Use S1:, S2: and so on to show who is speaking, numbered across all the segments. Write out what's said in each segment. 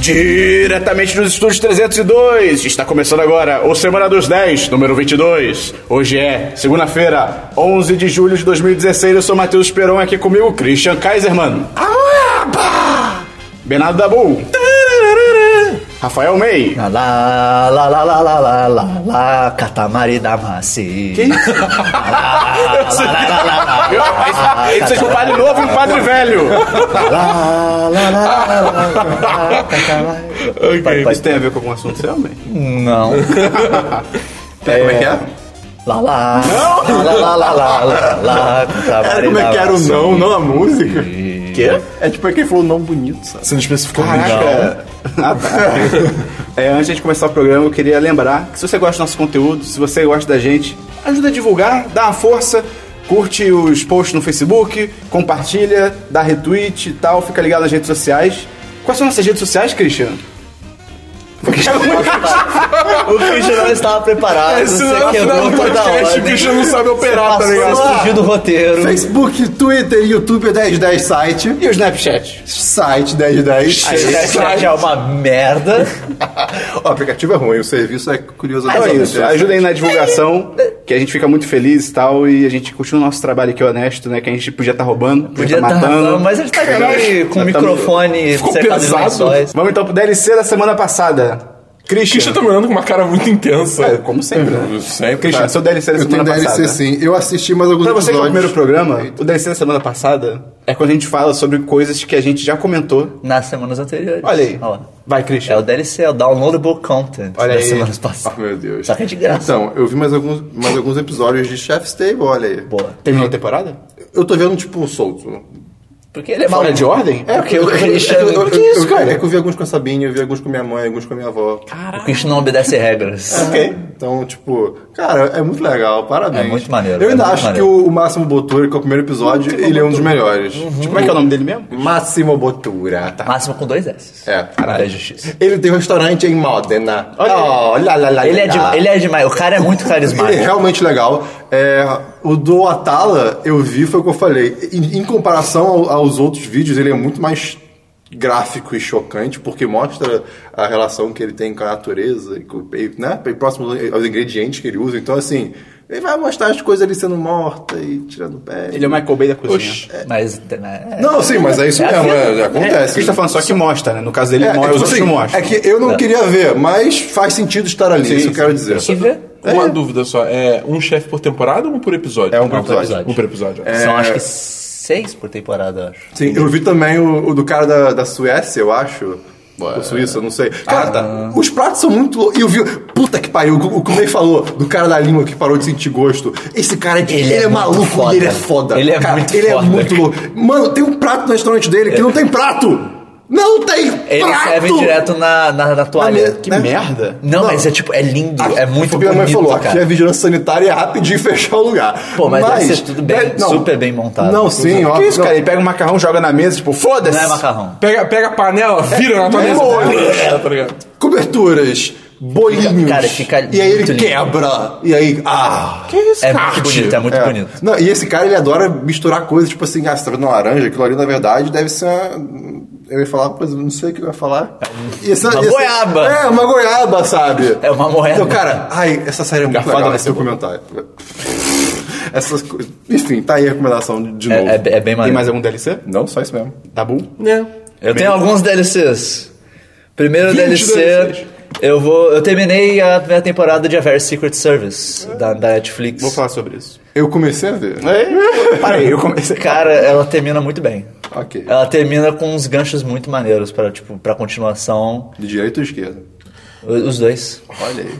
S1: Diretamente dos estúdios 302, está começando agora o Semana dos 10, número 22. Hoje é segunda-feira, 11 de julho de 2016. Eu sou Matheus Peron, aqui comigo Christian Kaiserman. Bernardo Dabu. Rafael May.
S2: Lá, lá, lá, lá, lá, lá, lá, lá, lá, Catamari da Maci. Que isso?
S3: Ah,
S1: Eu- Aí aí vocês um padre novo e um padre velho.
S2: Ok.
S1: Isso tem a ver com algum assunto seu, May?
S2: Não.
S3: É, como é que é?
S2: Lá, lá, lá, lá, lá, lá, lá, lá, Catamari
S3: como é
S2: da
S3: que era o
S2: Maci.
S3: não, não a música?
S1: Quê?
S3: É tipo aquele que falou não bonito, sabe?
S4: Você não especificou
S1: Caraca. Ah, tá. É, antes de começar o programa, eu queria lembrar que se você gosta do nosso conteúdo, se você gosta da gente, ajuda a divulgar, dá uma força, curte os posts no Facebook, compartilha, dá retweet e tal, fica ligado nas redes sociais. Quais são nossas redes sociais, Christian?
S2: O Christian não estava preparado.
S4: Isso
S2: Você
S4: não é o final
S2: quebrou
S4: do
S2: toda a
S4: podcast, o
S2: ordem.
S4: bicho não sabe operar, tá
S2: Passou,
S4: ligado?
S2: fugiu do roteiro.
S3: Facebook, Twitter, YouTube 1010 site.
S1: E o Snapchat?
S3: Site 1010.
S2: A gente é uma merda.
S3: O aplicativo é ruim, o serviço é curioso.
S1: Então é isso, ajuda aí na divulgação, que a gente fica muito feliz e tal, e a gente continua o nosso trabalho aqui honesto, né? Que a gente podia estar roubando, podia
S2: Podia
S1: estar
S2: estar
S1: Tá matando.
S2: mas a gente tá aqui com o
S1: Já tamo-
S2: microfone cercado de
S4: pesado.
S2: lençóis.
S1: Vamos então pro DLC da semana passada. Christian.
S4: Christian tá me olhando com uma cara muito intensa.
S1: É, como sempre, né?
S4: Sempre.
S1: Christian,
S4: Tá.
S1: seu DLC da
S3: Eu
S1: semana
S3: tenho DLC
S1: passada.
S3: sim. Eu assisti mais alguns
S1: Pra você que é o
S3: episódios.
S1: primeiro programa, o DLC da semana passada é quando a gente fala sobre coisas que a gente já comentou.
S2: Nas semanas anteriores.
S1: Olha aí.
S2: lá.
S1: Vai,
S2: É o
S1: Christian.
S2: DLC, é o downloadable content
S1: Olha
S2: das
S1: aí.
S2: semanas passadas.
S3: Ah, Meu Deus.
S2: Ah, Só que é de graça.
S3: Então, eu vi mais alguns, mais alguns episódios de Chef's Table, olha aí.
S2: Boa.
S1: Terminou a temporada?
S3: Eu tô vendo, tipo, solto.
S2: Porque ele é
S1: Fora
S2: maluco.
S1: de ordem?
S2: É, porque o
S3: eu- eu-
S2: Christian,
S3: eu-
S1: que isso,
S3: eu-
S1: cara?
S3: É que eu vi alguns com a Sabine, eu vi alguns com minha mãe, alguns com a minha avó.
S2: o Christian não obedece regras.
S1: Ok.
S3: Então, tipo, cara, é muito legal, parabéns.
S2: É muito maneiro,
S3: Eu
S2: é
S3: ainda
S2: muito
S3: acho
S2: maneiro.
S3: que o, o Máximo Botura, que é o primeiro episódio, ele é um dos melhores. Tipo,
S2: Uhum.
S1: Como é que é o nome dele mesmo?
S3: Máximo Botura, tá?
S2: Máximo com dois S.
S3: É,
S2: Da
S3: caralho.
S2: justiça.
S3: Ele tem um restaurante em Modena.
S1: Olha
S3: Oh, lá, lá, lá,
S2: Ele é,
S3: lá.
S2: de, ele é demais, o cara é muito
S3: Ele é
S2: carismático.
S3: realmente legal. É, o do Atala, eu vi, foi o que eu falei. Em, em comparação ao- aos outros vídeos, ele é muito mais gráfico e chocante, porque mostra a relação que ele tem com a natureza, e, com- e, né? e próximo aos ingredientes que ele usa. Então, assim, ele vai mostrar as coisas ali sendo morta e tirando pé.
S1: Ele é o Michael Bay da cozinha. Oxi.
S2: Mas né, é-
S3: Não, sim, mas é isso
S2: É a
S4: assim.
S3: mesmo,
S2: vida.
S3: é, acontece.
S1: Christian tá falando só que mostra, né? No caso dele,
S3: É, é
S1: mostra, os
S3: tipo
S1: outros
S3: assim,
S1: não mostram.
S3: é que eu não queria ver, mas faz sentido estar ali,
S1: Sim,
S3: isso
S1: sim.
S3: eu quero dizer.
S2: Quem vê?
S4: Uma dúvida só, é um chefe por temporada ou um por episódio?
S3: É um por
S4: Não,
S3: episódio.
S4: Um por episódio. É.
S2: São acho que seis por temporada, eu acho.
S3: Sim, eu vi também o, o do cara da, da Suécia, eu acho. Ou Suíça, eu não sei.
S2: Ah.
S3: Cara, os pratos são muito. lou- E eu vi. Puta que pariu, o o que o Ney falou do cara da língua que parou de sentir gosto. Esse cara é,
S2: Ele
S3: ele
S2: é
S3: é,
S2: muito
S3: maluco
S2: foda.
S3: e ele é foda.
S2: Ele é
S3: Cara,
S2: muito
S3: Ele
S2: foda.
S3: é muito louco. Mano, tem um prato no restaurante dele que não tem prato! Não tem
S2: Ele
S3: prato!
S2: serve direto na, na, na toalha.
S3: me-
S1: Que
S3: né?
S1: merda.
S2: Não, mas é tipo, é lindo, é muito
S3: Ah, Foi o que
S2: bonito,
S3: minha mãe falou, aqui
S2: cara.
S3: é vigilância sanitária é rapidinho fechar o lugar. é,
S2: Pô, mas deve ser tudo bem, super bem montado.
S3: Não, sim,
S1: que
S3: ó.
S1: isso, cara? Ele pega o macarrão, joga na mesa, tipo, foda-se!
S2: Não é macarrão.
S4: Pega, pega a panela, vira na tua
S3: é
S4: mesa.
S3: molho.
S4: tá ligado?
S3: coberturas, bolinhos.
S2: Cara, fica
S3: E aí ele
S2: muito lindo.
S3: quebra. E aí. Ah! Que isso,
S2: É muito bonito, é muito bonito.
S3: Não, e esse cara, ele adora misturar coisas, tipo assim, ah, você tá vendo uma laranja, aquilo ali na verdade deve ser uma. Eu ia falar uma coisa, não sei o que eu ia falar. E essa-
S2: Uma
S3: essa-
S2: goiaba.
S3: É, uma goiaba, sabe?
S2: É uma moeda.
S3: Então, cara, ai, essa série é muito
S1: Garfada
S3: legal,
S1: vai
S3: esse
S1: ser boa.
S3: documentário. Essas coisas. Enfim, tá aí a recomendação de
S2: É,
S3: novo.
S2: é- é bem
S1: Tem
S2: maneiro.
S1: mais algum DLC?
S3: Não, só isso mesmo.
S1: Tá bom?
S4: É.
S2: Eu tenho alguns DLCs. Primeiro
S3: 20
S2: DLC,
S3: DLCs.
S2: eu vou. Eu terminei a primeira temporada de A Very Secret Service da, da Netflix.
S1: Vou falar sobre isso.
S3: Eu comecei a ver.
S1: Parei, eu comecei.
S2: Cara, ela termina muito bem.
S3: Ok.
S2: Ela termina com uns ganchos muito maneiros para tipo para continuação,
S3: De direita ou esquerda?
S2: o- os dois.
S3: Olha aí.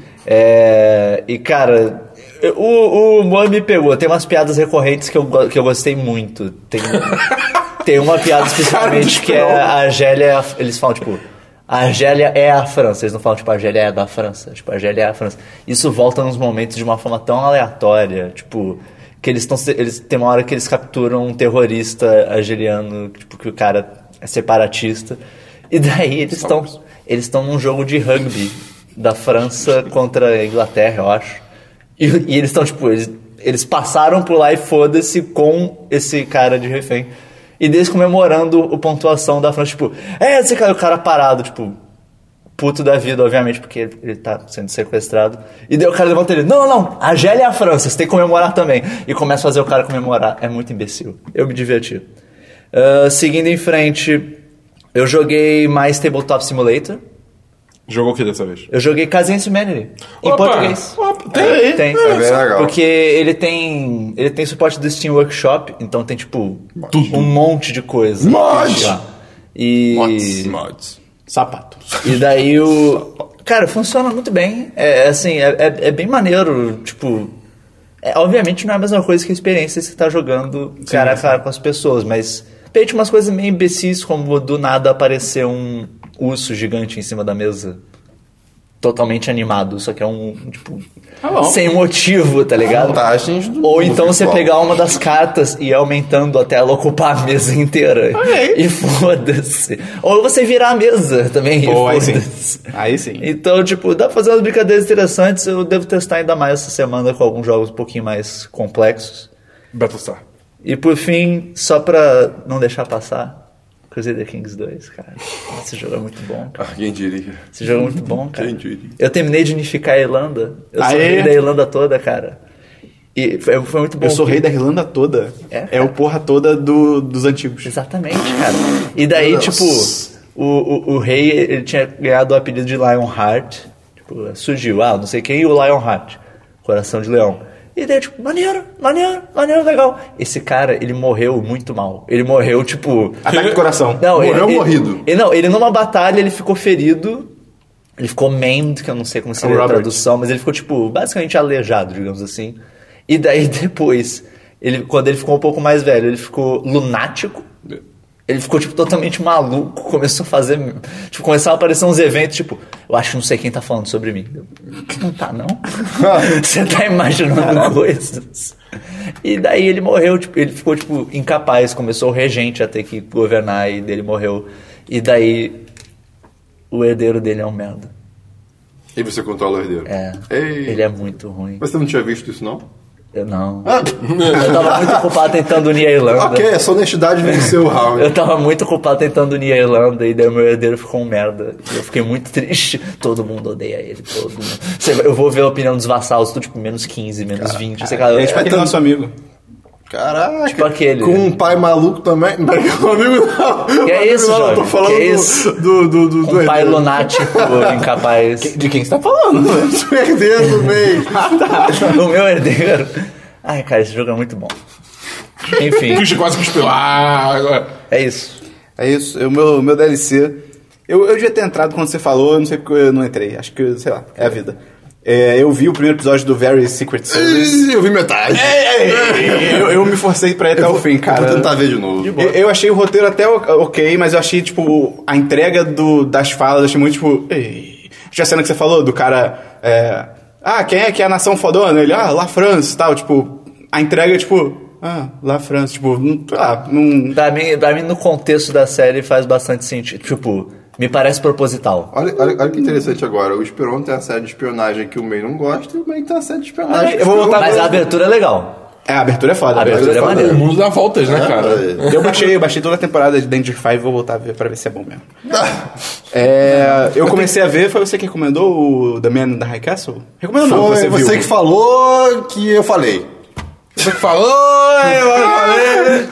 S2: É, e cara, eu- o, o humor me pegou. Tem umas piadas recorrentes que eu, go- que eu gostei muito. Tem, tem uma piada especificamente que é a Argélia. é a- Eles falam tipo. A Argélia é a França. Eles não falam, tipo, a Argélia é da França. Tipo, a Argélia é a França. Isso volta nos momentos de uma forma tão aleatória. Tipo, que eles estão. Eles, tem uma hora que eles capturam um terrorista argeliano, tipo, que o cara é separatista. E daí eles estão. Eles estão num jogo de rugby da França contra a Inglaterra, eu acho. E, e eles estão, tipo, eles, eles passaram por lá e foda-se com esse cara de refém. E deles comemorando a pontuação da França, tipo, é esse cara, o cara parado, tipo, puto da vida, obviamente, porque ele, ele tá sendo sequestrado. E daí o cara levanta ele, não, não, não, a Gélia é a França, você tem que comemorar também. E começa a fazer o cara comemorar. É muito imbecil. Eu me diverti. Ah, seguindo em frente, eu joguei mais Tabletop Simulator.
S4: Jogou o que dessa vez?
S2: Eu joguei Casinha Humanity. Em
S4: Opa!
S2: português.
S4: Opa, tem aí.
S2: Tem.
S3: É bem legal.
S2: Porque ele tem, ele tem suporte do Steam Workshop, então tem, tipo,
S4: Tudo.
S2: um monte de coisa.
S3: Monte!
S2: Lá. E...
S4: Mods.
S1: Sapato.
S2: E daí o. Cara, funciona muito bem. É assim, é, é, é bem maneiro, tipo. é, obviamente não é a mesma coisa que a experiência que você tá jogando cara a cara com as pessoas, mas tem tipo, umas coisas meio imbecis, como do nada aparecer um urso gigante em cima da mesa. Totalmente animado, só que é um, tipo.
S1: bom.
S2: sem motivo, tá ligado?
S3: Vantagens do
S2: Ou
S3: mundo
S2: então você
S3: virtual.
S2: pegar uma das cartas e ir aumentando até ela ocupar a mesa inteira.
S1: Ok.
S2: E foda-se. Ou você virar a mesa também.
S1: Pô,
S2: e
S1: aí sim.
S2: foda-se.
S1: Aí sim.
S2: Então, tipo, dá pra fazer umas brincadeiras interessantes. Eu devo testar ainda mais essa semana com alguns jogos um pouquinho mais complexos.
S4: Battlestar.
S2: E por fim, só pra não deixar passar, Crusader Kings 2, cara. Esse jogo é muito bom, cara.
S3: Ah, quem diria?
S2: Esse jogo é muito bom, cara.
S3: Entendi.
S2: Eu terminei de unificar a Irlanda. Eu sou
S1: Aê!
S2: rei da Irlanda toda, cara. E foi, foi muito bom.
S1: Eu sou
S2: porque-
S1: rei da Irlanda toda.
S2: É,
S1: É, o porra toda do, dos antigos.
S2: Exatamente, cara. E daí,
S3: Nossa.
S2: tipo, o, o, o rei ele tinha ganhado o apelido de Lionheart. Tipo, surgiu, ah, não sei quem, e o Lionheart. Coração de leão. E daí, tipo, maneiro, maneiro, maneiro, legal. Esse cara, ele morreu muito mal. Ele morreu, tipo.
S1: Ataque do coração.
S2: Não,
S3: Morreu
S2: ele, ele-
S3: morrido.
S2: Ele, não, ele numa batalha, ele ficou ferido. Ele ficou maimed, que eu não sei como seria a
S1: Robert.
S2: tradução, mas ele ficou, tipo, basicamente aleijado, digamos assim. E daí depois, ele, quando ele ficou um pouco mais velho, ele ficou lunático. Ele ficou, tipo, totalmente maluco, começou a fazer. Tipo, começaram a aparecer uns eventos, tipo, eu acho que não sei quem tá falando sobre mim. Eu, não tá, não? Você tá imaginando coisas. E daí ele morreu, tipo, ele ficou, tipo, incapaz, começou o regente a ter que governar e dele morreu. E daí o herdeiro dele é um merda.
S3: E você controla o herdeiro.
S2: É.
S3: Ei.
S2: Ele é Ah! muito ruim.
S3: Mas Você não tinha visto isso, não?
S2: Eu não. Eu tava muito ocupado tentando unir a Irlanda.
S3: Ah, Ok, essa honestidade venceu o round.
S2: Eu tava muito ocupado tentando unir a Irlanda e daí o meu herdeiro ficou um merda. E eu fiquei muito triste. Todo mundo odeia ele. Todo mundo. Você vai- Eu vou ver a opinião dos vassalos, tudo tipo menos 15, menos 20. Você, cara,
S1: É tipo aquele nosso amigo.
S3: Caraca.
S2: Tipo aquele,
S3: Com
S2: né?
S3: um pai maluco também. Não, meu amigo não. Meu amigo
S2: isso,
S3: não, eu
S2: jovem?
S3: tô falando
S2: é Que
S3: do,
S2: isso?
S3: do, do, do, do
S2: um pai
S3: herdeiro.
S2: lunático incapaz.
S1: né? De quem você tá falando?
S2: né?
S3: Do herdeiro do meio.
S1: é?
S2: o meu herdeiro. Ai, cara, esse jogo é muito bom. Enfim,
S4: Christian quase cuspiu. Ah, agora.
S2: é isso.
S1: É isso. O meu, meu DLC. Eu, eu devia ter entrado quando você falou, eu não sei porque eu não entrei. Acho que, sei lá, é a vida. É, eu vi o primeiro episódio do Very Secret Service. É,
S3: Ih, Eu vi metade.
S1: eu, eu me forcei pra ir até
S3: Eu
S1: o
S3: vou-
S1: fim, cara.
S3: É. Vou tentar ver de novo.
S1: Eu, eu achei o roteiro até o- ok, mas eu achei, tipo, a entrega do, das falas, eu achei muito, tipo... Ei. Achei a cena que você falou, do cara... é, ah, quem é que é a nação fodona? Ele, ah, La France, tal, tipo... A entrega, tipo... Ah, La France, tipo... não- sei lá, não...
S2: Pra mim, pra mim, no contexto da série, faz bastante sentido. Tipo, me parece proposital.
S3: Olha, olha, olha que interessante agora. O Esperon tem a série de espionagem que o May não gosta e o May tem a série de espionagem.
S1: Eu vou voltar
S2: Mas a abertura é legal.
S1: É, a abertura é foda.
S2: A
S1: velho.
S2: abertura é
S4: O
S2: maneira.
S4: mundo dá voltas, né, cara?
S3: É,
S1: Eu baixei, eu baixei toda a temporada de Danger 5 e vou voltar a ver pra ver se é bom mesmo. É, eu comecei a ver, foi você que recomendou o The Man in the High Castle? Recomendou não,
S3: Foi
S1: você,
S3: você,
S1: viu.
S3: que falou que eu falei.
S4: Você que falou,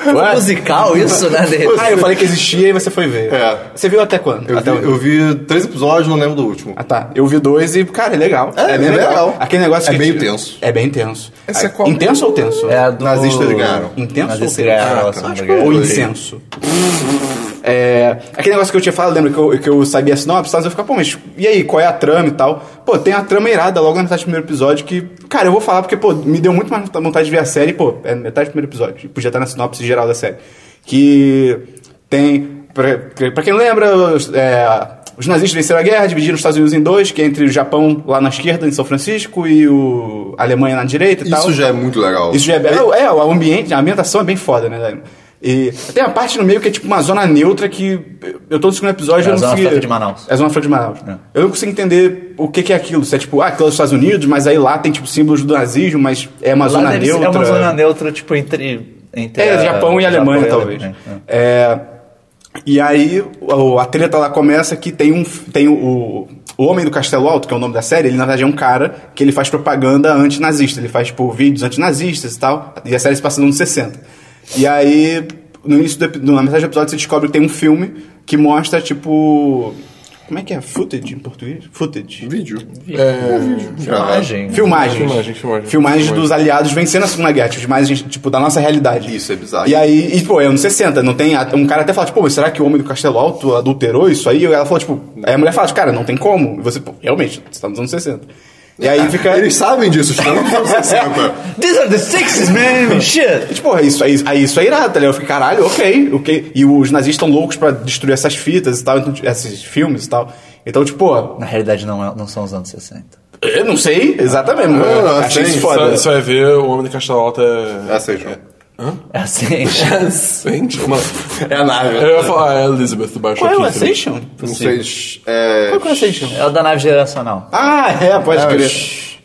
S4: eu
S1: Ué?
S2: Musical, isso, né? de repente?
S1: Ah, eu falei que existia e você foi ver.
S3: É.
S1: Você viu até quando?
S3: Eu,
S1: até
S3: vi,
S1: onde?
S3: eu vi três episódios, não lembro do último.
S1: Ah tá, eu vi dois e, cara, é legal.
S3: É,
S1: bem
S3: é legal.
S1: Aquele negócio
S3: É
S1: que
S3: meio
S1: te-
S3: tenso.
S1: É bem intenso.
S4: Essa é
S1: Ah,
S4: qual?
S1: Intenso ou tenso?
S2: É a do... Ah,
S3: Nazistas ganharam.
S1: Intenso ou
S2: Nazistas
S1: tenso?
S2: ganharam. a Segunda Guerra.
S1: Ou incenso. É, aquele negócio que eu tinha falado, lembra que eu, que eu sabia assim, não, eu ficar, pô, mas e aí, qual é a trama e tal? Pô, tem a trama irada logo na metade do primeiro episódio que, cara, eu vou falar porque, pô, me deu muito mais vontade de ver a série, pô, é metade do primeiro episódio, podia estar na sinopse geral da série. Que tem, pra, pra quem não lembra, os- é, os nazistas venceram a guerra, dividiram os Estados Unidos em dois, que é entre o Japão lá na esquerda, em São Francisco, e o a Alemanha na direita e tal.
S3: Isso já é muito legal.
S1: Isso já é, belo. é, o ambiente, a ambientação é bem foda, né, velho? E tem uma parte no meio que é tipo uma zona neutra que eu tô no segundo episódio
S2: É
S1: eu
S2: a
S1: não
S2: Zona
S1: consegui...
S2: Franca de Manaus.
S1: É a Zona Franca de Manaus.
S2: É.
S1: Eu não consigo entender o que, que é aquilo. Se é tipo, ah, aquilo é dos Estados Unidos, mas aí lá tem tipo símbolos do nazismo, mas é uma
S2: Lá
S1: zona
S2: deve ser-
S1: neutra.
S2: É uma zona neutra, tipo, entre... entre
S1: É,
S2: a- É,
S1: Japão e Alemanha, talvez.
S2: Alemanha, é.
S1: É, E aí o- a treta lá começa que tem um. Tem o- o, o Homem do Castelo Alto, que é o nome da série, ele na verdade é um cara que ele faz propaganda antinazista. Ele faz, tipo, vídeos antinazistas e tal. E a série se passa nos anos 60. E aí, no início do, epi- na metade do episódio, você descobre que tem um filme que mostra, tipo. Como é que é? Footage em português? Footage.
S3: Vídeo.
S4: É,
S2: Imagem.
S1: Filmagens.
S4: Filmagem, filmagem.
S1: Filmagens
S4: Filmagem.
S1: dos aliados vencendo a Segunda Guerra, tipo, imagens, tipo, da nossa realidade.
S3: Isso, é bizarro.
S1: E aí, e, pô, é anos 60, não tem. Um cara até fala, tipo, pô, mas será que o homem do Castelo Alto adulterou isso aí? E ela fala, tipo, aí a mulher fala, cara, não tem como. E você, pô, realmente, você tá nos anos 60. E aí fica.
S3: Eles sabem disso, estamos nos anos 60.
S2: These are the sixes, man! Shit!
S1: E, Tipo, é isso, é isso, aí isso é irado, tá ligado? Eu fiquei, caralho, ok, ok. E os nazistas estão loucos pra destruir essas fitas e tal, então, tipo, esses filmes e tal. Então, tipo, pô,
S2: Na realidade, não, é- não são os anos 60.
S1: eu não sei exatamente, mas
S3: Ah,
S1: eu achei
S3: sim,
S1: isso
S4: Só,
S1: foda.
S4: só vai ver o Homem do Castelo Alto é...
S3: Ah, seja.
S2: É assim.
S4: Ascension? Mano,
S3: É a nave.
S4: eu ia falar é Elizabeth do Baixo
S1: Qual é o
S4: aqui também.
S1: Ascension?
S3: Não sei. É...
S1: Qual é o Ascension?
S2: É o da nave geracional.
S1: Ah, é, pode crer.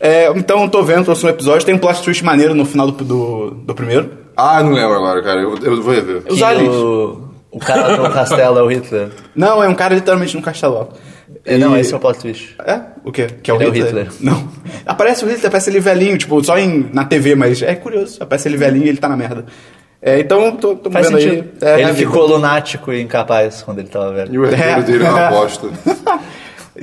S1: É, então eu tô vendo o próximo episódio, tem um plot twist maneiro no final do, do, do primeiro.
S3: Ah, não lembro agora, cara. Eu, eu vou rever.
S1: Os
S2: Que
S1: aliens.
S2: O, o cara do castelo é o Hitler.
S1: Não, é um cara literalmente no castelo. alto.
S2: É, Não, esse é o plot twist.
S1: É? O quê? Que é o
S2: Ele é o
S1: Hitler?
S2: Hitler.
S1: Não. Aparece o Hitler, aparece ele velhinho, tipo, só em, na TV, mas é curioso. Aparece ele velhinho e ele tá na merda. É, então, tô, tô
S2: Faz
S1: vendo
S2: sentido.
S1: aí. É,
S2: ele
S1: né,
S2: ficou lunático e incapaz quando ele tava
S3: E
S2: velho.
S3: o herdeiro
S1: É.
S3: dele é uma bosta.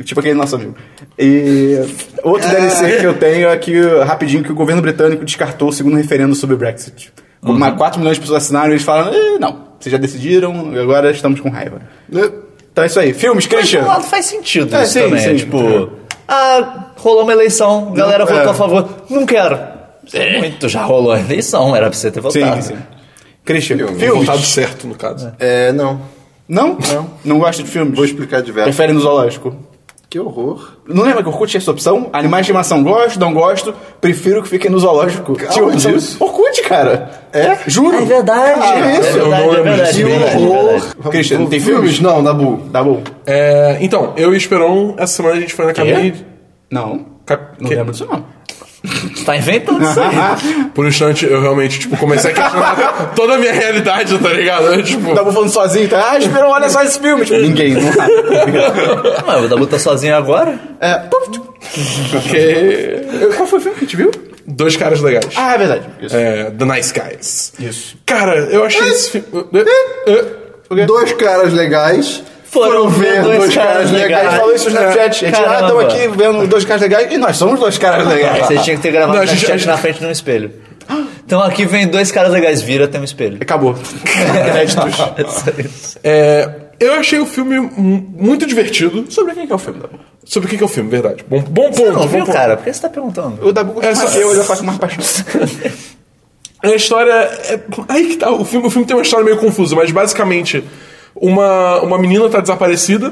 S1: Tipo aquele nosso amigo. E outro DLC que eu tenho é que, rapidinho, que o governo britânico descartou o segundo referendo sobre o Brexit. Uma, 4 milhões de pessoas assinaram e eles falaram, "Eh, não, vocês já decidiram, agora estamos com raiva. Então é isso aí. Filmes,
S2: Mas, por um
S1: Christian!
S2: lado, faz sentido
S1: É,
S2: isso
S1: sim,
S2: também. é
S1: sim.
S2: tipo, ah, rolou uma eleição, galera
S1: Não,
S2: votou
S1: é.
S2: a favor. Não quero. É Muito, já rolou a eleição, era pra você ter
S1: Sim,
S2: votado.
S1: sim. Christian,
S3: Filmes.
S1: filmes?
S4: Voltado Tá certo, no caso.
S3: É, não.
S1: Não? Não. Não gosta de filmes?
S3: Vou explicar de velho.
S1: Prefere no zoológico?
S3: Que horror.
S1: Não lembra que eu curte essa opção? Animais de estimação gosto, não gosto, prefiro que fiquem no zoológico. Tinha uma opção-
S3: disso.
S1: Orkut, cara. É? Juro.
S2: É verdade.
S1: Ah,
S2: é
S1: isso.
S2: verdade, é verdade.
S3: Que
S2: é verdade, é verdade.
S3: horror.
S1: Christian, não tem filmes?
S3: Não, Nabu.
S1: Tá bom.
S4: É, então, eu e o Esperon, essa semana a gente foi na cabine...
S1: Não.
S4: Cap...
S1: Não
S4: que-
S1: lembro disso, não.
S2: Tá inventando isso aí.
S4: Por um instante, eu realmente, tipo, comecei a questionar toda a minha realidade, tá ligado? Eu, tipo...
S1: Eu tava falando sozinho, tá? Ah, Esperão, olha só esse filme. Tipo, ninguém, não sabe.
S2: Mas o Dabu tá sozinho agora?
S1: É, pô, tipo,
S4: Porque...
S1: eu- qual foi o filme que a gente viu?
S4: Dois caras legais.
S1: Ah, é verdade. Isso.
S4: É, The Nice Guys.
S1: Isso.
S4: Cara, eu
S1: É.
S4: achei esse filme...
S3: Dois caras legais
S2: Foram
S3: foram ver dois, caras legais.
S1: né? A gente falou isso no Snapchat. A gente, ah,
S2: Caramba.
S1: estamos aqui vendo dois caras legais. E nós somos dois caras legais.
S2: Você tinha que ter gravado
S4: Não,
S2: o
S4: a gente-
S2: Snapchat
S4: a gente-
S2: na frente de um espelho. Então aqui vem dois caras legais, vira, tem um espelho.
S1: Acabou. Créditos.
S4: É, eu achei o filme mu- muito divertido. Sobre o que que é o filme, Dabu? Sobre o que que é o filme, verdade. Bom, bom ponto,
S2: Você não
S4: bom
S2: viu,
S4: ponto.
S2: cara? Por que você tá perguntando?
S1: O Dabu
S4: É
S1: costuma
S4: só-
S1: eu, eu já faço com mais paixão.
S4: A história. é- aí que tá. O filme, o filme tem uma história meio confusa, mas basicamente, uma, uma menina tá desaparecida,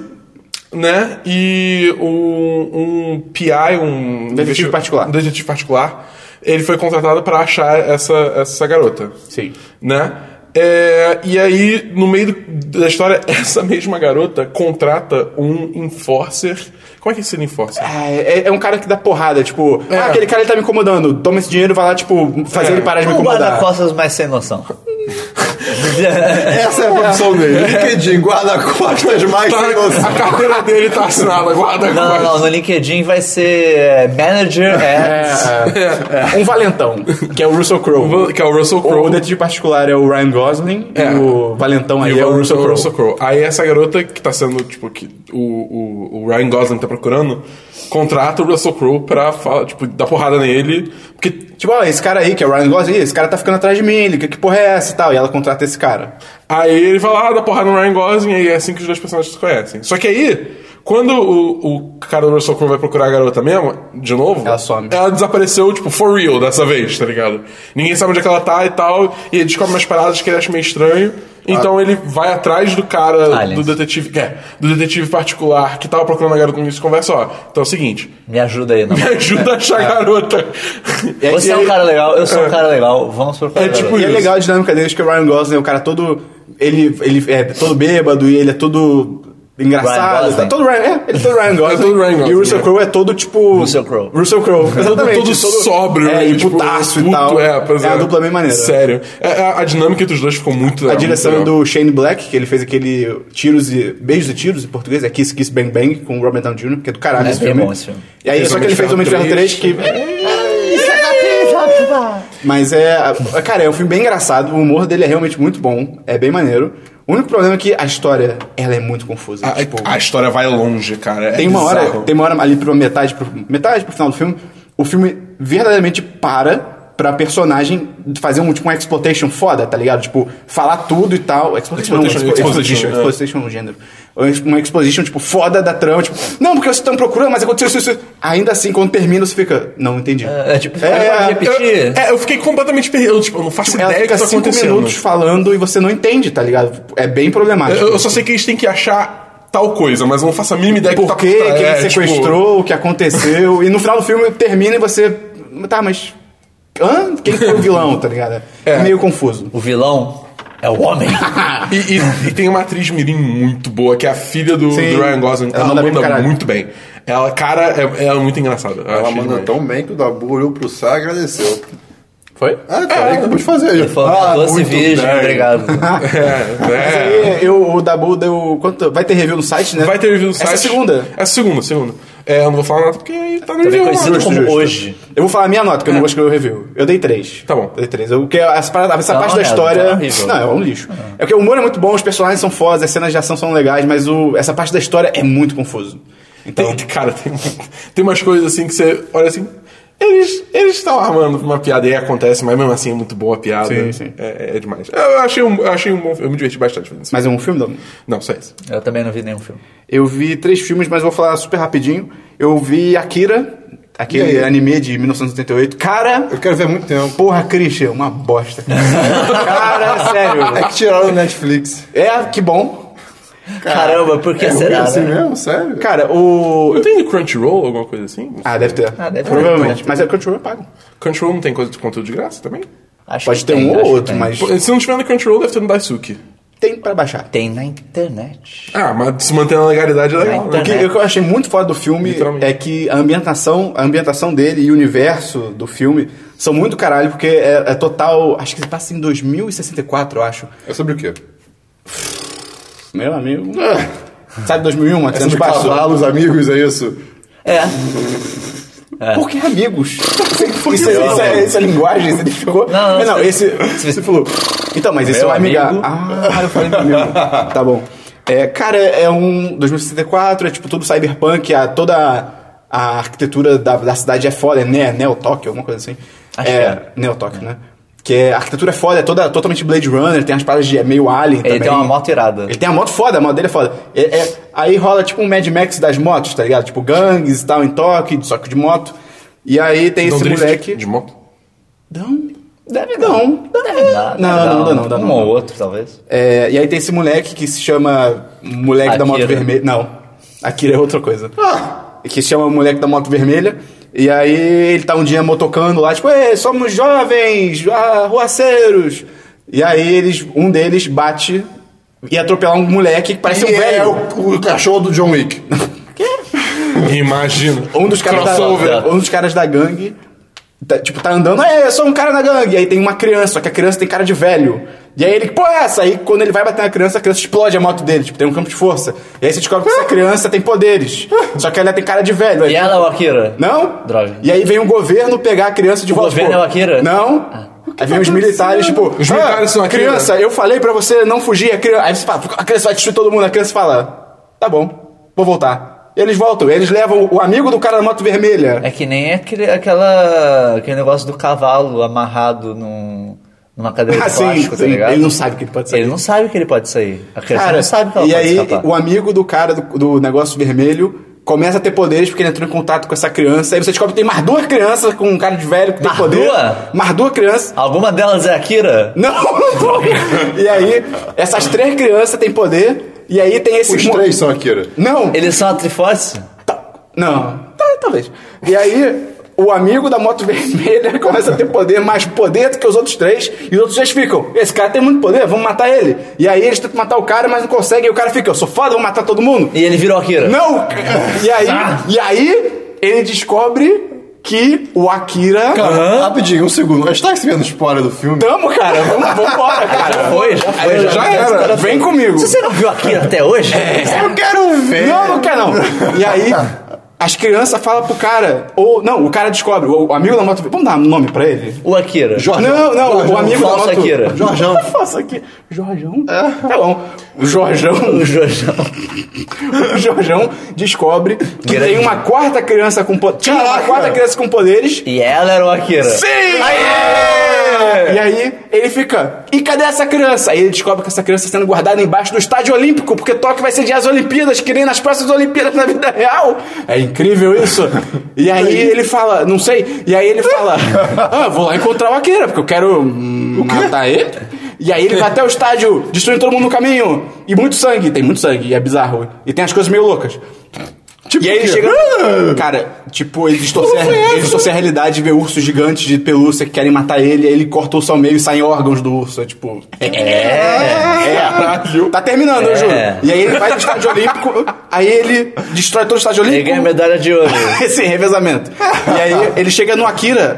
S4: né? E um, um PI, um. investi-
S1: particular.
S4: Um detetive particular, ele foi contratado pra achar essa, essa garota.
S1: Sim.
S4: Né? É, e aí, no meio do- da história, essa mesma garota contrata um enforcer. Como é que é esse enforcer?
S1: Ah, é, é um cara que dá porrada, tipo, ah, aquele cara ele tá me incomodando, toma esse dinheiro e vai lá, tipo, fazer
S4: É.
S1: ele parar de me
S2: Um
S1: incomodar.
S2: guarda-costas mais sem noção.
S3: Essa é a produção dele. LinkedIn, guarda-costas mais
S4: Tá,
S3: sem noção.
S4: a carteira dele tá assinada, guarda
S2: Não, não, não, no LinkedIn vai ser é, manager at...
S1: É, Um valentão, que é o Russell Crowe.
S4: Que é o Russell
S1: O
S4: Crowe.
S1: detetive particular é o Ryan Gosling
S4: É.
S1: e o valentão aí
S4: E
S1: é o Russell Crowe.
S4: Crowe. Aí essa garota que tá sendo, tipo, que o, o, o Ryan Gosling tá procurando, contrata o Russell Crowe pra falar, tipo, dar porrada nele. Porque
S1: Tipo, ó, esse cara aí, que é o Ryan Gosling, esse cara tá ficando atrás de mim, ele, que, que porra é essa e tal? E ela contrata esse cara.
S4: aí ele vai lá, dá porrada no Ryan Gosling, e é assim que os dois personagens se conhecem. Só que aí, quando o, o cara do Russell Crowe vai procurar a garota mesmo, de novo,
S1: Ela some.
S4: Ela desapareceu, tipo, for real dessa vez, tá ligado? Ninguém sabe onde é que ela tá e tal, e ele descobre umas paradas que ele acha meio estranho. Então ele vai atrás do cara,
S2: Aliens.
S4: do detetive, é, do detetive particular que tava procurando a garota com isso, conversa, ó. Então é o seguinte,
S2: Me ajuda aí, não.
S4: me ajuda a achar a garota.
S2: Você é um cara legal, eu sou um cara legal, vamos procurar.
S4: É tipo-
S1: E é
S4: Isso.
S1: legal um a dinâmica deles que o Ryan Gosling é o cara todo. Ele, ele é todo bêbado e ele é todo
S2: Ryan
S1: engraçado.
S2: Gosling.
S1: tá todo Ryan, é, ele é todo Ryan Gosling.
S4: É todo Ryan Gosling,
S1: E o Russell
S4: é.
S1: Crowe é todo tipo.
S2: Russell Crowe.
S1: Russell Crowe, exatamente.
S4: todo sóbrio,
S1: é,
S4: né?
S1: e
S4: Tipo,
S1: putaço e
S4: puto,
S1: tal.
S4: É, pois
S1: a dupla bem maneira.
S4: Sério. É, é, a dinâmica entre os dois ficou muito
S1: A
S4: legal,
S1: direção
S4: muito legal.
S1: do Shane Black, que ele fez aquele tiros e. Beijos e tiros em português, é Kiss Kiss Bang Bang com o Robert Downey Jr., que é do caralho
S2: É
S1: esse
S2: bem
S1: filme.
S2: bom esse filme.
S1: E aí,
S4: Fez
S1: só que ele fez o Homem de Ferro 3 que. Mas é. Cara, é um filme bem engraçado, o humor dele é realmente muito bom, é bem maneiro. O único problema é que a história, ela é muito confusa.
S4: A,
S1: tipo,
S4: a história vai longe, cara. É
S1: tem uma hora,
S4: bizarro.
S1: tem uma hora ali pra metade, pro, metade pro final do filme, o filme verdadeiramente para pra personagem fazer um, tipo, um exploitation foda, tá ligado? Tipo, falar tudo e tal. Exploitation, não,
S4: Exploitation,
S1: expo-
S4: exposition,
S1: exposition,
S4: é.
S1: exposition no gênero. Uma exposition, tipo, foda da trama, tipo, não, porque vocês estão procurando, mas aconteceu isso, isso. isso." Ainda assim, quando termina, você fica, não entendi.
S2: É, tipo,
S1: É,
S2: pode repetir?
S4: É, eu fiquei completamente perdido. Eu, Tipo, eu não faço
S1: Ela
S4: ideia do que
S1: fica
S4: tá
S1: cinco
S4: acontecendo.
S1: minutos falando e você não entende, tá ligado? É bem problemático.
S4: Eu, eu só sei que eles têm que achar tal coisa, mas eu não faço a mínima ideia
S1: Por
S4: que
S1: quê?
S4: tá
S1: Quem
S4: é,
S1: sequestrou? O que aconteceu? e no final do filme termina e você. Tá, mas. Hã? Quem foi o vilão, tá ligado? É,
S4: É.
S1: meio confuso.
S2: O vilão é o homem.
S4: Tipo, e, e- e tem uma atriz mirim muito boa, que é a filha do,
S1: Sim.
S4: do Ryan Gosling.
S1: Ela
S4: Ela,
S1: manda bem pra
S4: manda
S1: caralho.
S4: muito bem. Ela, cara, é, ela é muito engraçada. Eu
S3: Ela
S4: achei
S3: manda
S4: demais.
S3: tão bem que o Dabu olhou pro Sá e agradeceu.
S4: Foi?
S3: Ah,
S1: tá
S3: cara, é, acabou de fazer.
S2: Ele falou, ah, doce
S3: muito
S2: virgem,
S3: bem.
S2: obrigado.
S1: Mas
S4: É, é.
S1: aí, eu, o Dabu deu. Quanto, vai ter review no site, né?
S4: Vai ter review no site.
S1: Essa é a segunda.
S4: Essa é a segunda, segunda. É, eu não vou falar nada porque aí tá
S2: Também
S4: no review.
S2: conhecido
S4: mano.
S2: como hoje.
S1: Eu vou falar a minha nota, que eu não vou escrever o review. Eu dei três.
S4: É. Tá bom.
S1: Eu dei três. Eu, porque essa, parada- essa
S2: Tá
S1: parte
S2: uma
S1: da
S2: merda,
S1: história.
S2: tá horrível.
S1: não, é um lixo. É porque o humor é muito bom, os personagens são fodas, as cenas de ação são legais, mas o- essa parte da história é muito confuso. Então.
S4: Tem, cara, tem, tem umas coisas assim que você olha assim. Eles eles estão armando uma piada e aí acontece, mas mesmo assim é muito boa a piada.
S1: Sim, sim.
S4: É, é demais. Eu achei um, eu achei um bom filme. Eu me diverti bastante fazendo isso.
S1: Mas é um filme, Dabu?
S4: Não, só isso.
S2: Eu também não vi nenhum filme.
S1: Eu vi três filmes, mas vou falar super rapidinho. Eu vi Akira, aquele
S3: E aí?
S1: anime de 1988. Cara,
S3: Eu quero ver há muito tempo.
S1: porra, Christian, uma bosta. cara, sério.
S3: É que tiraram o Netflix.
S1: É, que bom.
S2: Caramba, por que
S1: é
S2: será,
S3: assim
S2: né?
S3: mesmo? Sério?
S1: Cara, o...
S4: Não tem Crunchyroll, alguma coisa assim?
S1: Ah, deve ter.
S2: Ah, deve ter.
S1: Provavelmente. Mas é que eu pago.
S4: Crunchyroll não tem coisa de conteúdo de graça também?
S2: Acho
S1: Pode
S2: que
S1: ter
S2: tem,
S1: um
S2: acho
S1: ou
S2: que
S1: outro,
S2: tem.
S1: mas
S4: Pô, Se não tiver no Crunchyroll, deve ter no Daisuke.
S1: tem pra baixar.
S2: Tem na internet.
S4: Ah, mas se manter na legalidade é legal.
S2: então.
S4: né?
S1: O que, o que eu achei muito foda do filme
S4: Literalmente.
S1: é que a ambientação, a ambientação dele e o universo do filme são muito caralho, porque é, é total. Acho que passa em 2064, eu acho.
S3: É sobre o quê?
S1: Meu amigo. Sabe 2001,
S3: É
S1: até no
S3: sobre
S1: espaço?
S3: cavalos, amigos, é isso?
S2: É.
S1: Por que amigos? isso, isso, é- isso é, isso é linguagem? Você identificou?
S2: Não, não,
S1: É,
S2: você-
S1: esse.
S2: você-
S1: Você falou. Então, mas esse é
S2: Meu
S1: um amiga.
S2: amigo.
S1: Ah, eu falei meu amigo. Tá bom. É, cara, é um 2064, é tipo todo cyberpunk, a, toda a arquitetura da, da cidade é foda, é ne, Neo Tóquio, alguma coisa assim.
S2: Acho
S1: é, Neo Tóquio, né? Que é, a arquitetura é foda, é toda, totalmente Blade Runner, tem as paradas de é meio alien
S2: Ele
S1: também.
S2: tem uma moto irada.
S1: Ele tem a moto foda, a moto dele é foda. É- é- aí rola tipo um Mad Max das motos, tá ligado? Tipo gangues e tal, em toque, só que de moto. E aí tem
S4: Não
S1: esse
S4: um drift
S1: moleque.
S4: De moto?
S1: Não. Deve não. Deve
S2: Dá,
S1: não. Não,
S2: dá
S1: não, não, não,
S2: um
S1: não.
S2: ou outro, talvez.
S1: É, e aí tem esse moleque que se chama Moleque da Moto
S2: Akira.
S1: Vermelha. Não. Akira é outra coisa.
S3: Ah!
S1: Que se chama Moleque da Moto Vermelha. E aí ele tá um dia motocando lá, tipo, Ê, somos jovens, arruaceiros. E aí eles, um deles bate e atropela um moleque que parece um
S3: E é
S1: velho.
S3: o, o cachorro do John Wick.
S4: Imagina.
S1: Um dos caras da,
S4: Crossover.
S1: um dos caras da gangue. tá- tipo, tá andando, é, eu sou um cara da gangue. Aí tem uma criança, só que a criança tem cara de velho. E aí ele, pô, é essa? Aí quando ele vai bater na criança, a criança explode a moto dele, tipo, tem um campo de força. E aí você descobre que essa criança tem poderes. Só que ela tem cara de velho. Aí-
S2: E ela, o Akira?
S1: Não?
S2: Droga.
S1: E aí vem o governo pegar a criança de
S2: O
S1: volta.
S2: governo
S1: tipo,
S2: é o Akira?
S1: Não. Aí vem os militares, tipo,
S4: tá Os militares são Akira?"
S1: criança, eu falei pra você não fugir. A criança... Aí você fala, a criança vai destruir todo mundo. A criança fala, tá bom, vou voltar. Eles voltam, eles levam o amigo do cara da moto vermelha.
S2: É que nem aquele, aquela, aquele negócio do cavalo amarrado num, numa cadeira
S1: Ah,
S2: de
S1: sim,
S2: plástico, tá
S1: sim.
S2: ligado?
S1: Ele não sabe que ele pode sair.
S2: Ele não sabe que ele pode sair. A criança
S1: Cara,
S2: não sabe que ela
S1: e
S2: pode
S1: aí
S2: escapar.
S1: o amigo do cara do, do negócio vermelho começa a ter poderes porque ele entrou em contato com essa criança. Aí você descobre que tem mais duas crianças com um cara de velho que tem
S2: Mais
S1: poder.
S2: duas?
S1: Mais duas crianças.
S2: Alguma delas é Akira?
S1: Não, não tô. E aí, essas três crianças têm poder. E aí tem esse...
S3: Os
S1: mo-
S3: três são Akira.
S1: Não.
S2: Eles são a Triforce?
S1: Não. Tá, talvez. E aí, o amigo da moto vermelha começa a ter poder, mais poder do que os outros três, e os outros três ficam. Esse cara tem muito poder, vamos matar ele. E aí eles tentam matar o cara, mas não conseguem, e o cara fica, eu sou foda, vou matar todo mundo.
S2: E ele virou Akira.
S1: Não! E aí, e aí ele descobre que o Akira.
S3: Cara, rapidinho, um segundo. A gente tá recebendo spoiler do filme.
S1: Tamo, cara, vamos vambora, cara.
S2: Foi, já foi,
S1: Aí
S2: já,
S1: já
S2: foi.
S1: era, vem comigo. É.
S2: Se você não viu Akira até hoje,
S3: Eu quero ver!
S1: Não,
S3: Tá.
S1: não quer não. E aí, as crianças falam pro cara, ou. Não, o cara descobre, o, o amigo da moto. Vamos dar um nome pra ele?
S2: o Akira.
S3: Jorjão.
S1: Não, não,
S3: Jorjão.
S1: o amigo da
S2: Falso
S1: moto.
S2: Akira.
S3: Jorjão.
S1: Faça aqui. Jorjão?
S3: É.
S1: Tá bom. O Jorjão,
S2: O Jorjão.
S1: o Jorjão descobre que
S2: Grande.
S1: tem uma quarta criança com po- Tinha uma
S3: Caraca.
S1: quarta criança com poderes.
S2: E ela era o Akira.
S1: Sim! E aí ele fica, e cadê essa criança? Aí ele descobre que essa criança está sendo guardada embaixo do estádio olímpico, porque Tóquio vai sediar as Olimpíadas, que nem nas próximas Olimpíadas na vida real. É incrível isso. E aí ele fala, não sei, e aí ele fala, ah, vou lá encontrar o Akira, porque eu quero hum, matar ele. E aí ele vai até o estádio, destruindo todo mundo no caminho. E muito sangue, tem muito sangue, e é bizarro. E tem as coisas meio loucas.
S3: Tipo
S1: E aí ele
S3: o quê?
S1: chega.
S2: Ah!
S1: Cara, tipo, eles distorcem, a, eles distorcem a realidade, vê ursos gigantes de pelúcia que querem matar ele, aí ele corta o urso ao meio e saem órgãos do urso. É tipo. É, tá terminando,
S2: É.
S1: eu juro. E aí ele vai pro estádio olímpico, aí ele destrói todo o estádio
S2: Ele ganha
S1: olímpico.
S2: medalha de ouro.
S1: Esse revezamento. E aí ele chega no Akira.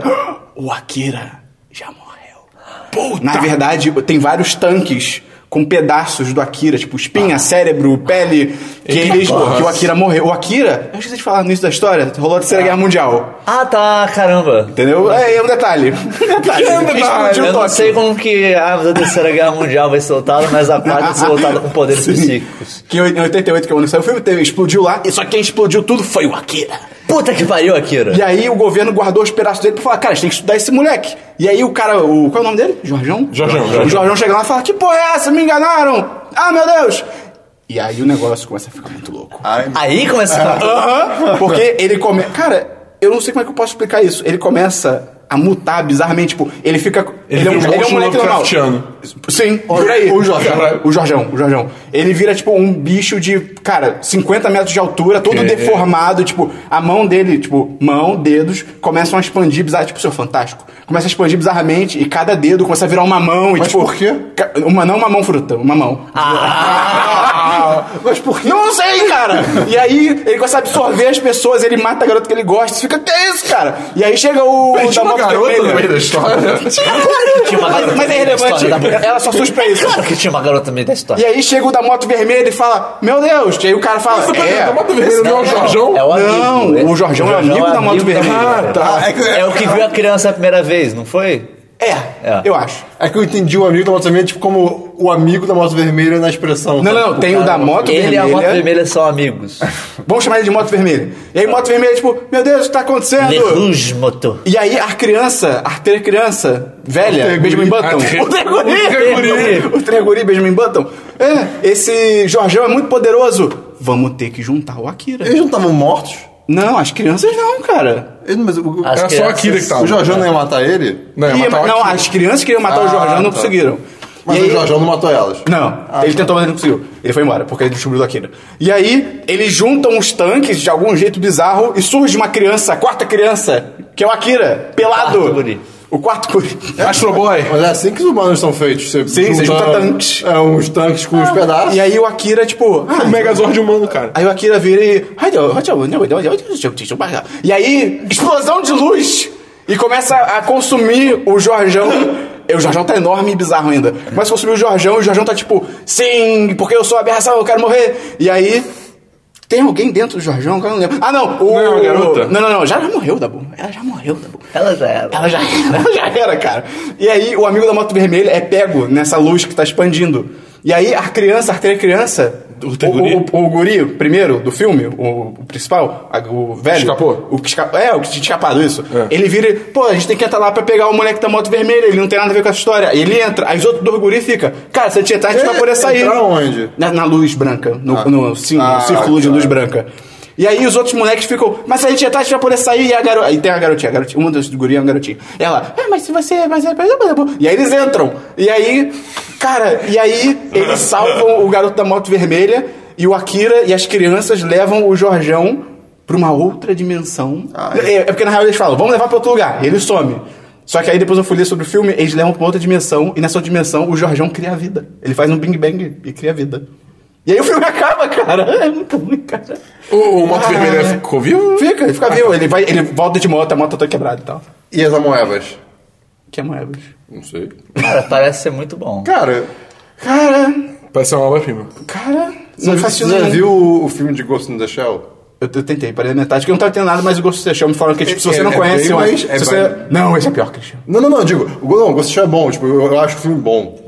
S1: O Akira já morreu. Na verdade, tem vários tanques com pedaços do Akira, tipo espinha, cérebro, pele, que, eles, que o Akira morreu. O Akira, eu esqueci de falar no início da história, rolou a Terceira Guerra Mundial.
S2: Ah, tá, caramba.
S1: Entendeu? É, é um detalhe. Um detalhe.
S4: Que detalhe?
S1: Explodiu
S2: Eu não
S1: Tóquio.
S2: sei como que a arma da Terceira Guerra Mundial vai ser lutada, mas a quarta vai ser lutada com poderes
S1: Sim.
S2: psíquicos.
S1: Que em 88, que é o ano que saiu o filme, teve, explodiu lá, e só quem explodiu tudo foi o Akira.
S2: Puta que pariu, Akira.
S1: E aí o governo guardou os pedaços dele pra falar, cara, a gente tem que estudar esse moleque. E aí o cara, o, qual é o nome dele? Jorjão?
S4: Jorjão,
S1: O
S4: Jorjão.
S1: Jorjão chega lá e fala, que porra é essa? Me enganaram! Ah, meu Deus! E aí o negócio começa a ficar muito louco.
S3: Ai,
S2: Aí começa a
S1: Ah.
S2: falar.
S1: Aham, porque ele começa... Cara, eu não sei como é que eu posso explicar isso. Ele começa a mutar bizarramente, tipo, ele é fica...
S4: Ele vira um monstro Lovecraftiano.
S1: Sim, por aí.
S3: o Jorjão.
S1: Caralho. O Jorjão, o Jorjão. Ele vira, tipo, um bicho de, cara, 50 metros de altura, todo
S3: É.
S1: deformado, tipo, a mão dele, tipo, mão, dedos, começam a expandir bizarro, tipo, seu fantástico. Começa a expandir bizarramente e cada dedo começa a virar uma mão e,
S3: Mas
S1: tipo...
S3: por quê?
S1: ca- Uma não uma mão fruta, uma mão.
S2: Ah.
S3: Mas por que?
S1: Não sei, cara! E aí, ele começa a absorver as pessoas, ele mata a garota que ele gosta, fica, que é isso, cara? E aí chega o.
S3: Mas tinha uma
S1: moto
S3: garota
S1: vermelha.
S3: no meio da história.
S2: Tinha uma garota
S1: Mas, mas é
S2: meio da
S1: relevante,
S2: história da-
S1: ela só surge pra isso.
S2: Claro que tinha uma garota no meio da história.
S1: E aí chega o da moto vermelha e fala, meu Deus! E aí o cara fala,
S4: Mas
S1: é.
S4: da moto vermelha não é o Jorjão?
S2: É o amigo.
S1: Não,
S2: É-
S1: o Jorjão é amigo da moto
S2: da
S1: vermelha. tá.
S2: moto
S3: Ah, é, que,
S2: vermelha. É o que viu a criança a primeira vez, não foi?
S1: É,
S2: É.
S1: eu acho.
S3: é que eu entendi o amigo da moto vermelha tipo como o amigo da moto vermelha na expressão.
S1: Não,
S3: sabe?
S1: não,
S3: Tipo,
S1: tem o da
S3: cara,
S1: moto
S2: Ele e
S1: vermelha.
S2: a moto é vermelha são amigos.
S1: Vamos chamar ele de moto vermelha. E aí, moto vermelha, tipo, meu Deus, o que tá acontecendo?
S2: Le Rouge Moto.
S1: E aí, a criança, a ter criança, velha,
S3: Terguri.
S1: Benjamin Button.
S4: Ah, ter-
S1: Então, O Terguri!
S4: o Terguri.
S1: O Terguri, Benjamin Button. É, esse Jorjão é muito poderoso. Vamos ter que juntar o Akira.
S3: Eles não estavam mortos?
S1: Não, as crianças não, cara.
S3: Eles, mas o,
S2: As
S4: Era só
S2: crianças-
S4: Akira que tava.
S3: é. o Jorjão não ia matar ele?
S4: Não, é
S1: E-
S4: matar o
S1: não,
S4: Akira.
S1: as crianças queriam matar o
S3: Ah,
S1: Jorjão, não
S3: tá.
S1: conseguiram.
S3: Mas
S1: E
S3: o
S1: aí-
S3: Jorjão não matou elas.
S1: Não, ele tentou, mas ele não conseguiu. Ele foi embora, porque ele descobriu do Akira. E aí, eles juntam os tanques de algum jeito bizarro e surge uma criança, a quarta criança, que é o Akira, pelado.
S2: Quarto guri.
S1: O quarto guri.
S4: Astro Boy.
S3: Mas é assim que os humanos são feitos. Você
S1: Sim, você junta tanques.
S3: É, uns tanques com uns pedaços.
S1: E aí o Akira, tipo, ah,
S4: O Megazord humano, cara.
S1: Aí o Akira vira e. E aí, explosão de luz! E começa a consumir o Jorjão. E o Jorjão tá enorme e bizarro ainda. Começa a consumir o Jorjão e o Jorjão tá tipo, sim, porque eu sou aberração, eu quero morrer. E aí. Tem alguém dentro do Jorjão? Agora Eu não lembro. Ah, não! O...
S4: Não, a garota.
S1: Não, não, não. Já, já morreu, Dabu. Ela já morreu, Dabu.
S2: Ela já era.
S1: Ela já era, ela já era, cara. E aí o amigo da moto vermelha é pego nessa luz que tá expandindo. E aí a criança, a arteira criança, o,
S4: tem guri?
S1: o, o, o guri primeiro do filme, o, o principal, a- o velho.
S4: Escapou?
S1: O que escapou. É, o que tinha escapado, isso. Ele vira e, pô, a gente tem que entrar lá pra pegar o moleque da moto vermelha, ele não tem nada a ver com a história. E ele entra, aí os outros dois guri ficam, cara, se a gente entrar, a gente vai poder sair.
S3: Entrar onde?
S1: Na, na luz branca, no, no sim-
S3: Ah,
S1: círculo assim, de
S3: tá.
S1: luz branca. E aí os outros moleques ficam, mas se a gente entrar, a gente vai poder sair. E a garota. Aí tem a garotinha, a garotinha, uma das gurias é uma garotinha. Ela, ah, mas se você. Mas é, mas é, mas é bom." E aí eles entram. E aí, cara, e aí eles salvam o garoto da moto vermelha e o Akira e as crianças levam o Jorjão pra uma outra dimensão. é, é porque na real eles falam, vamos levar pra outro lugar. E ele some. Só que aí depois eu fui ler sobre o filme, eles levam pra outra dimensão, e nessa outra dimensão o Jorjão cria a vida. Ele faz um Big Bang e cria a vida. E aí o filme acaba, cara. É muito ruim, cara.
S4: O, o Moto
S1: Ah,
S4: Vermelho
S1: é.
S4: ficou vivo?
S1: Fica, ele fica vivo. Ele, vai, ele volta de moto, a moto tá quebrada e tal.
S3: E as Amoebas?
S1: Que é moebas.
S3: Não sei.
S2: Cara, parece ser muito bom.
S3: Cara,
S1: Cara,
S4: Parece ser uma obra-prima.
S1: cara.
S3: você
S1: Não faz
S3: já viu o, o filme de Ghost in the Shell?
S1: Eu, eu tentei, parei na metade, que eu não tava entendendo nada, mas o Ghost of the Shell me falaram que, tipo, se
S3: É-
S1: você não
S3: é
S1: conhece,
S3: bem
S1: eu
S3: mais-
S1: acho.
S3: é
S1: se
S3: bem-
S1: você- Não, esse é pior, Christian.
S3: Não, não, não, eu digo, o Go- não, Ghost in the Shell é bom, tipo, eu, eu acho o filme bom.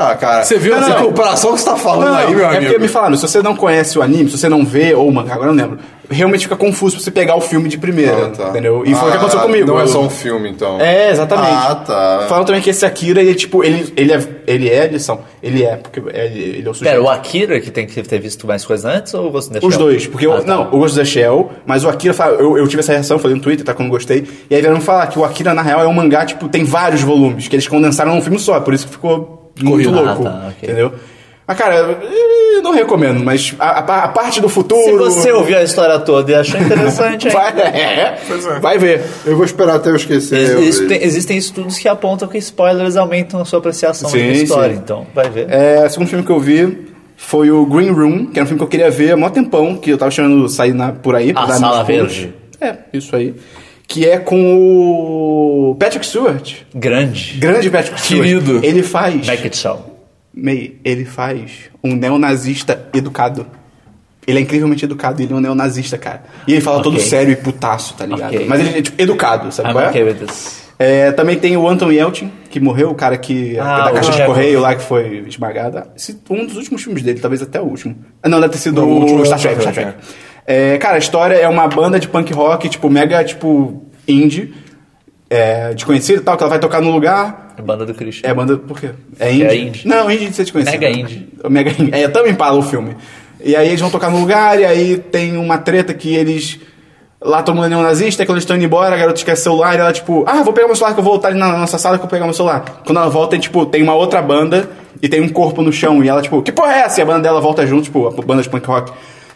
S3: Ah, cara.
S4: Você viu
S3: essa
S4: essa-
S3: comparação que você tá falando
S1: Não,
S3: aí, meu
S1: é
S3: amigo?
S1: porque me falaram, se você não conhece o anime, se você não vê ou o mangá, agora eu não lembro, realmente fica confuso pra você pegar o filme de primeira,
S3: Ah, tá.
S1: entendeu? E foi o
S3: Ah,
S1: que aconteceu comigo.
S3: Não é
S1: Eu-
S3: só um filme, então.
S1: É, exatamente.
S3: Ah, tá.
S1: Falam também que esse Akira, ele, tipo, ele, ele, é, ele é edição. Ele é, porque é- ele é o sujeito.
S2: Pera, o Akira que tem que ter visto mais coisas antes ou você deixou? Ah,
S1: Os dois, porque eu,
S2: tá.
S1: não, eu gosto do Shell, mas o Akira, fala- eu, eu tive essa reação, falei no Twitter, tá, como gostei, e aí vieram falar que o Akira, na real, é um mangá, tipo, tem vários volumes, que eles condensaram num filme só, por isso que ficou muito
S2: Corrido.
S1: louco,
S2: Ah, tá, ok.
S1: entendeu? Mas, cara, eu não recomendo, mas a, a- a parte do futuro...
S2: Se você ouviu a história toda e achou interessante, hein?
S1: Vai, é,
S4: é.
S1: vai ver.
S3: Eu vou esperar até eu esquecer. eu
S2: Ex- isso
S3: vejo.
S2: tem- existem estudos que apontam que spoilers aumentam a sua apreciação
S1: Sim,
S2: da história,
S1: sim.
S2: então vai ver.
S1: É, o segundo filme que eu vi foi o Green Room, que era um filme que eu queria ver há mó tempão, que eu tava chamando sair na, por aí. pra
S2: A
S1: dar
S2: Sala
S1: meus pulos.
S2: Verde.
S1: É, isso aí. Que é com o Patrick Stewart.
S2: Grande.
S1: Grande Patrick Stewart.
S4: Querido.
S1: Ele faz...
S2: Naked Show.
S1: Mei, ele faz um neonazista educado. Ele é incrivelmente educado, ele é um neonazista, cara. E ele fala todo
S2: Ok.
S1: sério e putaço, tá ligado?
S2: Ok. Ah,
S1: Mas ele é, tipo, educado, sabe
S2: I'm
S1: qual é?
S2: okay with this.
S1: É, também tem o Anton Yelchin, que morreu, o cara que
S2: Ah,
S1: da
S2: o
S1: caixa de
S2: Chekhov.
S1: correio lá que foi esmagado. Esse- um dos últimos filmes dele, talvez até o último. Ah, Não, deve ter sido o
S4: Não, o
S1: último
S4: último
S1: Star Trek.
S4: Star
S1: Star
S4: Trek,
S1: Trek. É, cara, a história é uma banda de punk rock, tipo, mega, tipo, indie, é, desconhecida e tal, que ela vai tocar num lugar.
S2: É Banda do Christian.
S1: É banda. Por quê? É indie?
S2: É indie.
S1: Não, indie de ser desconhecido.
S2: Mega indie.
S1: O Mega indie. É, também empala o filme. E aí eles vão tocar no lugar, e aí tem uma treta que eles. Lá todo mundo é neonazista, e quando eles estão indo embora, a garota esquece o celular e ela, tipo, ah, vou pegar meu celular que eu vou voltar ali na nossa sala que eu vou pegar meu celular. Quando ela volta, tem, tipo, tem uma outra banda e tem um corpo no chão, e ela, tipo, que porra é essa? E a banda dela volta junto, tipo, a banda de punk rock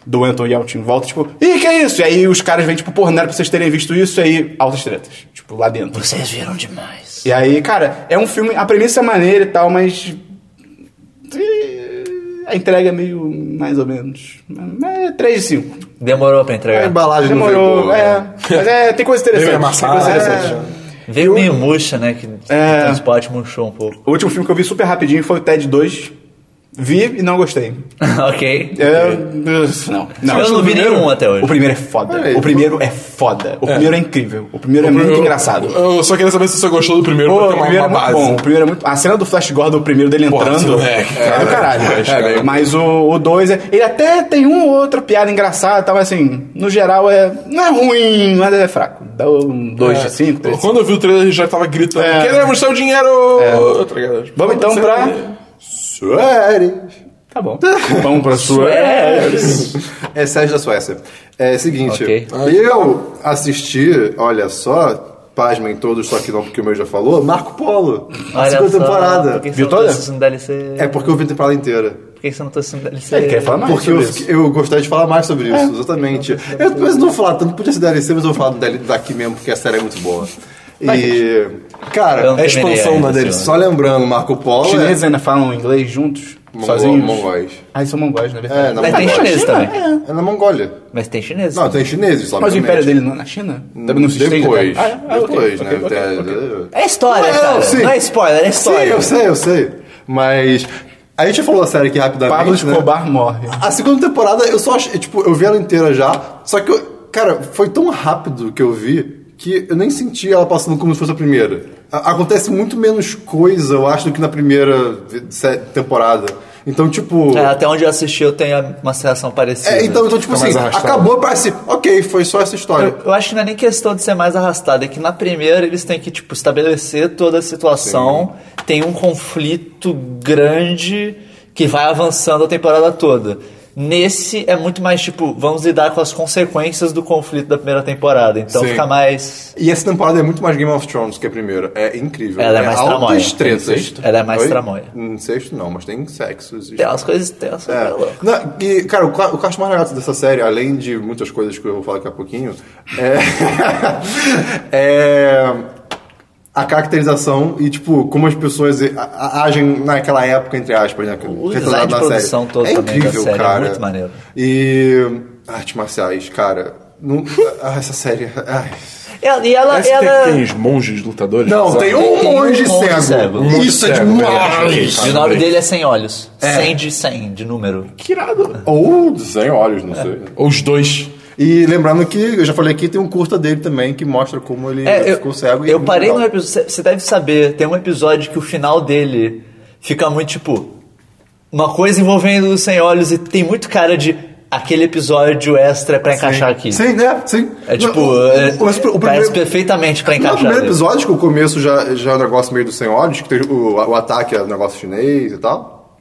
S1: do Anton Yelchin volta, tipo, ih, que é isso? E aí os caras vêm, tipo, porra, não era pra vocês terem visto isso, e aí altas tretas, tipo, lá dentro.
S2: Vocês viram demais.
S1: E aí, cara, é um filme, a premissa é maneira e tal, mas. A entrega é meio mais ou menos. É 3 de 5.
S2: Demorou pra entregar.
S3: A embalagem não veio
S1: Demorou,
S3: boa,
S1: é.
S3: né?
S1: Mas é, tem coisa interessante.
S4: Meio
S1: tem
S4: amassado,
S1: coisa
S4: é.
S1: interessante.
S2: Veio meio murcha, né? Que
S1: É.
S2: o transporte murchou um pouco.
S1: O último filme que eu vi super rapidinho foi o Ted 2. Vi e não gostei.
S2: ok.
S1: É, não, não.
S2: Eu não vi nenhum até hoje.
S1: O primeiro é foda.
S3: Olha aí.
S1: O primeiro é foda. O primeiro é incrível. O primeiro é
S4: O
S1: muito
S4: primeiro-
S1: engraçado.
S4: Eu só queria saber se você gostou do primeiro,
S1: Pô,
S4: pra
S1: o
S4: ter uma,
S1: primeiro
S4: uma
S1: é muito
S4: base.
S1: bom. O primeiro é muito. A cena do Flash Gordon, o primeiro dele
S4: Porra,
S1: entrando.
S4: é,
S1: é,
S4: cara.
S1: do caralho.
S4: É,
S1: cara.
S4: velho.
S1: mas o o dois é. Ele até tem uma ou outra piada engraçada e tal, mas assim, no geral é. Não é ruim, mas é fraco. Dá um 2 de 5, 3 de 5.
S4: Quando eu vi o trailer, já tava gritando:
S1: É.
S4: Queremos seu dinheiro! Tá ligado? Tipo,
S1: Vamos então
S4: você-
S1: pra.
S3: Suéres.
S1: Tá bom. é Vamos pra sua.
S3: É Sérgio da Suécia. É seguinte,
S2: Ok.
S3: eu assisti, olha só, pasmem todos, só que não porque o meu já falou, Marco Polo. A
S2: Olha
S3: segunda
S2: só,
S3: temporada.
S2: Por que você
S1: Viu
S2: não
S1: toda?
S2: tá assistindo DLC?
S3: É porque eu vi a temporada inteira.
S2: Por que você não tá assistindo DLC?
S1: Ele quer falar mais
S3: Porque eu,
S1: sobre isso. É.
S3: fiquei- eu gostaria de falar mais sobre isso, exatamente. Eu, mas não vou falar tanto, podia ser DLC, mas eu vou falar dele- daqui mesmo, porque a série é muito boa. E.
S2: Eu não
S3: Cara, é
S2: terminei
S3: expansão
S2: ainda,
S3: da DLC.
S2: senhor.
S3: Só lembrando, Marco Polo.
S1: Os
S3: é-
S1: chineses ainda falam inglês juntos?
S3: Mongol-
S1: sozinhos?
S3: mongóis.
S1: Ah, eles são mongóis, na verdade.
S3: É, na
S2: Mas tem
S3: Mongólia.
S2: chinês também.
S3: É na Mongólia.
S2: Mas tem chinês.
S3: Não, tem chineses lá.
S1: Mas o império dele não é na China? Também não se estende,
S3: Depois.
S1: tá? Ah, ah, ok,
S3: Depois, né?
S1: ok, ok,
S3: Tem-
S1: ok.
S2: É história,
S3: Não,
S2: cara.
S3: sim.
S2: Não é spoiler, é
S3: Sim,
S2: história.
S3: eu sei, eu sei. Mas. A gente falou a série aqui rapidamente.
S1: Pablo
S3: né?
S1: Escobar morre.
S3: A segunda temporada, eu só achei. Tipo, eu vi ela inteira já. Só que, eu, cara, foi tão rápido que eu vi que eu nem senti ela passando como se fosse a primeira. A- acontece muito menos coisa, eu acho, do que na primeira sé- temporada. Então, tipo.
S2: É, até onde eu assisti, eu tenho uma sensação parecida.
S3: É, então, então, tipo
S4: Fica mais
S3: assim,
S4: arrastado.
S3: acabou, parece. Ok, foi só essa história.
S2: Eu, eu acho que não é nem questão de ser mais arrastado, é que na primeira eles têm que, tipo, estabelecer toda a situação, tem um conflito grande que vai avançando a temporada toda. Nesse é muito mais tipo, vamos lidar com as consequências do conflito da primeira temporada. Então
S3: Sim.
S2: fica mais.
S3: E essa temporada é muito mais Game of Thrones que a primeira. É incrível.
S2: Ela é mais
S3: altas
S2: tramóia. Tem
S3: tretas.
S2: sexto? Ela é mais
S3: Oi?
S2: tramóia.
S3: Hum, Sexto não, mas tem sexos. e-
S2: Tem umas coisas tensas.
S3: É.
S2: né, louco?
S3: Não, e, cara, o, cla- o que eu acho mais legal dessa série, além de muitas coisas que eu vou falar daqui a pouquinho, é, é a caracterização e, tipo, como as pessoas a- a- agem naquela época, entre aspas, né?
S2: O
S3: retratado
S2: design de
S3: na
S2: produção
S3: série.
S2: todo
S3: é
S2: também da
S3: incrível,
S2: série, é
S3: cara.
S2: muito maneiro.
S3: E artes marciais, cara. não- ah, essa série. ai.
S2: Ela- E ela.
S4: Parece que
S2: ela...
S4: tem, tem uns monges lutadores.
S3: Não,
S4: sabe?
S3: tem um
S2: Tem um
S3: monge
S2: monge cego.
S3: cego.
S2: Um monge
S3: Isso é
S4: cego,
S3: demais!
S2: E o nome dele é Sem Olhos.
S3: É.
S2: 100 de 100 de número.
S4: Que irado.
S3: Ou sem olhos, não sei.
S4: Ou os dois.
S3: E lembrando que, eu já falei aqui, tem um curta dele também que mostra como ele
S2: É, eu,
S3: ficou cego. e
S2: eu parei
S3: não-
S2: num episódio. Você deve saber, tem um episódio que o final dele fica muito tipo. Uma coisa envolvendo os sem olhos e tem muito cara de aquele episódio extra pra encaixar aqui.
S3: Sim, né? Sim.
S2: É tipo,
S3: Não, o-
S2: é-
S3: o- mas
S2: parece
S3: o primeiro-
S2: perfeitamente
S4: É
S2: pra
S3: No
S2: encaixar.
S3: primeiro
S2: né?
S3: episódio, que o começo já, já é um negócio meio dos sem olhos, que tem o, o ataque é um negócio chinês e tal.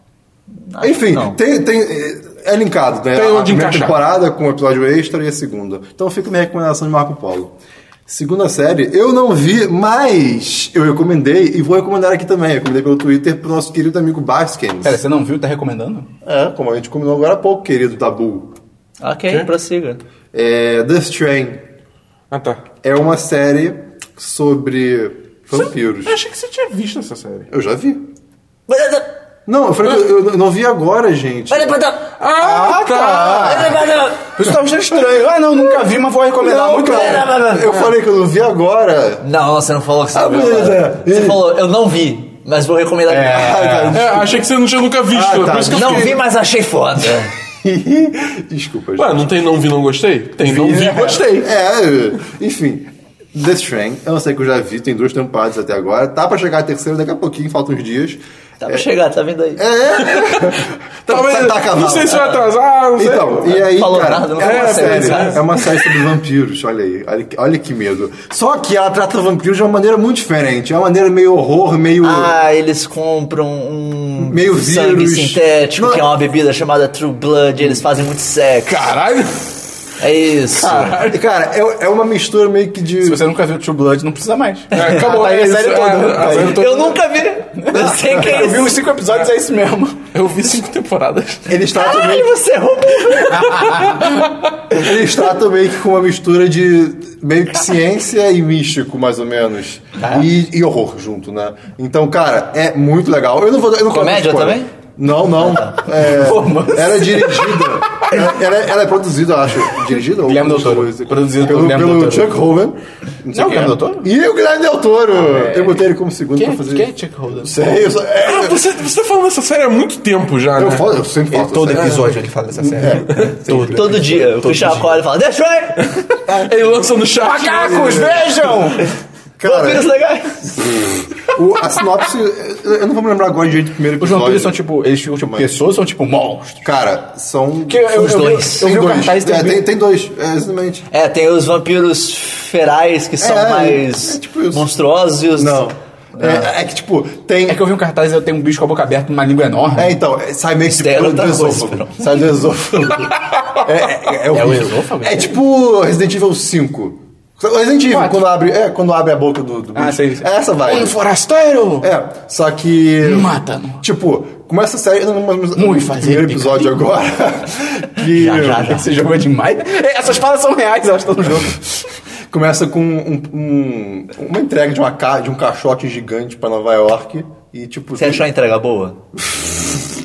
S3: Enfim,
S2: não.
S3: tem, tem, é- é linkado, né?
S4: Tem
S3: a
S4: onde
S3: primeira
S4: encaixar.
S3: temporada com o episódio extra e a segunda. Então fica minha recomendação de Marco Polo. Segunda série, eu não vi, mas eu recomendei e vou recomendar aqui também. Recomendei pelo Twitter pro nosso querido amigo Baskins.
S4: É.
S1: Pera, você não viu? Tá recomendando?
S3: É, como a gente combinou agora há pouco, querido Dabu.
S2: Ok, prossiga.
S3: É, The Strain
S4: Ah, tá.
S3: é uma série sobre vampiros.
S4: Eu achei que você tinha visto essa série.
S3: Eu já vi. Não, eu falei que eu, eu não vi agora, gente.
S4: Ah, tá.
S1: Isso tá achando estranho. Ah, não, nunca vi, mas vou recomendar
S3: Não,
S1: muito.
S3: cara, Eu falei que eu não vi agora.
S2: Não, você não falou que você
S3: Ah,
S2: viu.
S3: beleza.
S2: cara. Você
S3: Ih.
S2: falou, eu não vi, mas vou recomendar.
S3: Ai, cara,
S4: É, achei que você não tinha nunca visto.
S3: Ah, tá.
S4: Por isso que eu
S2: Não
S4: fiquei-
S2: vi, mas achei foda.
S3: É. desculpa. Desculpa, gente.
S4: Ué, não tem não vi, não gostei? Tem não
S1: né?
S4: vi, gostei.
S3: É, enfim. The Strain, eu não sei que eu já vi, tem duas temporadas até agora. Tá pra chegar a terceira daqui a pouquinho, faltam uns dias.
S2: Tá pra chegar, tá vendo aí.
S3: Tá,
S4: Talvez-
S3: tá, tá acabado.
S4: não sei se vai atrasar, não sei.
S3: Então, e aí,
S2: Falou
S3: cara,
S2: nada, não
S3: é,
S2: falou
S3: uma
S2: nada,
S3: série,
S2: cara.
S3: é uma série sobre vampiros, olha aí, olha, que- olha que medo. Só que ela trata vampiros de uma maneira muito diferente, é uma maneira meio horror, meio...
S2: Ah, eles compram um
S3: Meio
S2: sangue
S3: vírus.
S2: sintético,
S3: Não.
S2: que é uma bebida chamada True Blood, e eles fazem muito sexo.
S4: Caralho.
S2: É isso.
S3: E, Cara, é, é uma mistura meio que de...
S1: Se você nunca viu True Blood, não precisa mais.
S4: É, acabou.
S1: Tá aí a
S4: é isso.
S1: série
S4: É,
S1: toda.
S4: a série toda.
S2: Eu nunca vi. Eu sei que é
S1: Eu vi
S2: isso.
S1: uns cinco episódios, é isso mesmo.
S4: Eu vi cinco temporadas.
S3: Eles tratam meio
S2: Caralho, você é roubou.
S3: Eles tratam meio que com uma mistura de meio que ciência e místico, mais ou menos.
S1: Tá.
S3: E, e horror junto, né? Então, cara, é muito legal. Eu não vou. Eu não quero
S2: Comédia
S3: dar spoiler.
S2: também?
S3: Não, não.
S1: Ah, tá.
S3: É, ela é dirigida. ela, ela é- ela é produzida, eu acho. Dirigida? ou
S1: Guilherme Del Toro.
S3: coisa?
S1: Produzido pelo
S3: pelo,
S1: Guilherme Del
S3: pelo
S1: Toro.
S3: Chuck Hogan.
S1: Não é o Guilherme Del Toro? Ah, é.
S3: E o Guilherme Del Toro. Eu botei ele como segundo pra fazer.
S1: Quem é Chuck Holder?
S3: Sei, eu, só- é,
S4: Ah, você, você tá falando dessa série há muito tempo já,
S3: eu,
S4: né?
S3: falo- eu sempre falo.
S5: Todo
S1: É.
S3: sério.
S5: episódio ele fala dessa série.
S2: Todo, dia. Eu puxo a corda e falo, deixa eu ver.
S4: Ele lança no chat.
S1: Macacos, vejam!
S2: Vampiros
S3: Cara,
S2: legais.
S3: o, a sinopse. eu- Eu não vou me lembrar agora direito do primeiro
S1: Os
S3: episódio.
S1: vampiros são tipo. Eles ficam tipo.
S3: Mas-
S1: Pessoas são tipo monstros.
S3: Cara, são.
S1: Que eu- eu-
S2: Os
S1: eu-
S2: dois.
S1: Eu
S3: Tem
S1: vi o
S3: dois.
S1: cartaz
S3: É,
S1: tem.
S3: tem, tem dois, é, exatamente.
S2: É, tem os vampiros ferais que são
S3: É,
S2: mais
S3: é tipo isso.
S2: monstruosos. e os-
S3: Não. É, é que, tipo, tem.
S1: É que eu vi um cartaz e eu tenho um bicho com a boca aberta, uma língua enorme.
S3: É, então, é, sai meio que
S2: Isso daí é
S3: pelo
S2: outra
S3: do
S2: coisa,
S3: esôfago.
S2: Esperão.
S3: Sai do esôfago. é, é, é,
S1: É o
S3: horrível.
S1: esôfago?
S3: É tipo Resident Evil 5. Resident Evil, quando abre, é, quando abre a boca do, do
S1: Ah,
S3: bicho.
S1: sei, sei.
S3: É essa vai.
S1: Um forasteiro!
S3: É, só que.
S1: Mata.
S3: Tipo, começa a série. Eu não lembro mais
S1: Muito
S3: o
S1: fazer
S3: primeiro
S1: pica.
S3: episódio agora. que
S2: Já, já, já.
S1: Esse jogo é demais. É, Essas falas são reais, elas estão no jogo.
S3: Começa com um- um- uma entrega de, uma ca- de um caixote gigante pra Nova York. E, tipo.
S2: Você achou a entrega boa?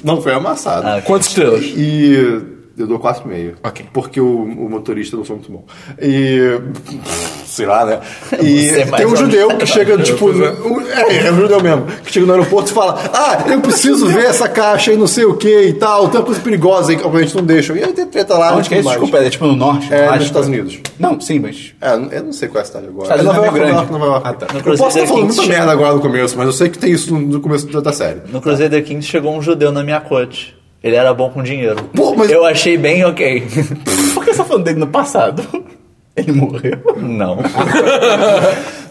S3: Não, foi amassado.
S2: Ah,
S4: Quantas estrelas?
S3: E eu dou 4,5.
S4: Ok.
S3: Porque o, o motorista não foi muito bom. E. Sei lá, né? E
S2: Você é mais
S3: tem um
S2: ou
S3: judeu
S2: menos.
S3: que chega, tipo.
S4: pois é.
S3: no- É, é um judeu mesmo. Que chega no aeroporto e fala: Ah, eu preciso ver essa caixa e não sei o que e tal. Tem uma coisa perigosa aí que obviamente não deixam. E aí tem treta lá.
S1: Onde que é isso?
S3: tudo mais.
S1: Desculpa, é tipo no norte?
S3: É,
S1: eu
S3: nos
S1: acho.
S3: Estados Unidos.
S1: Não, sim, mas.
S3: É, eu não sei qual é a cidade agora.
S1: Estados
S3: é Nova
S1: Unidos
S3: York,
S1: é meio
S3: Nova York, Nova York.
S1: grande. Ah, tá.
S2: No
S3: Eu
S2: Cruzeiro
S3: posso estar falando
S2: King
S3: muita
S2: tinha-
S3: merda agora no começo, mas eu sei que tem isso no, no começo da da série.
S2: No Crusader Kings chegou um judeu na minha corte. Ele era bom com dinheiro.
S3: Pô, mas-
S2: Eu achei bem ok.
S1: Por que você tá falando dele no passado? Ele morreu?
S2: Não.
S3: Não,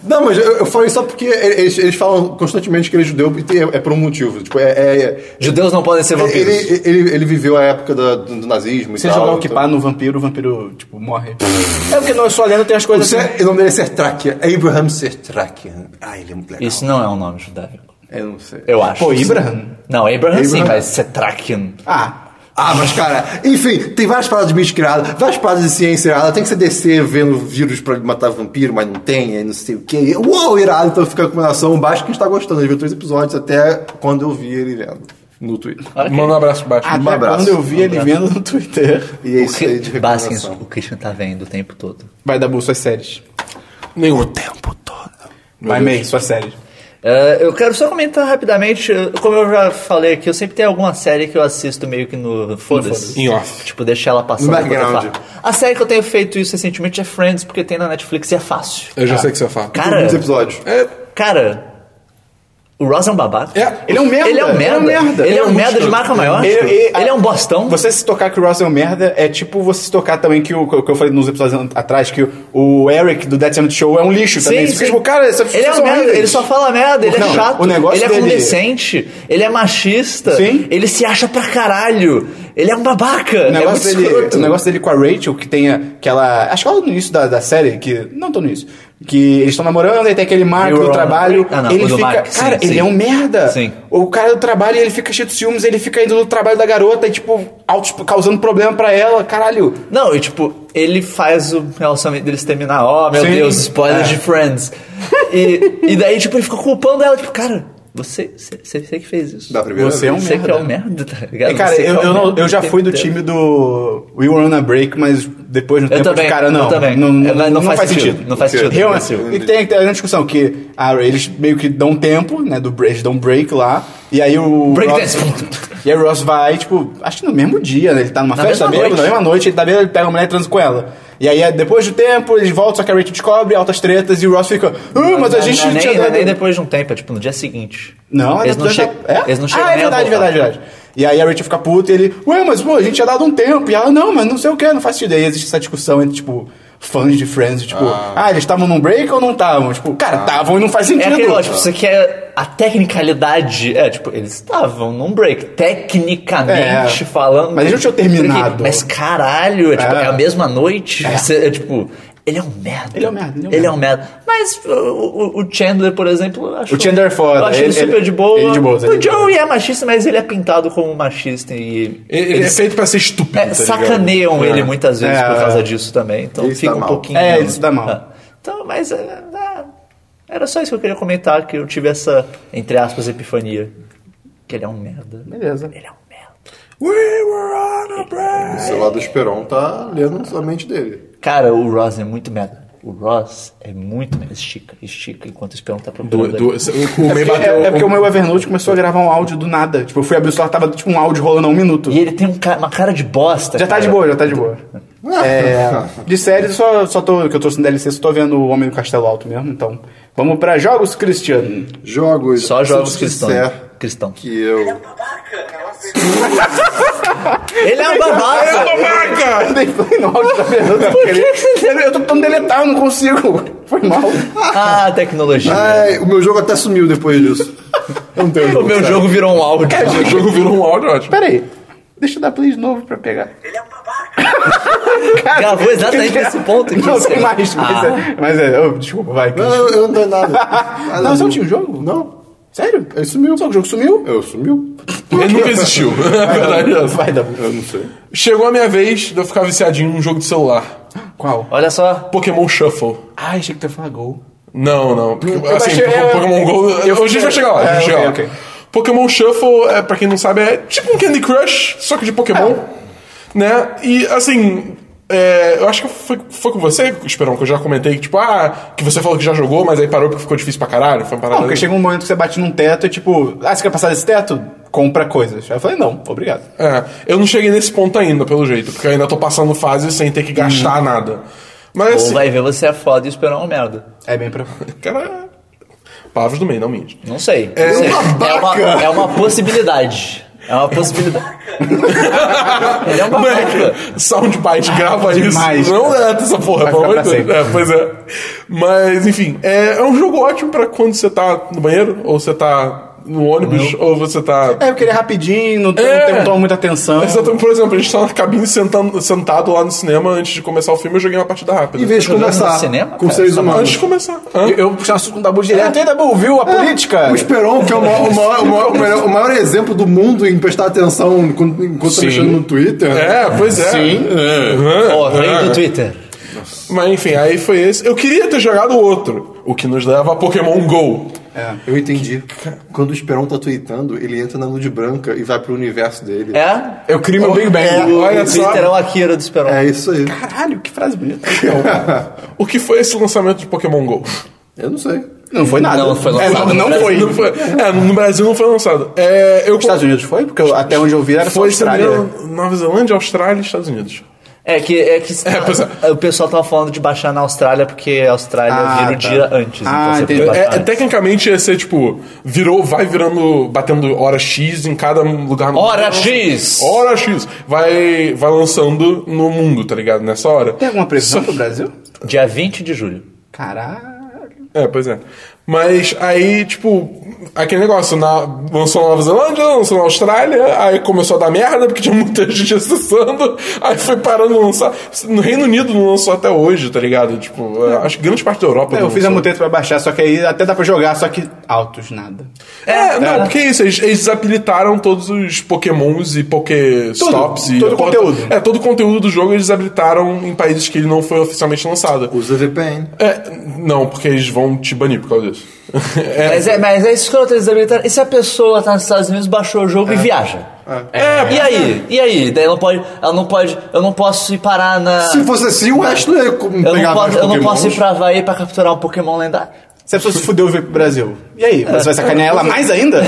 S3: Não, mas eu, eu falei só porque eles, eles falam constantemente que ele é judeu e tem- é por um motivo. Tipo, é. é- é-
S2: Judeus não podem ser vampiros.
S3: ele, ele, ele viveu a época da- do, do nazismo e
S1: Se você
S3: tal.
S1: jogar o
S3: então-
S1: Kipá no vampiro, o vampiro, tipo, morre. Tá, É porque não, eu sou lendo, tem as coisas
S3: Você-
S1: assim.
S3: O nome dele é Sertrakian. É Abraham Sertrakian. Ah, ele é muito legal.
S2: Isso não é um nome judaico.
S3: Eu não sei.
S2: Eu acho.
S1: Pô, Abraham?
S2: Não, Abraham, sim,
S3: Abraham.
S2: mas é Cetrakian.
S1: Ah,
S3: Ah, mas cara, enfim, tem várias paradas de mídia criada, várias paradas de ciência irada. Tem que você descer vendo vírus pra matar vampiro, mas não tem, aí não sei o quê. Uou, irado, então fica a recomendação. Baixa quem está gostando. Ele viu três episódios até quando eu vi ele vendo no Twitter.
S4: Manda um abraço baixo.
S1: até
S3: abraço.
S1: quando eu vi ele vendo no Twitter.
S3: E é
S2: O
S3: isso aí de
S2: que... Baskins,
S3: recomendação.
S2: o Christian tá vendo o tempo todo.
S1: Vai dar suas séries.
S4: Nenhum tempo todo.
S1: Vai, May, suas séries.
S2: É, eu quero só comentar rapidamente, eu- como eu já falei aqui, eu sempre tenho alguma série que eu assisto meio que no foda-se.
S4: Em off.
S2: Tipo, deixar ela passar.
S3: No
S2: depois eu
S3: background.
S2: falo. A série que eu tenho feito isso recentemente é Friends, porque tem na Netflix e é fácil.
S4: Eu já sei o que você fala.
S2: Cara,
S3: Muitos episódios.
S4: É,
S2: cara, o Ross é um babaca.
S4: É,
S1: ele é um merda,
S2: Ele é um
S1: ele é um merda.
S2: merda. Ele é um
S4: muito
S2: merda de
S4: escroto,
S2: marca
S4: ele é
S2: maior.
S1: muito escroto.
S2: Ele é um bostão.
S1: Você se tocar que o Ross é um merda é tipo você se tocar também que o que eu falei nos episódios an- atrás, que o- o Eric do Dead Summit Show é um lixo também. Você fica tipo, cara, essas
S2: ele é
S1: pessoas
S2: um
S1: são
S2: merda,
S1: horríveis.
S2: ele só fala merda, ele
S1: Não,
S2: é chato,
S1: o negócio
S2: ele é
S1: dele-
S2: condescente, ele é machista,
S1: Sim.
S2: ele se acha pra caralho, ele é um babaca,
S1: O
S2: é muito
S1: negócio, dele,
S2: escroto.
S1: o negócio dele com a Rachel, que tem a- que ela. Acho que ela é no início da, da série, que. Não tô no início. Que eles estão namorando, aí tem aquele Mark
S2: Meu
S1: do
S2: irmão.
S1: trabalho.
S2: Ah, não,
S1: ele
S2: o do
S1: fica.
S2: Mark, sim,
S1: cara, ele
S2: sim.
S1: é um merda.
S2: Sim.
S1: O cara do trabalho, ele fica cheio de ciúmes, ele fica indo no trabalho da garota e, tipo, autos, causando problema pra ela. Caralho.
S2: Não, e tipo, ele faz o relacionamento deles terminar. Oh, meu
S1: Sim.
S2: Deus, spoilers
S1: É.
S2: de Friends. E, e daí, tipo, ele fica culpando ela, tipo, cara, você, você, você que fez isso.
S3: Da primeira
S1: Você é um
S3: vez.
S2: Você que é
S1: merda.
S2: um merda, tá ligado?
S1: E, cara,
S2: Você que é
S1: eu,
S2: um
S1: eu, não-
S2: merda
S1: eu já
S2: o tempo
S1: fui do
S2: inteiro.
S1: time do We Were on a Break, mas depois no
S2: Eu
S1: tempo
S2: também,
S1: de cara,
S2: eu
S1: não.
S2: também.
S1: Não,
S2: É, mas
S1: não faz, sentido.
S2: não faz sentido,
S1: Real-
S2: não faz sentido.
S1: E tem, tem a grande discussão que ah, eles meio que dão tempo, né? Do break, eles dão um break lá. E aí o.
S2: Break
S1: Ross,
S2: dance.
S1: E aí o Ross vai, tipo, acho que no mesmo dia, né? Ele tá numa
S2: Na
S1: festa
S2: mesma
S1: mesmo,
S2: noite.
S1: na mesma noite, ele tá bêbado, ele pega a mulher e transa com ela. E aí, é, depois do tempo, eles voltam, só que a Rachel descobre, altas tretas, e o Ross fica, ah, mas a
S2: Não,
S1: gente
S2: não, nem,
S1: tinha
S2: não,
S1: dado-
S2: nem depois de um tempo, é tipo no dia seguinte.
S1: não,
S2: eles não,
S1: é
S2: che...
S1: é?
S2: eles não chegam
S1: Ah, é
S2: nem a
S1: verdade,
S2: voltar.
S1: verdade, verdade. E aí a Rachel fica puta e ele, ué, mas pô, a gente tinha dado um tempo. E ela, não, mas não sei o que, não faz sentido. E aí existe essa discussão entre, tipo, fãs de Friends, tipo, ah, eles estavam num break ou não estavam? Tipo, cara, estavam e não faz
S2: É
S1: sentido.
S2: aquele, ó, tipo, você quer a tecnicalidade. É, tipo, eles estavam num break, tecnicamente
S1: É.
S2: falando.
S1: Mas eles não tinham terminado.
S2: Mas caralho, é, tipo,
S1: É.
S2: é a mesma noite. Você, é, tipo, ele é um merda.
S1: Ele é um merda, ele é um
S2: Ele é um merda. Mas o, o- o Chandler, por exemplo, eu acho.
S1: O Chandler é foda,
S2: Eu acho
S1: ele-
S2: ele, super
S1: ele-
S2: de boa.
S1: ele de boa, ele
S2: o
S1: de boa.
S2: Joey é machista, mas ele é pintado como machista e.
S4: ele, ele é
S2: eles-
S4: feito pra ser estúpido.
S2: é,
S4: tá
S2: sacaneiam
S4: ligado?
S2: ele
S4: É.
S2: muitas vezes
S1: É,
S2: por causa
S1: é.
S2: disso também. Então
S3: Ele se
S2: fica
S3: dá
S2: um
S3: mal.
S2: pouquinho.
S1: É, ele se dá mal.
S2: Ah. Então, mas é, é, era só isso que eu queria comentar, que eu tive essa, entre aspas, epifania. Que ele é um merda.
S1: Beleza.
S2: Ele é um merda.
S4: We were on a break.
S3: O celular do Esperon tá lendo a mente dele.
S2: Cara, o Ross é muito merda. O Ross é muito merda. Estica, estica, enquanto o espião tá
S4: Du-
S2: procurando.
S4: du-
S2: ali.
S4: o meio bateu. um-
S1: É, é porque o meu Evernote começou a gravar um áudio do nada. Tipo, eu fui abrir o celular, tava tipo um áudio rolando há um minuto.
S2: E ele tem um ca- uma cara de bosta.
S1: Já tá
S2: cara.
S1: de boa, já tá de boa. É, de séries, eu só, só tô, que eu tô sem DLC, só tô vendo o Homem do Castelo Alto mesmo. Então, vamos pra jogos, Cristiano.
S3: Jogos.
S2: Só
S3: se
S2: jogos
S3: eu
S2: cristãos.
S3: disser
S2: cristãos.
S3: Que eu.
S2: Ele é um babaca!
S1: Eu dei play no áudio da Fernanda. Por Eu, eu tô tentando deletar, eu não consigo. Foi mal.
S2: ah, tecnologia.
S3: Ai, o meu jogo até sumiu depois disso. Eu não tenho
S2: o meu
S3: sério.
S2: jogo virou um áudio.
S4: O jogo virou um áudio ótimo.
S1: Pera aí. Deixa eu dar play de novo pra pegar.
S2: Gravou exatamente nesse ponto. que
S1: Não,
S2: você-
S1: tem mais. Mas
S2: Ah.
S1: é, mas é oh, desculpa, vai.
S3: Não,
S1: Cris.
S3: eu, eu não tenho nada. Ah,
S1: não, você não tinha o jogo?
S3: Não.
S1: Sério?
S3: Ele sumiu.
S1: Só que o jogo sumiu?
S3: Eu sumiu.
S4: Ele nunca existiu. Na verdade é essa.
S1: Vai, Dabu.
S3: Eu não sei.
S4: Chegou a minha vez de eu ficar viciadinho num jogo de celular.
S1: Qual?
S2: Olha só.
S4: Pokémon Shuffle.
S1: Ai, achei que tu ia falar gol.
S4: Não, não. Porque, assim,
S1: achei-
S4: Pokémon-
S1: eu-
S4: Pokémon Go.
S1: eu-
S4: hoje a gente vai chegar lá. a
S1: É,
S4: gente
S1: ok,
S4: chega lá.
S1: ok.
S4: Pokémon Shuffle, é, pra quem não sabe, é tipo um Candy Crush, só que de Pokémon.
S1: É.
S4: Né? E assim. é, eu acho que foi, foi com você, Esperão, que eu já comentei que, tipo, ah, que você falou que já jogou, mas aí parou porque ficou difícil pra caralho. Foi uma parada.
S1: Não, porque chega um momento que você bate num teto e tipo, ah, você quer passar desse teto? Compra coisas. Aí eu falei, não, obrigado.
S4: É, eu não cheguei nesse ponto ainda, pelo jeito, porque eu ainda tô passando fase sem ter que gastar
S1: Uhum.
S4: nada. Mas
S2: Ou
S4: assim.
S2: vai ver você é foda e esperar uma merda.
S1: É bem provável.
S4: Cara. Palavras do meio, não minhas.
S2: Não sei. não sei. É, uma, é uma é possibilidade. É uma possibilidade. Ele é uma marca.
S4: Moleque, soundbite, grava
S1: Demais,
S4: isso. Não
S1: cara.
S4: deleta essa porra,
S1: Vai
S4: pelo
S1: ficar
S4: amor de
S1: pra
S4: Deus. É, pois é. Mas, enfim, é, é um jogo ótimo pra quando você tá no banheiro, ou você tá no ônibus, ou você tá.
S1: É, porque ele é rapidinho, não tem,
S4: É.
S1: não tem- toma muita atenção.
S4: Exatamente, por exemplo, a gente tá na cabine sentando, sentado lá no cinema antes de começar o filme, eu joguei uma partida rápida.
S3: Em vez de
S2: Jogando no
S3: conversar
S2: cinema,
S3: com
S2: cara,
S3: seres
S2: tá
S4: Antes de
S3: humanos.
S4: começar. Hã?
S1: Eu, eu puxei um assunto com o Dabu direto. Até Dabu, viu
S3: É.
S1: a política?
S3: O Esperon, que é o maior, o maior- o maior- o melhor- o maior exemplo do mundo em prestar atenção enquanto, enquanto tá
S4: Sim.
S3: mexendo no Twitter. né?
S4: É, pois é.
S3: Sim.
S2: Ó, rei do Twitter.
S4: Mas enfim, aí foi esse. Eu queria ter jogado outro, o que nos leva a Pokémon GO.
S3: Eu entendi. Quando o Esperon tá tweetando, ele entra na nude branca e vai pro universo dele.
S2: É?
S1: Eu crio meu Big Bang.
S2: É,
S4: Olha
S2: o
S4: só.
S2: Twitter é o Akira do Esperon.
S3: É isso aí.
S1: Caralho, que frase bonita.
S4: O que foi esse lançamento de Pokémon GO?
S3: Eu não sei.
S1: Não foi nada.
S2: Não, foi
S1: É,
S2: lançado.
S1: não, não foi.
S4: Não foi. É, no Brasil não foi lançado. É, eu
S1: Estados Unidos foi? Porque eu- até onde eu vi era só
S4: Foi, se não me
S1: Austrália.
S4: engano, Nova Zelândia, Austrália e Estados Unidos.
S2: É que, é que
S4: É, pois é.
S2: o pessoal tava falando de baixar na Austrália porque a Austrália
S1: Ah,
S2: vira o
S1: tá.
S2: dia antes.
S1: Ah,
S2: então você
S1: entendi.
S2: pode
S4: É,
S2: baixar
S4: é,
S2: antes.
S4: tecnicamente ia ser tipo, virou, vai virando, batendo hora X em cada lugar no
S2: Hora X!
S4: Hora X! Vai, vai lançando no mundo, tá ligado? Nessa hora.
S1: Tem alguma previsão pro Brasil?
S2: Dia 20 de julho.
S1: Caralho.
S4: É, pois é. Mas aí, tipo, aquele negócio, na, lançou na Nova Zelândia, lançou na Austrália, aí começou a dar merda porque tinha muita gente acessando, aí foi parando de lançar. No Reino Unido não lançou até hoje, tá ligado? Tipo, é, acho que grande parte da Europa.
S1: É,
S4: não
S1: eu fiz a
S4: lançou.
S1: muteta pra baixar, só que aí até dá pra jogar, só que altos nada.
S4: É, não, porque é isso, eles, eles desabilitaram todos os pokémons e pokéstops
S1: Tudo,
S4: e...
S1: todo o
S4: porra,
S1: conteúdo.
S4: É, todo o conteúdo do jogo eles desabilitaram em países que ele não foi oficialmente lançado.
S3: Usa VPN.
S4: É, não, porque eles vão te banir por causa disso. É,
S2: Mas é, mas é isso que eu tô desabilitando. E se a pessoa tá nos Estados Unidos, baixou o jogo e viaja?
S4: É,
S2: E aí? E aí? Daí ela não pode. Ela não pode. Eu não posso ir parar na.
S3: Se fosse assim, o resto não ia como
S2: É. eu
S3: pegar
S2: não,
S3: vários
S2: posso, eu não
S3: Pokémons.
S2: posso ir pra Havaí pra capturar um Pokémon lendário.
S1: Se a pessoa se fudeu e veio pro Brasil. E aí? Você vai sacanear ela mais ainda?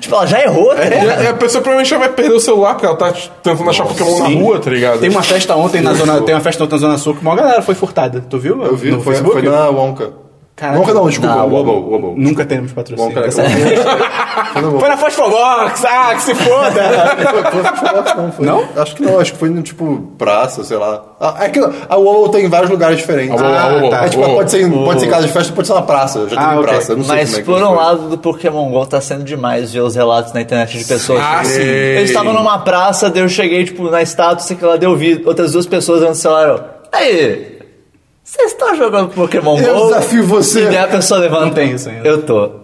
S2: Tipo, ela já errou,
S3: É,
S2: tá ligado?
S4: E a, e a pessoa provavelmente já vai perder o celular porque ela tá t- tentando achar Pokémon na rua, tá ligado?
S1: Tem uma festa ontem na zona. Tem uma festa ontem na Zona Sul que uma galera foi furtada. Tu viu?
S3: Eu vi,
S1: no
S3: foi,
S1: Facebook?
S3: foi na Wonka.
S1: Caraca.
S3: Wonka não, desculpa.
S2: Na
S3: Wobble, Wobble.
S1: Nunca teremos patrocínio.
S3: Wonka,
S1: Essa-
S3: Foi na Wonka.
S1: Foi na Fosfobox! Ah, que se foda!
S3: Não, foi. Acho que não, acho que foi no tipo praça, sei lá. Ah, É que a Wobble tem em vários lugares diferentes.
S4: Wobble,
S1: a Wobble.
S3: É tipo,
S4: Wobble.
S3: pode ser, em- pode ser em casa de festa, pode ser na praça. Eu já
S1: Ah,
S3: teve em
S1: ok.
S3: praça, eu não sei
S2: Mas
S3: como é que
S2: por um
S3: foi.
S2: lado do Pokémon GO tá sendo demais ver os relatos na internet de pessoas.
S4: Ah,
S2: que-
S4: sim.
S2: Eles estavam numa praça, daí eu cheguei, tipo, na estátua, sei que lá, daí eu vi outras duas pessoas dando celular. eu, Aí! Vocês estão jogando Pokémon
S3: Eu
S2: GO?
S3: desafio você.
S2: E daí a pessoa levanta.
S1: Não tem isso ainda.
S2: Eu tô.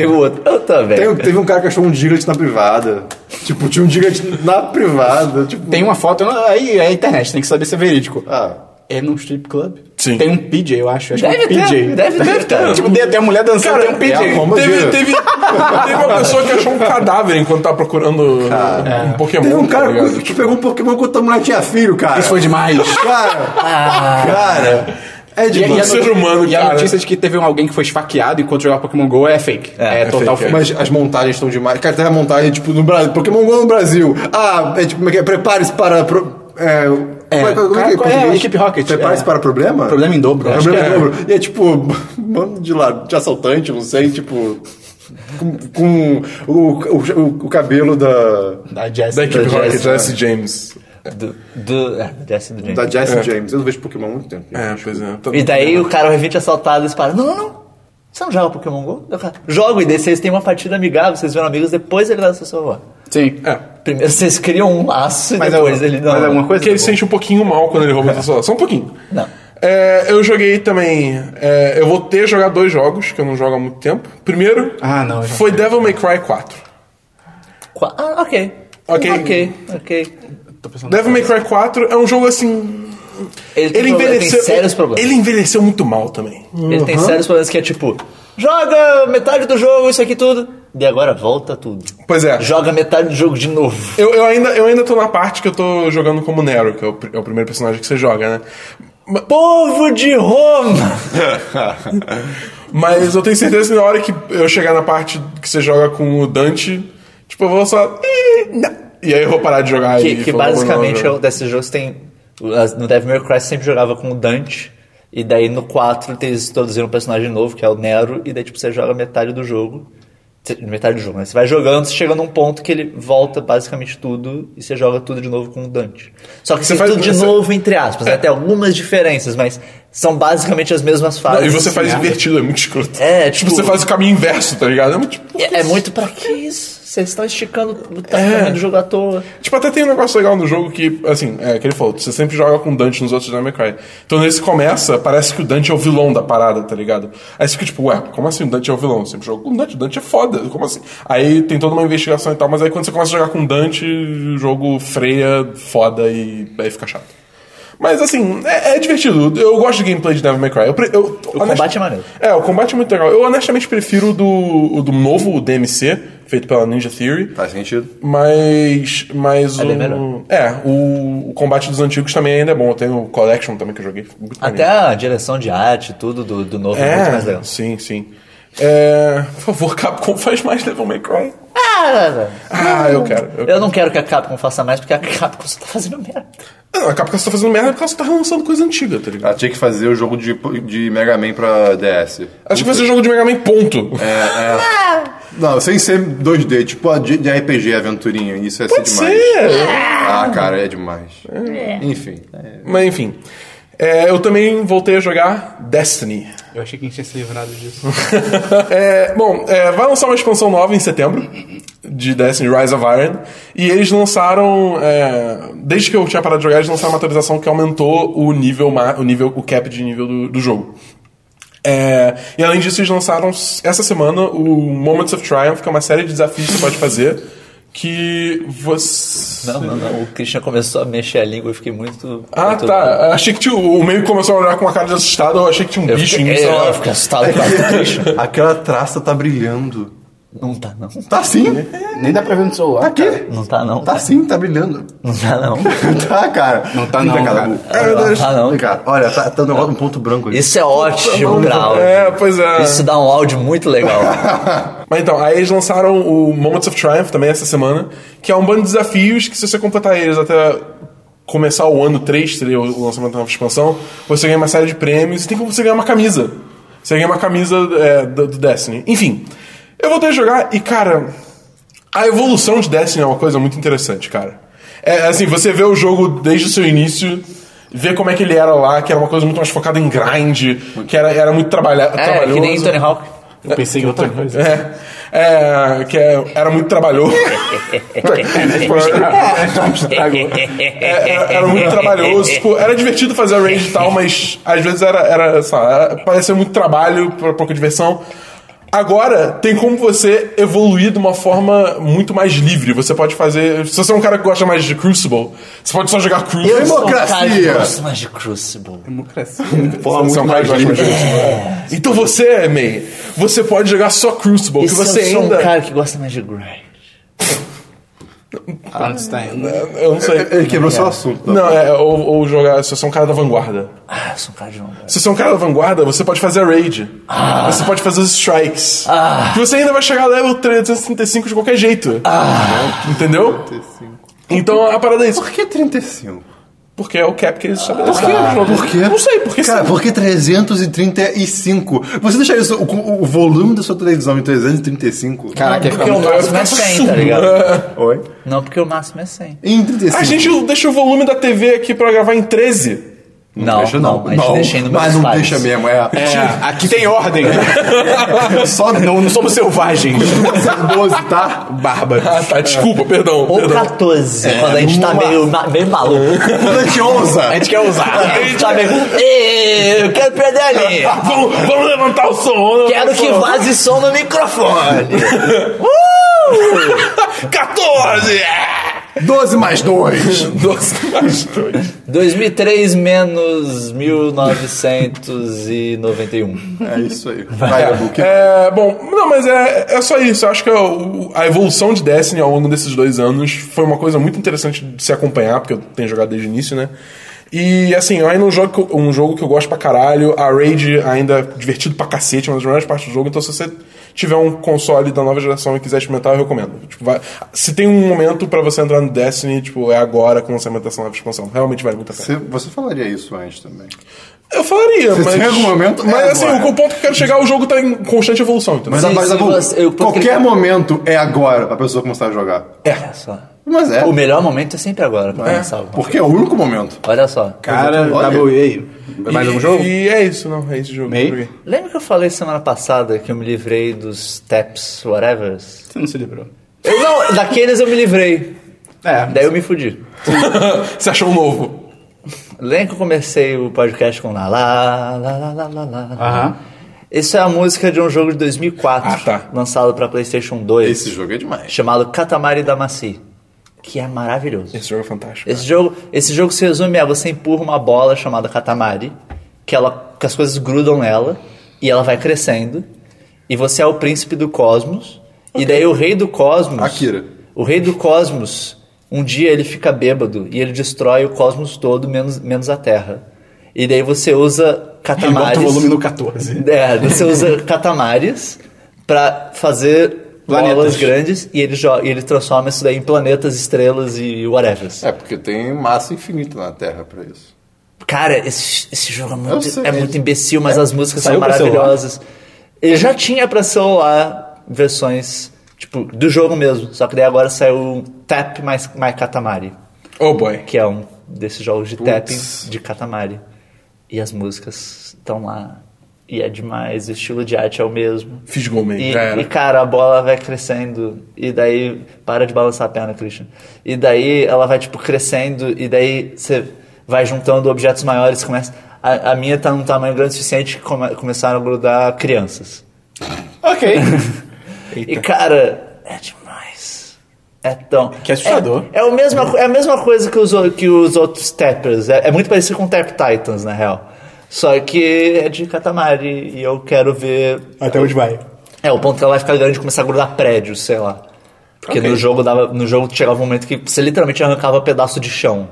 S2: e o outro. Eu também.
S3: Tem- teve um cara que achou um Diglett na privada. Tipo, tinha um Diglett na privada. Tipo,
S1: Tem uma foto, eu não- aí é internet, tem que saber se é verídico.
S3: Ah,
S1: É num strip club?
S4: Sim.
S1: Tem um PJ, eu acho. acho que é
S2: Deve
S1: um PJ.
S2: ter, deve ter, cara.
S1: Tipo, tem tem a mulher dançando,
S4: Cara,
S1: tem um PJ.
S3: é a Roma
S4: Teve,
S3: Gira.
S4: teve, teve uma pessoa que achou um cadáver enquanto tá procurando um
S1: é.
S4: Pokémon.
S3: Teve um
S4: tá
S3: cara
S4: ligado?
S3: que pegou um Pokémon quando a mulher tinha filho, cara.
S1: Isso foi demais.
S3: Cara, cara.
S1: Ah.
S3: É
S1: E, e a
S3: demais.
S4: ser humano,
S1: e a
S4: cara.
S1: notícia de que teve um- alguém que foi esfaqueado enquanto jogava Pokémon GO é fake. É,
S2: é
S1: total fake.
S4: fake,
S3: Mas as montagens estão demais. Cara, teve a montagem, tipo, no Brasil. Pokémon GO no Brasil. Ah, é tipo, como é que é? Prepare-se para. pro- É, como é, como é que
S1: Cara, qual é?
S3: português?
S1: Equipe Rocket,
S3: Prepare-se
S1: é.
S3: para problema?
S1: Problema em dobro, acho
S3: Problema
S1: que
S3: em
S1: é.
S3: dobro. E é tipo, mano de lá, de assaltante, não sei, tipo. Com, com o, o, o cabelo da.
S1: Da Jess.
S4: Da equipe
S2: Da
S4: Rocket, né?
S2: Jess,
S4: Jesse James.
S2: Do, do, é, Jesse do James.
S3: Da Jesse James. Eu não vejo Pokémon há muito tempo.
S4: É, pois é. Tá-
S2: E daí o é cara vai vir te assaltar e para. Não, não, não. Você não joga Pokémon GO? Eu, cara, Jogo, e daí vocês têm uma partida amigável, vocês viram amigos, depois ele dá o seu celular.
S1: Sim.
S4: É.
S2: Primeiro vocês criam um laço e
S1: Mas,
S2: depois
S1: alguma-
S2: ele não.
S1: mas alguma coisa? é
S4: Porque ele se sente um pouquinho mal quando ele rouba o celular. Só um pouquinho.
S2: Não.
S4: É, eu joguei também. é, eu vou ter jogado dois jogos que eu não jogo há muito tempo. Primeiro
S1: Ah, não, eu já
S4: foi Devil May Cry 4.
S2: Qua- Ah, ok.
S4: Ok.
S2: Ok, ok.
S1: Tô pensando-
S4: Devil May Cry 4 é um jogo assim.
S2: Ele tem,
S4: Ele
S2: problema- tem
S4: envelheceu.
S2: sérios problemas.
S4: Ele
S2: Ele,
S4: envelheceu muito mal também.
S2: tem sérios problemas que é tipo: joga metade do jogo, isso aqui tudo. E agora volta tudo.
S4: Pois é.
S2: Joga metade do jogo de novo.
S4: Eu, eu, ainda, eu ainda tô na parte que eu tô jogando como Nero, que é o, pr- é o primeiro personagem que você joga, né? Ma-
S2: Povo de Roma!
S4: Mas eu tenho certeza que na hora que eu chegar na parte que você joga com o Dante, tipo, eu vou só. "Ih, não." E aí eu vou parar de jogar
S2: Que,
S4: e
S2: que
S4: vou- vou- vou-
S2: basicamente
S4: vou-
S2: é um desses jogos tem. as- No Devil May Cry sempre jogava com o Dante. E daí no 4 eles introduziram um personagem novo, que é o Nero, e daí tipo, você joga metade do jogo. Cê- metade do jogo, né? Você vai jogando, você chega num ponto que ele volta basicamente tudo e você joga tudo de novo com o Dante. Só que
S4: Você
S2: você
S4: faz-
S2: tudo de
S4: você- É.
S2: novo, entre aspas, né? Tem algumas diferenças, mas são basicamente as mesmas fases.
S4: e você
S2: assim,
S4: faz
S2: né?
S4: invertido, é muito escroto.
S2: É,
S4: tipo,
S2: tipo-
S4: você faz o caminho inverso, tá ligado? É muito, tipo,
S2: É, é muito pra que isso? Vocês estão esticando
S4: É.
S2: o tamanho do jogo à toa.
S4: Tipo, até tem um negócio legal no jogo que, assim, é que ele falou, você sempre joga com o Dante nos outros Devil May Cry. Então nesse começa, parece que o Dante é o vilão da parada, tá ligado? Aí você fica tipo, ué, como assim o Dante é o vilão? Eu sempre jogo com o Dante, o Dante é foda, como assim? Aí tem toda uma investigação e tal, mas aí quando você começa a jogar com o Dante, o jogo freia, foda e aí fica chato. Mas assim, é, é divertido. Eu gosto de gameplay de Devil May Cry. Eu, pre- eu-
S2: O
S4: honest-
S2: combate é maneiro.
S4: é, o combate é muito legal. Eu honestamente prefiro o do, o do novo DMC, feito pela Ninja Theory.
S3: Faz sentido.
S4: Mas. mas
S2: É bem
S4: o-
S2: melhor.
S4: É, o, o combate dos antigos também ainda é bom. Eu tenho o Collection também que eu joguei. Muito
S2: Até
S4: maneiro.
S2: a direção de arte, tudo do, do novo é muito mais
S4: É,
S2: legal.
S4: sim, sim. É, por favor, Capcom faz mais Devil May Cry.
S2: Ah,
S4: Ah, eu quero. Eu,
S2: eu não quero que a Capcom faça mais, porque a Capcom só tá fazendo merda.
S4: Não, a Capcom só tá fazendo merda porque ela só tá relançando coisa antiga, tá ligado?
S3: Ela tinha que fazer o jogo de, de Mega Man pra DS.
S4: Acho que vai ser um jogo de Mega Man, ponto.
S3: Não, sem ser 2D, tipo a de de RPG, aventurinha. Isso ia
S4: Pode
S3: ser demais.
S4: ser.
S3: Ah, cara, é demais. Enfim.
S4: Mas enfim. É, eu também voltei a jogar Destiny.
S1: Eu achei que a gente tinha se livrado disso.
S4: É, bom, é, vai lançar uma expansão nova em setembro de Destiny Rise of Iron. E eles lançaram. é, desde que eu tinha parado de jogar, eles lançaram uma atualização que aumentou o nível, ma- o nível, o cap de nível do, do jogo. É, e além disso, eles lançaram s- essa semana o Moments of Triumph, que é uma série de desafios que você pode fazer. Que você.
S2: Não, não, não. O Christian começou a mexer a língua e fiquei muito.
S4: Ah,
S2: muito-
S4: tá. Achei que tinha, o meio começou a olhar com uma cara de assustado. Eu achei que tinha um
S2: Eu
S4: bicho em
S2: fiquei, é,
S4: mim. sei lá.
S2: eu fiquei assustado com o Christian.
S3: Aquela traça tá brilhando.
S2: Não tá, não.
S3: Tá sim.
S1: Nem dá pra ver no celular.
S3: Tá aqui.
S2: Não tá, não.
S3: Tá sim, tá brilhando.
S2: Não tá, não.
S3: Tá, cara. É,
S1: Não tá não, cara.
S2: Não tá, não.
S3: Vem cá, Olha, tá, tá um negócio um ponto branco aí.
S2: Isso é ótimo, Brau.
S4: É, pois é.
S2: Isso dá um áudio muito legal.
S4: Mas então, aí eles lançaram o Moments of Triumph também essa semana, que é um bando de desafios que se você completar eles até começar o ano 3, seria o lançamento da nova expansão, você ganha uma série de prêmios e tem como você ganhar uma camisa. Você ganha uma camisa é, do, do Destiny. Enfim, eu voltei a jogar e, cara, a evolução de Destiny é uma coisa muito interessante, cara. É assim, você vê o jogo desde o seu início, vê como é que ele era lá, que era uma coisa muito mais focada em grind, que era, era muito trabalha,
S2: É,
S4: trabalhoso.
S2: que nem Tony Hawk.
S1: Eu pensei em outra coisa.
S4: É, é, que é- era muito trabalhoso. É, era, era muito trabalhoso. tipo, era divertido fazer a range e tal, mas às vezes era, era sei lá, era- parecia muito trabalho, pou- pouca diversão. Agora, tem como você evoluir de uma forma muito mais livre. Você pode fazer. Se você é um cara que gosta mais de Crucible, você pode só jogar Crucible.
S3: Eu
S2: Sou um cara que
S3: Democracia!
S2: gosta mais de Crucible.
S1: Democracia.
S4: Você é um cara que gosta mais de
S3: livre.
S4: Crucible. É. Então você, May, você pode jogar só Crucible,
S2: Esse
S4: que você
S2: eu sou
S4: ainda.
S2: um cara que gosta mais de grind.
S1: Einstein.
S4: Eu não sei.
S3: Ele quebrou seu assunto.
S4: Não, é, ou, ou jogar, se você é um cara da vanguarda.
S2: Ah, eu sou um cara de grind.
S4: Se você é um cara da vanguarda, você pode fazer a raid. Você pode fazer os strikes. Que você ainda vai chegar level 335 de qualquer jeito. Entendeu?
S3: 35.
S4: Então a parada é isso.
S3: Por que 35?
S4: Porque é o cap que eles estabeleceram no jogo.
S3: Ah, Por quê?
S4: Não sei, porque
S3: Cara, por que 335? Você deixaria isso- o, o volume da sua televisão em 335?
S1: Caraca,
S2: Porque o
S1: é
S4: vai
S2: máximo é
S4: ficar
S2: 100, tá
S4: absurdo.
S2: ligado?
S3: Oi?
S2: Não, porque o máximo é 100.
S3: Em 35.
S4: A gente deixa o volume da TV aqui pra gravar em 13.
S2: Não,
S3: deixa,
S2: não, A gente deixa em números
S3: Mas não
S2: pares.
S3: deixa mesmo, é.
S1: Aqui tem ordem.
S3: Só
S1: Não, não somos selvagens.
S3: 12, tá?
S1: Bárbaros.
S4: Ah, tá, desculpa, perdão.
S2: Ou
S4: perdão.
S2: 14, quando a gente tá
S3: numa-
S2: meio, ma- meio maluco.
S3: Quando a gente ousa.
S1: A gente quer usar.
S2: A gente tá meio. "Ê, Eu quero perder a linha.
S4: Ah, Vamos, vamos levantar o som. vamos levantar
S2: Quero
S4: o
S2: que
S4: som.
S2: vaze som no microfone.
S4: 14!
S3: 12 mais 2.
S4: 12 mais 2.
S2: 2003 menos 1991.
S3: É isso aí. Vai, Dabu, que-
S4: É, bom, não, mas é, é só isso. Eu acho que o- a evolução de Destiny ao longo desses dois anos foi uma coisa muito interessante de se acompanhar, porque eu tenho jogado desde o início, né? E assim, eu ainda um jogo, que eu- um jogo que eu gosto pra caralho, a Raid ainda é divertido pra cacete, uma das melhores partes do jogo, então se você tiver um console da nova geração e quiser experimentar, eu recomendo. Tipo, vai- se tem um momento pra você entrar no Destiny, tipo, é agora com o lançamento dessa nova expansão. Realmente vale muito a pena.
S3: Você, você falaria isso antes também.
S4: Eu falaria,
S3: Você
S4: mas.
S3: tem algum momento?
S4: Mas
S3: É
S4: assim,
S3: agora.
S4: o, o ponto que eu quero chegar, o jogo tá em constante evolução, entendeu?
S3: Mas,
S2: Sim,
S3: mas
S2: sim,
S3: Dabu,
S2: você- eu- porque-
S3: qualquer momento é agora pra pessoa começar a jogar.
S2: Olha só.
S3: Mas é.
S2: O melhor momento é sempre agora pra começar. alguma coisa.
S3: Porque é o único momento.
S2: Olha só.
S5: Cara,
S3: Olha.
S5: W, e aí? Mais
S4: e,
S5: um jogo?
S4: E é isso, não. É esse jogo.
S5: Meio?
S4: Joguei.
S2: Lembra que eu falei semana passada que eu me livrei dos taps, whatever?
S5: Você não se livrou.
S2: Eu, não, daqueles eu me livrei.
S5: É.
S2: Daí eu me fudi.
S4: Você achou um novo?
S2: Lembra que eu comecei o podcast com lá, lá, lá, lá, lá, lá, lá.
S5: Aham.
S2: Isso é a música de um jogo de 2004,
S4: Ah, tá.
S2: lançado pra PlayStation 2,
S3: Esse jogo é demais.
S2: chamado Katamari Damacy, que é maravilhoso.
S4: Esse jogo é fantástico.
S2: Esse jogo, esse jogo se resume a você empurra uma bola chamada Katamari, que, ela, que as coisas grudam nela e ela vai crescendo, e você é o príncipe do cosmos, e daí o rei do cosmos.
S3: Akira.
S2: O rei do cosmos, um dia ele fica bêbado e ele destrói o cosmos todo, menos, menos a Terra. E daí você usa
S5: Ele bota
S2: Katamaris.
S5: o volume no 14.
S2: É, você usa catamares pra fazer
S5: Planetas.
S2: bolas grandes e ele, jo- e ele transforma isso daí em planetas, estrelas e whatever.
S3: É, porque tem massa infinita na Terra pra isso.
S2: Cara, esse, esse jogo é
S3: Eu
S2: muito,
S3: sei.
S2: é muito imbecil, mas as músicas
S5: Saiu
S2: são
S5: pra celular?
S2: maravilhosas. Ele já tinha pra celular versões, tipo, do jogo mesmo. Só que daí agora saiu um Tap mais, mais Katamari,
S4: Oh boy.
S2: que é um desses jogos de
S3: Putz.
S2: tapping de Katamari. E as músicas estão lá. E é demais, o estilo de arte é o mesmo.
S4: Fiz gol meio.
S2: E,
S4: Já era.
S2: e, cara, a bola vai crescendo. E daí. Para de balançar a perna, Christian. E daí ela vai, tipo, crescendo. E daí você vai juntando objetos maiores. Começa... A, a minha tá num tamanho grande o suficiente que come- começaram a grudar crianças.
S5: ok.
S2: E, cara, é demais. É tão.
S5: Que assustador.
S2: É, é, o mesma, co- é a mesma coisa que os, o- que os outros Tappers. É, é muito parecido com Tap Titans, na real. Só que é de Katamari. E eu quero ver
S5: Até onde vai?
S2: é, o ponto que ela vai ficar grande e começar a grudar prédios, sei lá. Porque
S5: Ok.
S2: no jogo dava, no jogo chegava um momento que você literalmente arrancava pedaço de chão.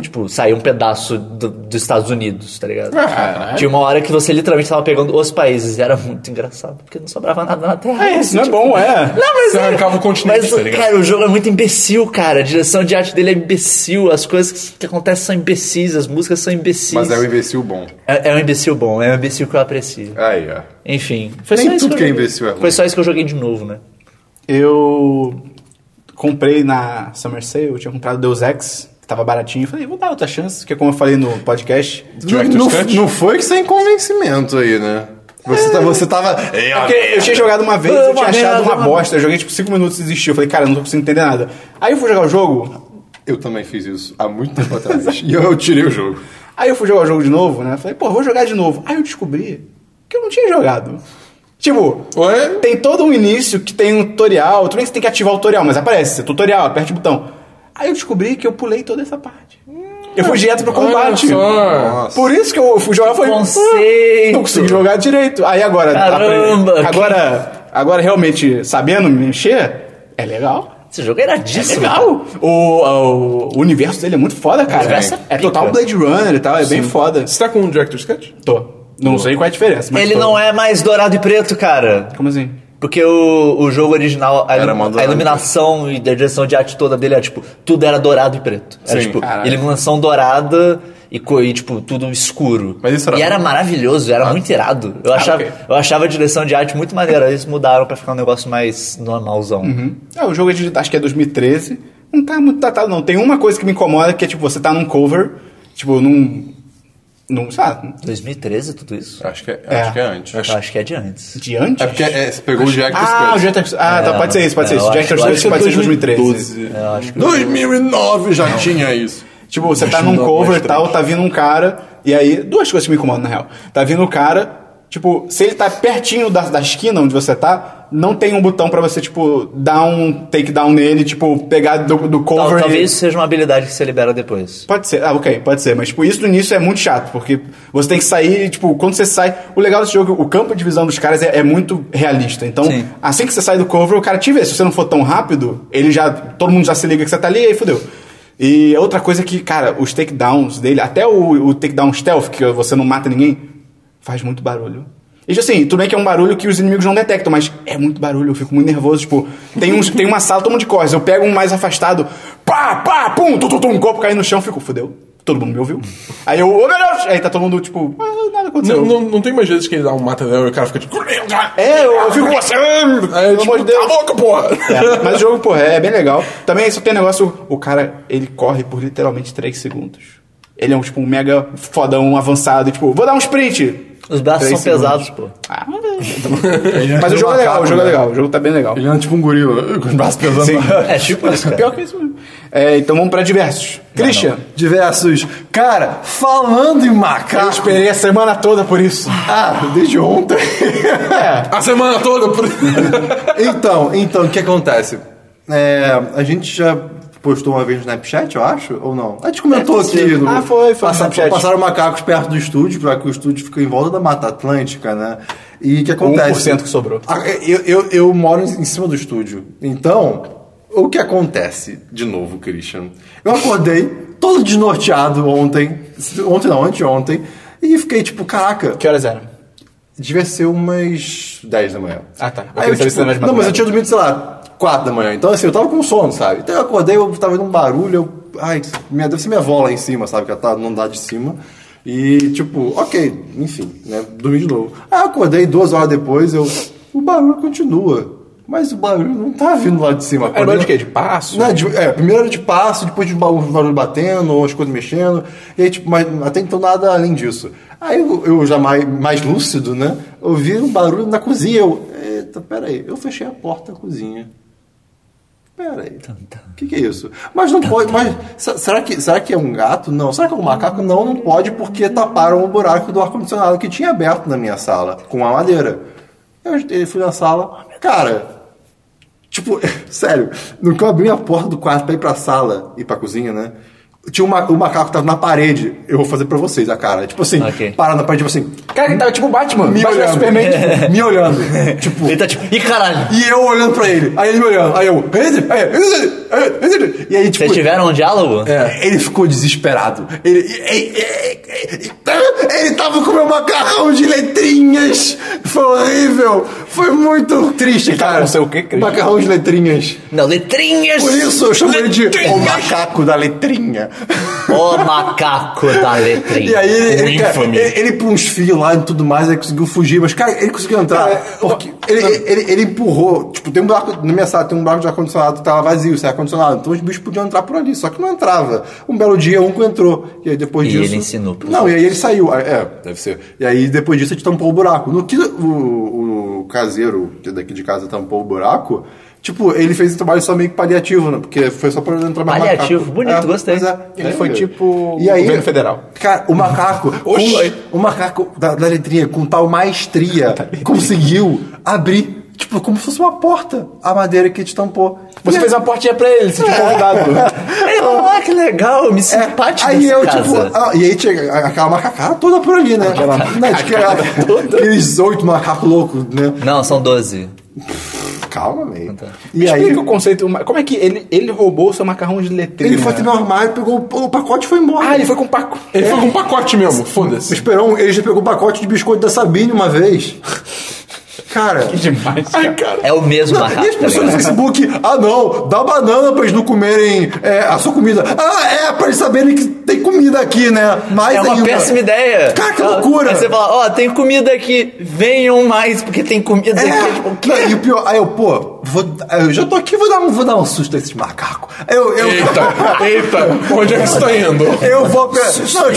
S2: Tipo, saía um pedaço do- dos Estados Unidos, tá ligado?
S3: Caralho.
S2: Tinha uma hora que você literalmente tava pegando os países. E era muito engraçado, porque não sobrava nada na Terra.
S5: É, isso não é bom, é.
S2: Não, mas
S4: Você
S2: é-
S4: arrancava o continente,
S2: mas,
S4: tá ligado?
S2: Cara, o jogo é muito imbecil, cara. A direção de arte dele é imbecil. As coisas que, que acontecem são imbecis. As músicas são imbecis.
S3: Mas é um imbecil bom.
S2: É- é um imbecil bom. É um imbecil que eu aprecio.
S3: Aí, ó.
S2: Enfim, foi
S3: Nem
S2: só isso
S3: tudo
S2: que eu
S3: que é
S2: joguei.
S3: imbecil é ruim.
S2: Foi só isso que eu joguei de novo, né?
S5: Eu comprei na Summer Sale, eu tinha comprado Deus Ex, que tava baratinho. Falei, vou dar outra chance, porque como eu falei no podcast,
S3: Não,
S4: Director's
S3: não-
S4: Cut?
S3: não foi que sem convencimento aí, né? Você, tá, você tava. Ei, ó,
S5: Porque eu tinha jogado uma vez,
S2: Foi
S5: eu
S2: uma
S5: tinha achado
S2: merda,
S5: uma
S2: mano.
S5: bosta. Eu joguei tipo 5 minutos e desisti. Eu falei, cara, eu não tô conseguindo entender nada. Aí eu fui jogar o jogo,
S3: Eu também fiz isso há muito tempo atrás. e eu, eu tirei o jogo.
S5: aí eu fui jogar o jogo de novo, né? Falei, pô, vou jogar de novo. Aí eu descobri que eu não tinha jogado. Tipo,
S4: Ué?
S5: tem todo um início que tem um tutorial. Tudo bem que você tem que ativar o tutorial, mas aparece, tutorial, aperte o botão. Aí eu descobri que eu pulei toda essa parte. Eu fui direto pro combate.
S4: Olha só.
S3: Nossa.
S5: Por isso que eu fui jogar foi
S2: conceito.
S5: não consegui jogar direito. Aí agora
S2: Caramba,
S5: apre-
S2: que-
S5: agora agora realmente sabendo me mexer é legal.
S2: Esse jogo é
S5: É
S2: iradíssimo.
S5: legal. O, o, o universo dele é muito foda, cara.
S2: universo é
S5: É total
S2: pica.
S5: Blade Runner e tal, é bem foda.
S4: Você tá com o Director's Cut?
S5: Tô. Não sei qual é a diferença, mas
S2: Ele
S5: tô.
S2: não é mais dourado e preto, cara.
S5: Como assim?
S2: Porque o, o jogo original, a,
S3: Era
S2: ilu-
S3: mó dourado
S2: a iluminação e a direção de arte toda dele era tipo, tudo era dourado e preto. Era
S3: Sim,
S2: tipo,
S5: caralho.
S2: iluminação dourada e, co- e, tipo, tudo escuro.
S3: Mas isso era Ah.
S2: e era maravilhoso, era muito irado. Eu achava,
S5: Ah, ok.
S2: eu achava a direção de arte muito maneira. Eles mudaram pra ficar um negócio mais normalzão.
S5: É, o jogo é de, acho que é 2013. Não tá muito datado, não. Tem uma coisa que me incomoda, que é tipo, você tá num cover, tipo, num. num. sei lá,
S2: 2013, tudo isso?
S3: Acho que é,
S5: É.
S3: Acho que é antes.
S2: Eu acho que é de antes.
S5: de antes?
S3: É porque é, você pegou o Director's
S5: Ah, o
S3: Cut.
S5: Jetix. Ah, tá,
S2: É,
S5: pode ser isso, pode
S2: é,
S5: ser isso.
S2: eu
S5: Jack
S2: acho- eu
S5: Jones
S2: acho que
S5: pode ser 2013.
S3: 2012.
S2: Eu acho que
S3: 2009 já tinha isso.
S5: Tipo, você tá num
S3: não,
S5: cover e
S3: mas
S5: tal, tá vindo um cara, e aí. Duas coisas que me incomodam, na real. Tá vindo um cara, tipo, se ele tá pertinho da, da esquina onde você tá, não tem um botão pra você, tipo, dar um takedown nele, tipo, pegar do, do
S2: Tal-
S5: cover. e-
S2: talvez isso seja uma habilidade que você libera depois.
S5: Pode ser, ah, ok, pode ser. Mas, tipo, isso no início é muito chato, porque você tem que sair, e, tipo, quando você sai. O legal desse jogo, é que o campo de visão dos caras é, é muito realista. Então,
S2: Sim.
S5: assim que você sai do cover, o cara te vê. Se você não for tão rápido, ele já. Todo mundo já se liga que você tá ali e aí fodeu. E outra coisa é que, cara, os takedowns dele, até o, o takedown stealth, que você não mata ninguém, faz muito barulho.
S1: tipo
S5: E assim, tudo bem que é um barulho que os inimigos não detectam, mas é muito barulho, eu fico muito nervoso. Tipo, tem, uns, tem uma sala, todo mundo de costas, eu pego um mais afastado, pá, pá, pum, tu, tu, tu, um corpo cai no chão, fico, fudeu.
S1: Todo mundo me ouviu. Aí eu, ô meu Deus! Aí tá todo mundo tipo, ah, nada aconteceu.
S4: Não, não, não tem mais vezes que ele dá um matadão e o cara fica tipo. É,
S1: É, eu, eu fico com você,
S4: Aí,
S1: pelo
S4: tipo,
S1: amor de Deus.
S4: Cala a boca, porra!
S1: É, mas o jogo, porra, é bem legal. Também só tem um negócio, o cara, ele corre por literalmente 3 segundos. Ele é um, tipo, um mega fodão avançado, tipo, vou dar um sprint.
S2: Os braços
S1: Três
S2: são pesados, pô.
S1: Ah, mas o jogo é legal, o jogo é legal, o jogo tá bem legal.
S3: né? Ele anda tipo um gorila, com os braços pesando.
S1: Sim.
S2: É tipo isso, cara.
S1: Pior que isso mesmo. É, então vamos pra diversos. Christian,
S3: Diversos. Cara, falando em
S1: eu
S3: macaco.
S1: esperei a semana toda por isso.
S3: Ah, desde ontem.
S1: É,
S4: A semana toda. por-
S3: então, então, o que acontece? É, a gente já postou uma vez no Snapchat, eu acho, ou não? A gente comentou
S1: Deve ter
S3: aqui.
S1: sido.
S3: No,
S1: Ah, foi, foi no
S3: Passa-
S1: Snapchat.
S3: passaram macacos perto do estúdio, pra que o estúdio fica em volta da Mata Atlântica, né? E o que acontece?
S1: 1% que sobrou.
S3: Ah, Eu, eu, eu moro em em cima do estúdio. Então, o que acontece, de novo, Christian? Eu acordei todo desnorteado ontem. Ontem não, anteontem. E fiquei tipo, caraca,
S1: que horas eram?
S3: devia ser umas 10 da manhã.
S1: Ah, tá. Eu
S3: Aí
S1: queria saber se
S3: eu, tipo,
S1: era mais de
S3: não, mas eu
S1: madrugada.
S3: tinha dormido, sei lá, 4 da manhã. Então, assim, eu tava com sono, sabe? Então eu acordei, eu tava vendo um barulho, eu. Ai, minha, deve ser minha avó lá em cima, sabe? Que ela tá no andar de cima. E, tipo, ok, enfim, né? Dormi de novo. Aí eu acordei duas horas depois, eu. O barulho continua. Mas o barulho não tá vindo lá de cima.
S1: Era barulho É, de
S3: Acordei-
S1: quê? De passo?
S3: não, de- é, primeiro era de passo, depois de ba- uns barulhos batendo, ou as coisas mexendo, e aí, tipo, mas até então nada além disso. Aí eu, eu já mais, mais lúcido, né? Ouvi um barulho na cozinha. Eu, eita, peraí, eu fechei a porta da cozinha. Peraí. O que, que é isso? Mas não pode. Mas se- será que, será que é um gato? Não. Será que é um macaco? Não, não pode, porque taparam o buraco do ar-condicionado que tinha aberto na minha sala, com a madeira. Eu, eu fui na sala, cara, Tipo, sério, no que eu abri a porta do quarto pra ir pra sala e pra cozinha, né? Tinha um, ma um macaco que tava na parede. Eu vou fazer pra vocês a cara. Tipo assim,
S2: Ok.
S3: parar na parede, tipo assim,
S1: Cara, que tava tipo Batman,
S3: me
S1: Batman
S3: olhando.
S1: Superman.
S3: tipo, me olhando. tipo,
S2: Ele tá tipo, ih caralho,
S3: e eu olhando pra ele. Aí ele me olhando. Aí eu, É, "Esse, aí, esse, aí, esse." E aí, tipo. é,
S2: vocês tiveram um diálogo?
S3: Ele ficou desesperado. Ele, ele, ele, ele tava com meu macarrão de letrinhas. Foi horrível. Foi muito triste, cara.
S1: não sei o quê, Cris.
S3: Macarrão de letrinhas.
S2: Não, letrinhas!
S3: Por isso eu chamo ele de
S2: Letrinhas!
S3: o macaco da letrinha.
S2: O macaco da letrinha.
S3: E aí ele, ele, cara,
S4: Um infame.
S3: ele, ele por uns fios lá e tudo mais, ele conseguiu fugir, mas cara, ele conseguiu entrar.
S1: Cara,
S3: porque ele, ele, ele empurrou, tipo, tem um buraco na minha sala, tem um buraco de ar-condicionado que tava vazio, sem ar-condicionado. Então os bichos podiam entrar por ali, só que não entrava. Um belo dia um que entrou. E aí depois
S2: E
S3: disso.
S2: ele ensinou pros
S3: Não, e aí ele saiu. Ah, É, deve ser. E aí depois disso a gente tampou o buraco. No que o, o caseiro que é daqui de casa tampou o buraco. Tipo, ele fez um trabalho só meio que paliativo, né? Porque foi só pra não entrar mais
S2: Paliativo,
S3: macaco. É,
S2: bonito, gostei.
S3: pois
S1: Ele foi tipo
S3: e aí,
S1: governo federal.
S3: Cara, o macaco,
S1: Oxi.
S3: com, o macaco da, da letrinha com tal maestria conseguiu abrir, tipo, como se fosse uma porta, a madeira que te tampou.
S1: Você
S3: E
S1: fez
S3: aí-
S1: uma portinha pra ele, tipo, se convidado.
S2: Ei, ah, que legal, eu me
S1: é,
S2: sinto parte
S3: É, Aí
S2: dessa
S3: eu,
S2: casa.
S3: tipo, ah, e aí tinha a- aquela macacada toda por ali, né? Aquela macacada toda. Aqueles oito macacos loucos, né?
S2: Não, são 12.
S3: Calma, meio.
S2: tá.
S3: E aí,
S1: Explica o conceito. Como é que ele, ele roubou o seu macarrão de letrinha?
S3: ele foi até meu armário, pegou o, o pacote e foi embora.
S1: é. Ah, ele foi com o Paco.
S4: Ele foi com um pacote mesmo, foda-se.
S3: Esperão, ele já pegou o pacote de biscoito da Sabine uma vez. Cara...
S1: Demais, cara.
S2: É o mesmo
S3: Não, e as
S2: macaco, tá
S3: pessoas no
S2: ligado?
S3: Facebook, ah não, dá banana pra eles não comerem é, a sua comida. Ah, é, pra eles saberem que tem comida aqui, né? Mais
S2: É uma
S3: ainda.
S2: péssima ideia.
S3: Cara, que
S2: Ah,
S3: loucura.
S2: Aí você fala, ó, tem comida aqui, venham mais, porque tem comida
S3: É,
S2: aqui. Tipo, o quê?
S3: não, e o pior, aí eu, pô, vou- eu já tô aqui, vou dar um, vou dar um susto a esses macacos. Eu, eu,
S4: Eita, eita, onde é que você tá indo?
S3: Eu vou. pe- Não, tipo, eu-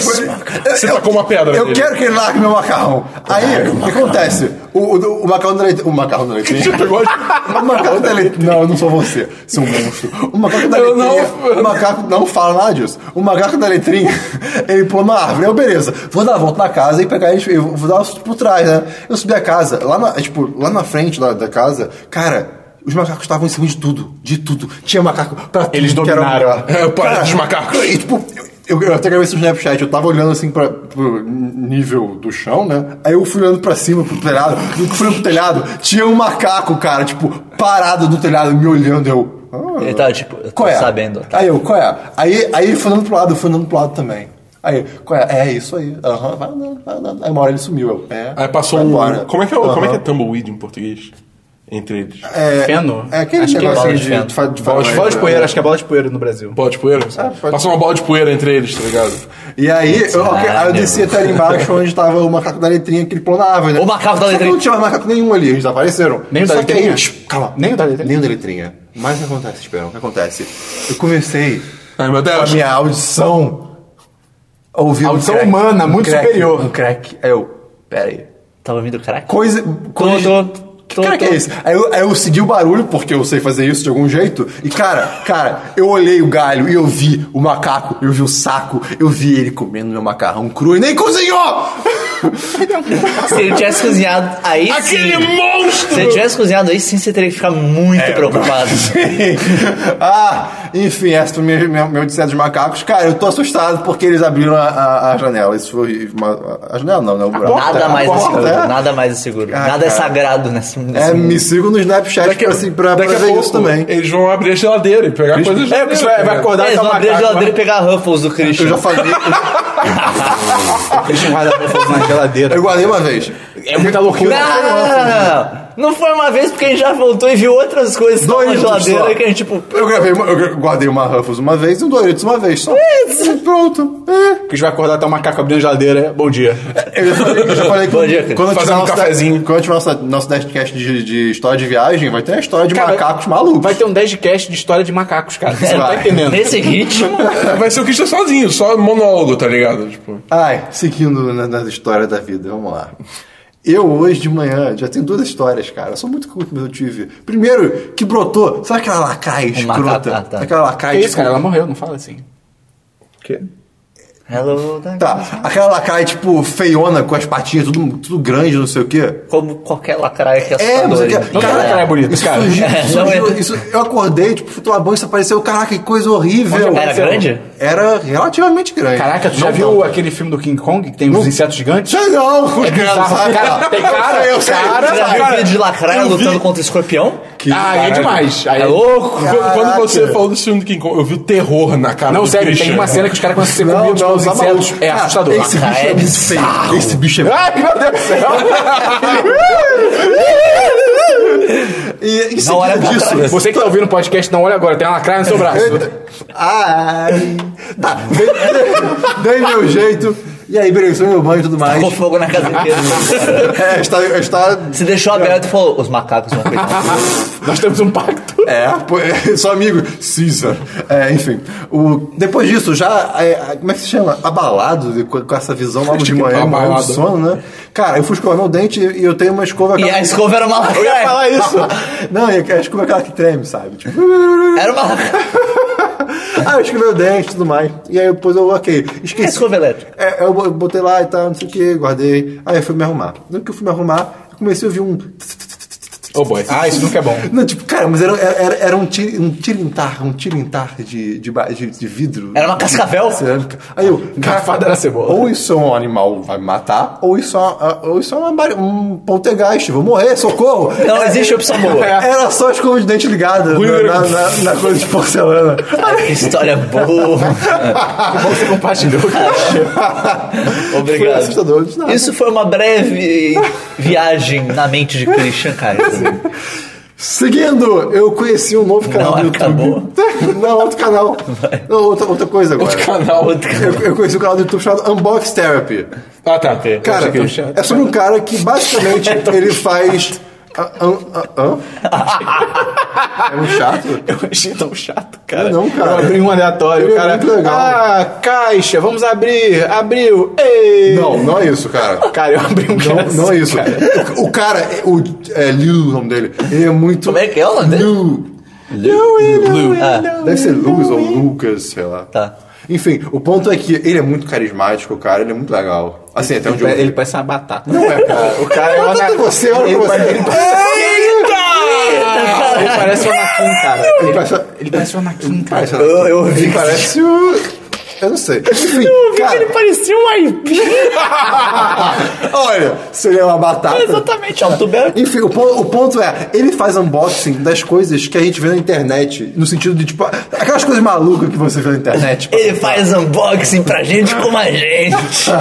S4: Você
S3: eu-
S4: tacou uma pedra
S3: Eu
S4: nele.
S3: quero que ele largue meu macarrão. Aí, o que acontece? O, o, o macarrão da leite. O macarrão da leite. o macarrão da leite. Não, eu não sou você. Sou um monstro. O macaco da
S4: Eu
S3: letrinha.
S4: não-
S3: O macaco não fala nada disso. O macaco da letrinha, ele pulou na árvore. Eu, beleza, vou dar a volta na casa e pegar eles. Eu vou dar um susto por trás, né? Eu subi a casa, lá na, tipo, lá na frente da, da casa, cara. Os macacos estavam em cima de tudo, de tudo. Tinha macaco pra tudo.
S1: Eles
S3: que era- um
S1: dominaram.
S4: É, o parque dos macacos.
S3: e, tipo, eu, eu até gravei isso no Snapchat, eu tava olhando assim pra, pro nível do chão, né? Aí eu fui olhando pra cima, pro telhado. No que eu fui pro telhado, tinha um macaco, cara, tipo, parado no telhado, me olhando, eu. "Ah,
S2: Ele tava tipo, eu tô
S3: qual é?
S2: sabendo.
S3: Aí eu, qual é? Aí, aí ele foi andando pro lado, eu fui andando pro lado também. Aí, qual é? É isso aí. Aham, vai andando, vai andando. Aí uma hora ele sumiu, eu. É.
S4: Aí passou
S3: vai
S4: um.
S3: embora.
S4: Como é, que é, o- como é que é
S3: Aham.
S4: tumbleweed em português? entre eles.
S3: É,
S1: Feno?
S3: É aquele
S1: Acho que é
S3: negócio
S2: bola
S3: de,
S2: de feno.
S3: de, fa- de
S4: Bola de
S3: faroeste,
S1: Bola de
S3: né?
S1: poeira, acho que é bola de poeira no Brasil.
S4: Bola de
S1: É,
S4: poeira? sabe?
S3: pode
S4: Passar uma bola de poeira entre eles, tá ligado?
S3: E aí, eu, ok, aí eu desci até tá ali embaixo onde estava o macaco da letrinha que ele pulou na árvore. Né?
S2: O macaco da
S3: Só que
S2: letrinha.
S3: Não tinha mais macaco nenhum ali, eles desapareceram.
S1: Nem o da
S3: Só que aí,
S1: letrinha?
S3: tch, calma.
S1: Nem o da letrinha?
S3: Nem o da letrinha. Mas o que acontece, Esperão? O que acontece? Eu comecei
S4: Ai, meu
S3: a
S4: Deus.
S3: minha audição a ouvir um
S1: Audição
S3: crack,
S1: humana,
S3: um
S1: muito
S3: crack,
S1: superior.
S3: Um crack. Aí eu, pera aí.
S2: Tá ouvindo crack?
S3: Coisa... coisa
S2: tô,
S3: é? que
S2: tô,
S3: crack
S2: tô.
S3: é esse? Aí eu, aí eu segui o barulho, porque eu sei fazer isso de algum jeito. E cara, cara, eu olhei o galho e eu vi o macaco, eu vi o saco, eu vi ele comendo meu macarrão cru e nem cozinhou!
S2: Se ele tivesse cozinhado aí
S4: Aquele
S2: sim. Se ele
S4: monstro! É,
S2: tivesse cozinhado aí sim, você teria que ficar muito preocupado.
S3: ah, enfim, essa foi minha, minha, meu disseto de macacos. Cara, eu tô assustado porque eles abriram a, a- a janela. Isso foi. Uma, a janela não, né? O buraco.
S2: Nada
S3: A
S2: mais é
S3: porta,
S2: seguro,
S3: é.
S2: nada assim. mais é seguro.
S3: Ah,
S2: Nada é
S3: cara.
S2: sagrado nesse, nesse
S3: É,
S2: mundo.
S3: me sigam no Snapchat pra, assim, pra, pra
S4: daqui a
S3: ver
S4: pouco, é
S3: isso também.
S4: Eles vão abrir a geladeira e pegar coisas.
S1: É, porque você vai, vai acordar
S2: É,
S1: e
S2: eles
S1: tá
S2: vão abrir a
S1: macaco,
S2: geladeira e pegar Ruffles do
S3: Eu
S2: Christian.
S3: já falei, eu,
S1: né? O Christian guarda roupas na geladeira.
S3: eu guardei uma vez.
S1: É muita loucura.
S2: Não, não, não, não, não. Não foi uma vez porque a gente já voltou e viu outras coisas que
S3: Dois
S2: estavam na
S3: minutos
S2: geladeira
S3: só.
S2: que a gente, tipo,
S3: Eu gravei, uma- eu guardei uma Ruffles uma vez e um Doritos uma vez só. E pronto. É.
S1: Porque a gente vai acordar até o macaco abrindo a geladeira. é, Bom dia.
S3: Eu já falei, eu já falei que
S2: Bom dia, Cris.
S3: quando eu
S4: Fazer
S3: tiver
S4: um
S3: nosso-
S4: cafezinho.
S3: Quando eu tiver nosso, nosso Nerdcast de, de história de viagem, vai ter a história de
S1: Cara,
S3: macacos malucos.
S1: Vai ter um 10 de cast de história de macacos, cara. Você não tá
S3: Vai.
S1: entendendo.
S2: nesse ritmo.
S4: Vai ser o Christian sozinho, só monólogo, tá ligado? Tipo,
S1: um-
S3: Ai, seguindo na, na história da vida, vamos lá. Eu hoje de manhã já tenho duas histórias, cara. Eu sou muito culto, mas eu tive. Primeiro, que brotou, sabe aquela lacraia escrota?
S2: Um macaco, tá, tá.
S3: Aquela lacraia
S1: Que isso,
S3: tipo,
S1: cara? Ela morreu, não fala assim.
S2: Hello,
S3: Tá, aquela lacraia, tipo, feiona, com as patinhas, tudo, tudo grande, não sei o quê.
S2: Como qualquer lacraia que
S3: É, não sei o
S2: assustadora,
S3: quê.
S2: gente.
S1: Cara, lacraia é bonito,
S3: isso
S1: cara.
S3: surgiu-
S2: É,
S3: surgiu-
S2: não é.
S3: isso- eu acordei, tipo, fui tomar banho, isso apareceu. Caraca, que coisa horrível.
S2: Era é grande?
S3: Era relativamente grande.
S1: Caraca, tu já
S3: Não
S1: viu
S3: tanto.
S1: aquele filme do King Kong que tem os insetos gigantes?
S3: Já não, os
S1: bizarro, Ah, cara, tem cara,
S3: eu sei,
S1: cara,
S2: Você já viu o vídeo de lacraia
S1: eu vi.
S2: lutando contra o escorpião?
S1: ah, aí é demais. Aí
S2: É louco!
S4: Quando- Quando
S3: Caraca.
S4: você falou do filme do King Kong, eu vi o terror na cara
S1: Não,
S4: do
S1: sério,
S4: Christian.
S1: tem uma cena que os caras começam a ser
S3: Não,
S1: comidos
S3: não,
S1: pelos
S3: tá
S1: insetos.
S3: maluco.
S1: É
S3: Cara,
S1: assustador.
S3: Esse bicho
S2: Cara,
S3: é
S2: é
S3: muito feio. Esse bicho é
S1: Ai, meu Deus do céu!
S3: E em seguida
S2: olha pra
S3: disso.
S2: trás.
S1: Você que tá ouvindo o podcast, não olha agora, tem uma lacraia no seu braço.
S3: Ai. Tá, dei- dei meu jeito. E aí, beleza, tomei meu banho e tudo mais.
S2: Com fogo na casa inteira.
S3: É, está, está.
S2: Se deixou aberto e falou, os macacos vão pegar.
S1: Nós temos um pacto.
S3: É, pô, é, sou amigo. Caesar. É, enfim. O, depois disso, já. é, é, como é que se chama? Abalado de- com, com essa visão logo de
S4: que tá
S3: manhã, mal
S4: abalado.
S3: do sono, né? Cara, eu fui escovar meu dente e, e eu tenho uma escova.
S2: E é a escova era uma
S3: Eu ia falar
S2: lacraia.
S3: isso. Não, e a escova é aquela que treme, sabe? Tipo.
S2: Era uma lacraia.
S3: ah, eu escovei o dente e tudo mais. E aí depois eu, ok, esqueci.
S2: É escova elétrica.
S3: É, eu bo- eu botei lá e tal, não sei o que, guardei. Aí eu fui me arrumar. No que eu fui me arrumar, eu comecei a ouvir um.
S1: Oh boy. Ah, isso nunca é bom.
S3: Não, tipo, cara, mas era, era, era um, tir, um tirintar, um tirintar de, de, ba- de, de vidro.
S2: Era uma cascavel.
S3: Cerâmica. Aí eu.
S1: Garfada era cebola.
S3: Ou isso é um animal vai me matar, ou isso é, uma- ou isso é uma, bari- um poltergeist, vou morrer, socorro!
S1: É.
S2: Não existe opção boa.
S3: Era só a escova de dente ligada na, na, na- na coisa de porcelana.
S2: Que É história boa.
S1: Você compartilhou.
S3: Foi
S2: Obrigado.
S3: assustador, de nada.
S2: Isso foi uma breve viagem na mente de Christian Kaiser.
S3: Seguindo, eu conheci um novo canal
S2: Não,
S3: do YouTube.
S2: acabou.
S3: Não, outro canal. Não, outra, outra coisa agora.
S1: Ah,
S4: Canal.
S2: Outro cara.
S3: Eu, eu conheci um canal do YouTube chamado Unbox Therapy.
S4: Ah, tá.
S3: Cara, é sobre um cara que basicamente ele faz. Ah, ah, ah, ah. É um chato?
S1: Eu achei tão chato, cara.
S3: Não, cara.
S1: Eu abri um aleatório,
S3: Ele é
S1: cara.
S3: muito legal.
S1: Ah, caixa, vamos abrir. Abriu. Ei!
S3: Não, não é isso, cara.
S1: Cara, eu abri um
S3: Não,
S1: cara
S3: não é
S1: assim,
S3: isso.
S1: cara.
S3: O, o cara, o, é Liu o nome dele. Ele é muito.
S2: Como é que é o nome dele?
S3: Liu.
S2: Ah,
S3: Deve ser Lewis ou Lucas, sei lá.
S2: Tá.
S3: Enfim, o ponto é que ele é muito carismático, cara, ele é muito legal. Assim, até onde eu.
S1: Ele parece uma batata.
S3: Não é, cara. O
S2: tá-
S3: cara é uma.
S1: ana-
S3: você, olha
S1: Ele
S3: pra
S1: parece-
S3: você.
S1: Ele parece o Anakin, cara. Ele parece, ele parece o Anakin, cara.
S2: Eu, eu ouvi
S3: Ele
S2: que
S3: parece o. Eu não sei. Enfim, cara,
S2: parecia um aipim.
S3: olha, seria uma batata.
S2: Exatamente, é um tubérculo.
S3: Enfim, o, pon- o ponto é, ele faz unboxing das coisas que a gente vê na internet, no sentido de, tipo, aquelas coisas
S1: Né, tipo, assim, tá.
S3: malucas que você vê na internet.
S2: Ele faz unboxing pra gente como a gente.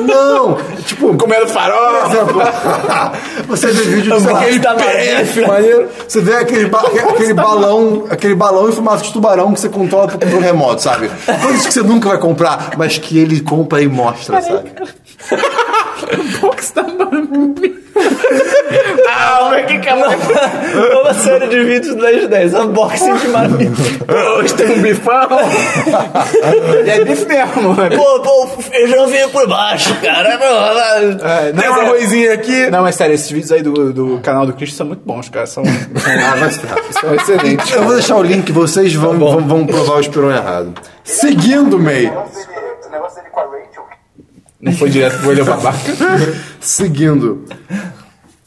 S3: Não! Tipo,
S4: Comendo farofa.
S3: você vê vídeo de sei lá,
S4: Aquele
S2: tá
S4: PF,
S2: maluco.
S4: maneiro.
S3: Você vê aquele, ba- aquele balão, aquele balão em formato de tubarão que você controla pro controle remoto, sabe? Coisas que você nunca vai comprar, mas que ele compra e mostra, sabe?
S5: Box da Bambi.
S2: Uma série de vídeos do 10 de 10. Unboxing de marmita. Hoje tem um bifão.
S1: E é bife mesmo, né?
S2: Pô, pô, o feijão veio por baixo, cara.
S1: É,
S4: Tem
S1: não,
S4: uma
S1: mas é-
S4: coisinha aqui.
S1: não, mas sério, esses vídeos aí do, do canal do Cristo são muito bons, cara. São,
S3: Ah, vai se ferrar.
S1: são excelentes.
S3: Eu vou deixar o link, vocês vão, vão, vão provar o esperão errado. Seguindo, May.
S6: O negócio dele com a Rachel.
S1: Não foi direto pro olho babaca.
S3: Seguindo.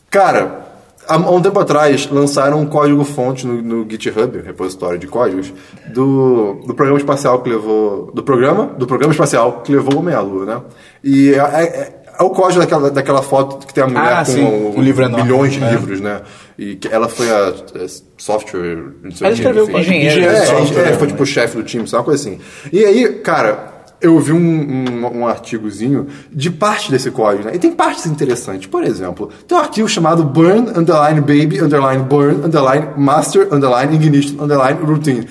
S3: Cara, há há um tempo atrás lançaram um código-fonte no, no GitHub, um repositório de códigos, do, do programa espacial que levou. Do programa? Do programa espacial que levou o homem à lua, né? E é, é- é o código daquela, daquela foto que tem a mulher
S1: Ah,
S3: com
S1: sim, um livro enorme.
S3: milhões de livros, né? E que ela foi a, a software. Não sei
S2: Ela
S3: o que,
S2: escreveu né? o
S3: enfim.
S2: código.
S3: É,
S2: Engenheiro.
S3: é,
S2: de software.
S3: é, foi tipo o chefe do time, sabe? Uma coisa assim. E aí, cara, eu vi um, um, um artigozinho de parte desse código, né? E tem partes interessantes. Por exemplo, tem um arquivo chamado burn, underline, baby, underline, burn, underline, master, underline, ignition, underline, routine.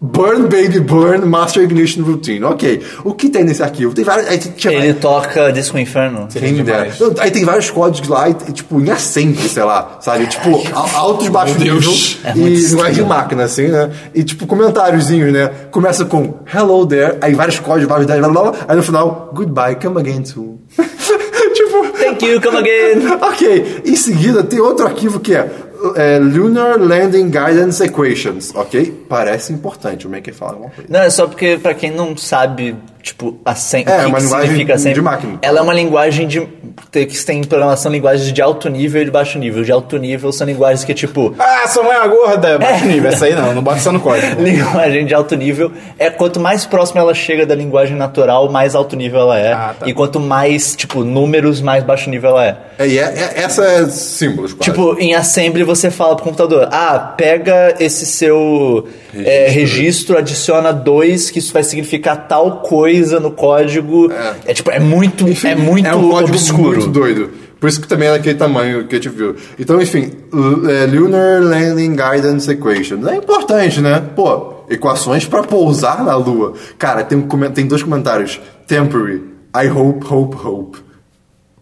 S3: Burn, baby, burn, master, ignition, routine. Ok. O que tem nesse arquivo? Tem vários... Aí tinha
S2: Ele toca Disco Inferno.
S3: quem me dera. Não, aí tem vários códigos lá, e, e, tipo, em assembly, sei lá, sabe? Tipo, a- altos e baixos
S4: Meu
S3: nível
S4: Deus.
S2: É muito
S3: e
S2: estranho.
S3: linguagem de máquina, assim, né? E, tipo, comentáriozinhos, né? Começa com hello there, aí vários códigos, vários 10, blá, blá, blá, aí no final, goodbye, come again soon. tipo,
S2: Thank you, come again.
S3: ok. Em seguida, tem outro arquivo que é, é, Lunar Landing Guidance Equations, ok? Parece importante, o Maker fala alguma coisa.
S2: Não, é só porque, pra quem não sabe, tipo, a sem, o
S3: É,
S2: que
S3: uma
S2: que
S3: linguagem
S2: significa
S3: de
S2: sem,
S3: máquina.
S2: Ela é uma linguagem de. tem- que tem em programação linguagens de alto nível e de baixo nível. De alto nível são linguagens que, tipo.
S1: Ah, sua mãe é uma gorda. Baixo nível, essa aí não, não bota isso no código.
S2: Linguagem de alto nível é quanto mais próximo ela chega da linguagem natural, mais alto nível ela é.
S1: Ah, tá.
S2: E quanto mais, tipo, números, mais baixo nível ela é.
S3: É, e é, é- essa é símbolos, quase.
S2: Tipo, em assembly você fala pro computador: ah, pega esse seu é, registro, adiciona dois, que isso vai significar tal coisa no código. É, tipo, é muito, é muito
S3: é um código
S2: obscuro.
S3: muito doido. Por isso que também é daquele tamanho que a gente viu. Então, enfim, L- é, Lunar Landing Guidance Equations. É importante, né? Pô, equações pra pousar na Lua. Cara, tem, um comen- tem dois comentários. Temporary. I hope, hope, hope.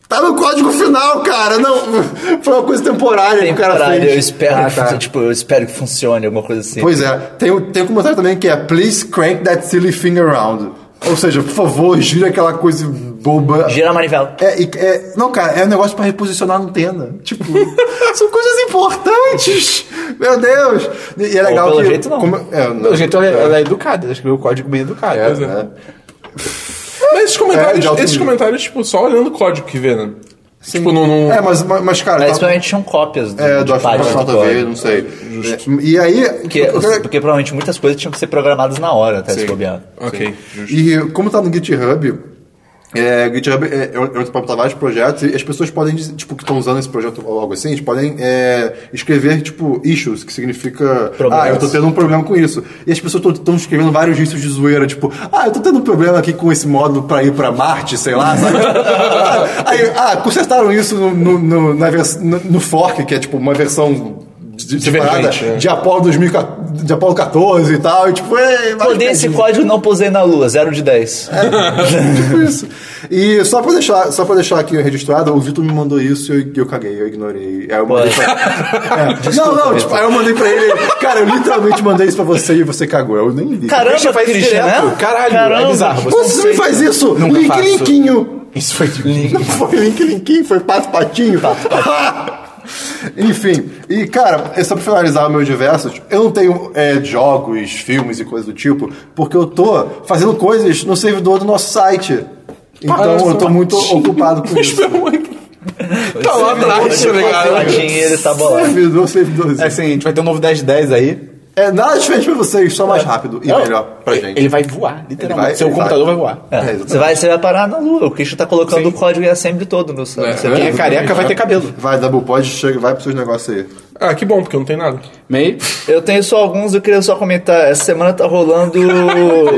S3: Tá no código final, cara. Não, foi uma coisa temporária que o um cara
S2: Temporário,
S3: fez.
S2: eu espero,
S3: Ah,
S2: que,
S3: tá.
S2: tipo, eu espero que funcione, alguma coisa assim.
S3: Pois é. Tem, o- tem um comentário também que é Please crank that silly thing around. Ou seja, por favor, gira aquela coisa boba.
S2: Gira a manivela.
S3: É, e- é- não, cara, é um negócio pra reposicionar a antena. Tipo, são coisas importantes. Meu Deus. E e é legal
S2: pelo
S3: que...
S2: jeito, não.
S3: é, não.
S1: Pelo jeito, ela, é- ela é educada, ela escreveu o código bem educado.
S3: É,
S1: Pois é.
S3: né?
S4: Mas esses
S3: É,
S4: comentários,
S3: de alto
S4: esses
S3: nível.
S4: comentários, tipo, só olhando o código que vê, né? Tipo, não. não-
S3: É, mas, mas, mas, cara...
S2: Mas
S3: tá-
S2: provavelmente tinham cópias do,
S3: é,
S2: de
S3: do
S2: páginas do
S3: JV,
S2: código.
S3: não sei. E aí...
S2: Porque,
S3: eu quero-
S2: porque provavelmente muitas coisas tinham que ser programadas na hora, até se bobear.
S4: Ok, justo.
S3: E como tá no GitHub, é, GitHub é, é onde para vários projetos e as pessoas podem, dizer, tipo, que estão usando esse projeto ou algo assim, eles podem é, escrever, tipo, issues, que significa.
S2: Problemas.
S3: Ah, eu tô tendo um problema com isso. E as pessoas estão escrevendo vários issues de zoeira, tipo, ah, eu tô tendo um problema aqui com esse módulo pra ir pra Marte, sei lá, sabe? Aí, ah, consertaram isso no, no, no, na vers- no- no fork, que é tipo uma versão. De, de, parada
S4: Divergente, é.
S3: de Apollo 2014, de Apollo 14 e tal, e tipo, é, vários
S2: Poder esse
S3: pedinhos.
S2: código não posei na lua, 0 de 10.
S3: É, Tipo isso. E só pra deixar, só pra deixar aqui registrado, o Vitor me mandou isso e eu, eu caguei, eu ignorei. Aí eu mandei pra... É. Não, não, tipo, aí eu mandei pra ele, cara, eu literalmente mandei isso pra você e você cagou. Eu nem li.
S2: Caramba,
S1: Christian faz isso
S2: Christian,
S1: direto?
S2: né?
S1: Caralho, é bizarro.
S3: Pô, você me faz isso?
S1: Nunca
S3: link,
S1: faço.
S3: linkinho.
S1: Isso foi de mim.
S3: Não foi link, linkinho, foi pato, patinho. Enfim, e cara, é só pra finalizar o meu diversos, eu não tenho é, jogos, filmes e coisas do tipo, porque eu tô fazendo coisas no servidor do nosso site. Então eu tô muito
S1: assim?
S3: ocupado com isso.
S4: Tá lá atrás, tá ligado?
S2: Latinha, ele tá bolado.
S3: Servidor, servidorzinho.
S1: Assim, a gente vai ter um novo 10 de 10 aí.
S3: É nada diferente pra vocês, só mais rápido e
S1: É. Não, É,
S3: melhor pra gente.
S1: Ele vai voar, literalmente.
S3: Ele vai-
S1: Seu
S3: ele
S1: computador vai, voar.
S2: É,
S3: exatamente.
S2: você, vai, você vai parar na lua. O Christian tá colocando
S4: É,
S2: o código e assembly todo no seu. no seu-
S1: Quem é careca vai ter cabelo.
S3: Vai, Dabu, pode chegar, vai pros seus negócios aí.
S4: Ah, que bom, porque eu não tenho nada.
S1: Meio?
S2: Eu tenho só alguns, eu queria só comentar. Essa semana tá rolando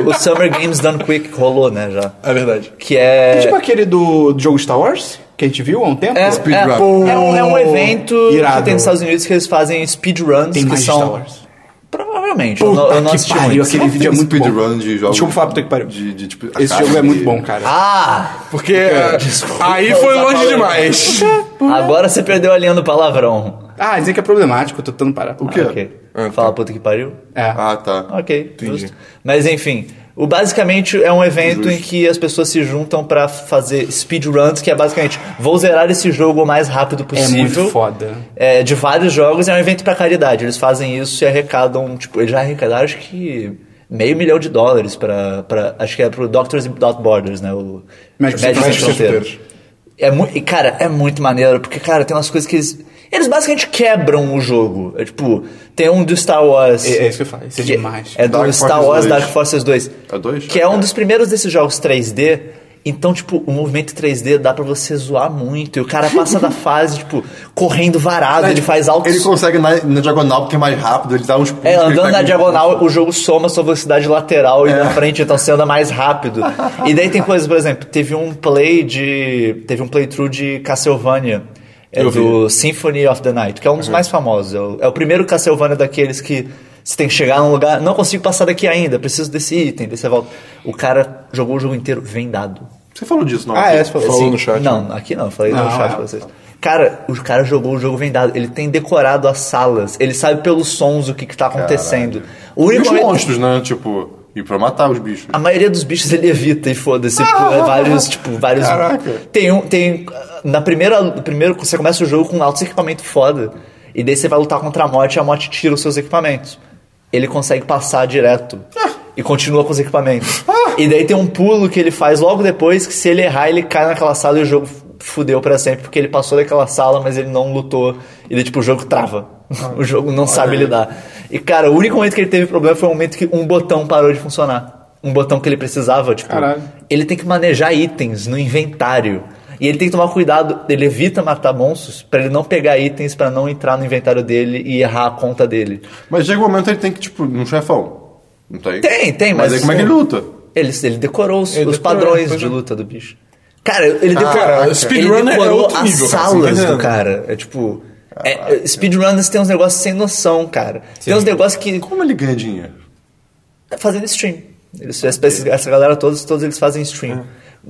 S2: o Summer Games Done Quick, rolou, né, já.
S4: É verdade.
S2: Que
S1: É
S2: é...
S1: tipo aquele do do jogo Star Wars, que a gente viu há um tempo.
S2: É,
S3: Speed
S2: é,
S3: run.
S2: é um, é um evento
S1: Irado.
S2: que tem nos Estados Unidos que eles fazem speedruns
S1: Tem
S2: que
S1: mais
S2: são.
S1: Star Wars.
S2: Provavelmente. eu não, eu não
S1: que
S2: assisti
S1: pariu,
S2: muito.
S1: aquele vídeo é muito bom.
S3: speedrun de jogos.
S1: Desculpa falar, puta que pariu.
S3: De, de, tipo,
S1: Esse
S3: arcade
S1: jogo é muito
S3: de-
S1: bom, cara.
S2: Ah!
S4: Porque é, aí foi longe demais.
S2: Agora você perdeu a linha do palavrão.
S1: Ah, dizem que é problemático, eu tô tentando parar.
S3: O quê?
S2: Ah, ok.
S4: tá.
S2: Fala puta que pariu?
S1: É.
S3: Ah, tá.
S2: Ok, justo. Mas enfim, o basicamente é um evento em que as pessoas se juntam pra fazer speedruns, que é basicamente vou zerar esse jogo o mais rápido
S1: é
S2: possível.
S1: muito foda.
S2: É, de vários jogos, é um evento pra caridade. Eles fazem isso e arrecadam, tipo, eles já arrecadaram acho que meio milhão de dólares pra. pra acho que é pro Doctors Without Borders, né? O
S1: Médicos Sem
S2: Médicos Sem
S3: Fronteiras.
S2: Fronteiras. É mu- e, cara, é muito maneiro, porque, cara, tem umas coisas que eles. Eles basicamente quebram o jogo. É, tipo, tem um do Star Wars.
S1: É, é isso que eu falo, isso é
S2: que
S1: demais.
S2: É do
S3: Dark
S2: Star
S3: Forces
S2: Wars
S3: 2.
S2: Dark Forces 2.
S3: É dois?
S2: Que é um dos primeiros desses jogos 3D. Então, tipo, o movimento 3D dá pra você zoar muito. E o cara passa da fase, tipo, correndo varado, ele faz altos.
S3: Ele consegue na, na diagonal porque é mais rápido, ele dá uns pulos.
S2: É,
S3: que ele
S2: andando
S3: pega
S2: na
S3: um-
S2: diagonal, o jogo soma sua velocidade lateral
S4: É.
S2: e na frente, então você anda mais rápido. e daí tem coisas, por exemplo, teve um play de. Teve um playthrough de Castlevania. É
S4: Eu vi. Uhum.
S2: do Symphony of the Night, que é um dos mais famosos. É o, é o primeiro Castlevania daqueles que você tem que chegar num lugar. Não consigo passar daqui ainda, preciso desse item, daí você volta. O cara jogou o jogo inteiro vendado.
S3: Você falou disso, não?
S1: Ah, é, você falou.
S4: Falou no chat.
S2: Não, aqui não, falei
S1: Não,
S2: no chat
S1: é.
S2: pra vocês. Cara, o cara jogou o jogo vendado, ele tem decorado as salas, ele sabe pelos sons o que, que tá acontecendo. O
S3: E
S2: único
S3: os
S2: momento-
S3: monstros, né? Tipo, e pra matar os bichos.
S2: a maioria dos bichos ele evita e foda-se. pô, é vários, tipo, vários.
S3: Caraca.
S2: Tem um. Tem. Na primeira. no Primeiro, você começa o jogo com altos equipamentos foda. E daí você vai lutar contra a morte e a morte tira os seus equipamentos. Ele consegue passar direto. E continua com os equipamentos. E daí tem um pulo que ele faz logo depois que se ele errar, ele cai naquela sala e o jogo fudeu pra sempre, porque ele passou daquela sala, mas ele não lutou. E daí, tipo, o jogo trava. o jogo não sabe lidar. E, cara, o único momento que ele teve problema foi o momento que um botão parou de funcionar. Um botão que ele precisava, tipo.
S1: Caralho.
S2: Ele tem que manejar itens no inventário. E ele tem que tomar cuidado, ele evita matar monstros pra ele não pegar itens pra não entrar no inventário dele e errar a conta dele.
S3: Mas chega um momento ele tem que, tipo, num chefão. Não tem?
S2: Tem, tem,
S3: Mas
S2: mas-
S3: aí como é que ele luta?
S2: Ele, ele decorou os,
S4: Ele
S2: os
S4: decorou,
S2: padrões
S4: pois
S2: de
S4: é.
S2: luta do bicho. Cara, ele decorou,
S4: cara,
S2: ele
S4: speedrun é
S2: decorou
S4: outro
S2: as
S4: nível, cara, você
S2: salas
S4: tá
S2: do
S4: entendendo?
S2: cara. É tipo. É, speedrunners tem uns negócios sem noção, cara. Tem uns negócios que.
S3: Como ele ganha dinheiro?
S2: fazendo stream. Eles, essa, essa galera, todos, todos eles fazem
S4: É.
S2: stream.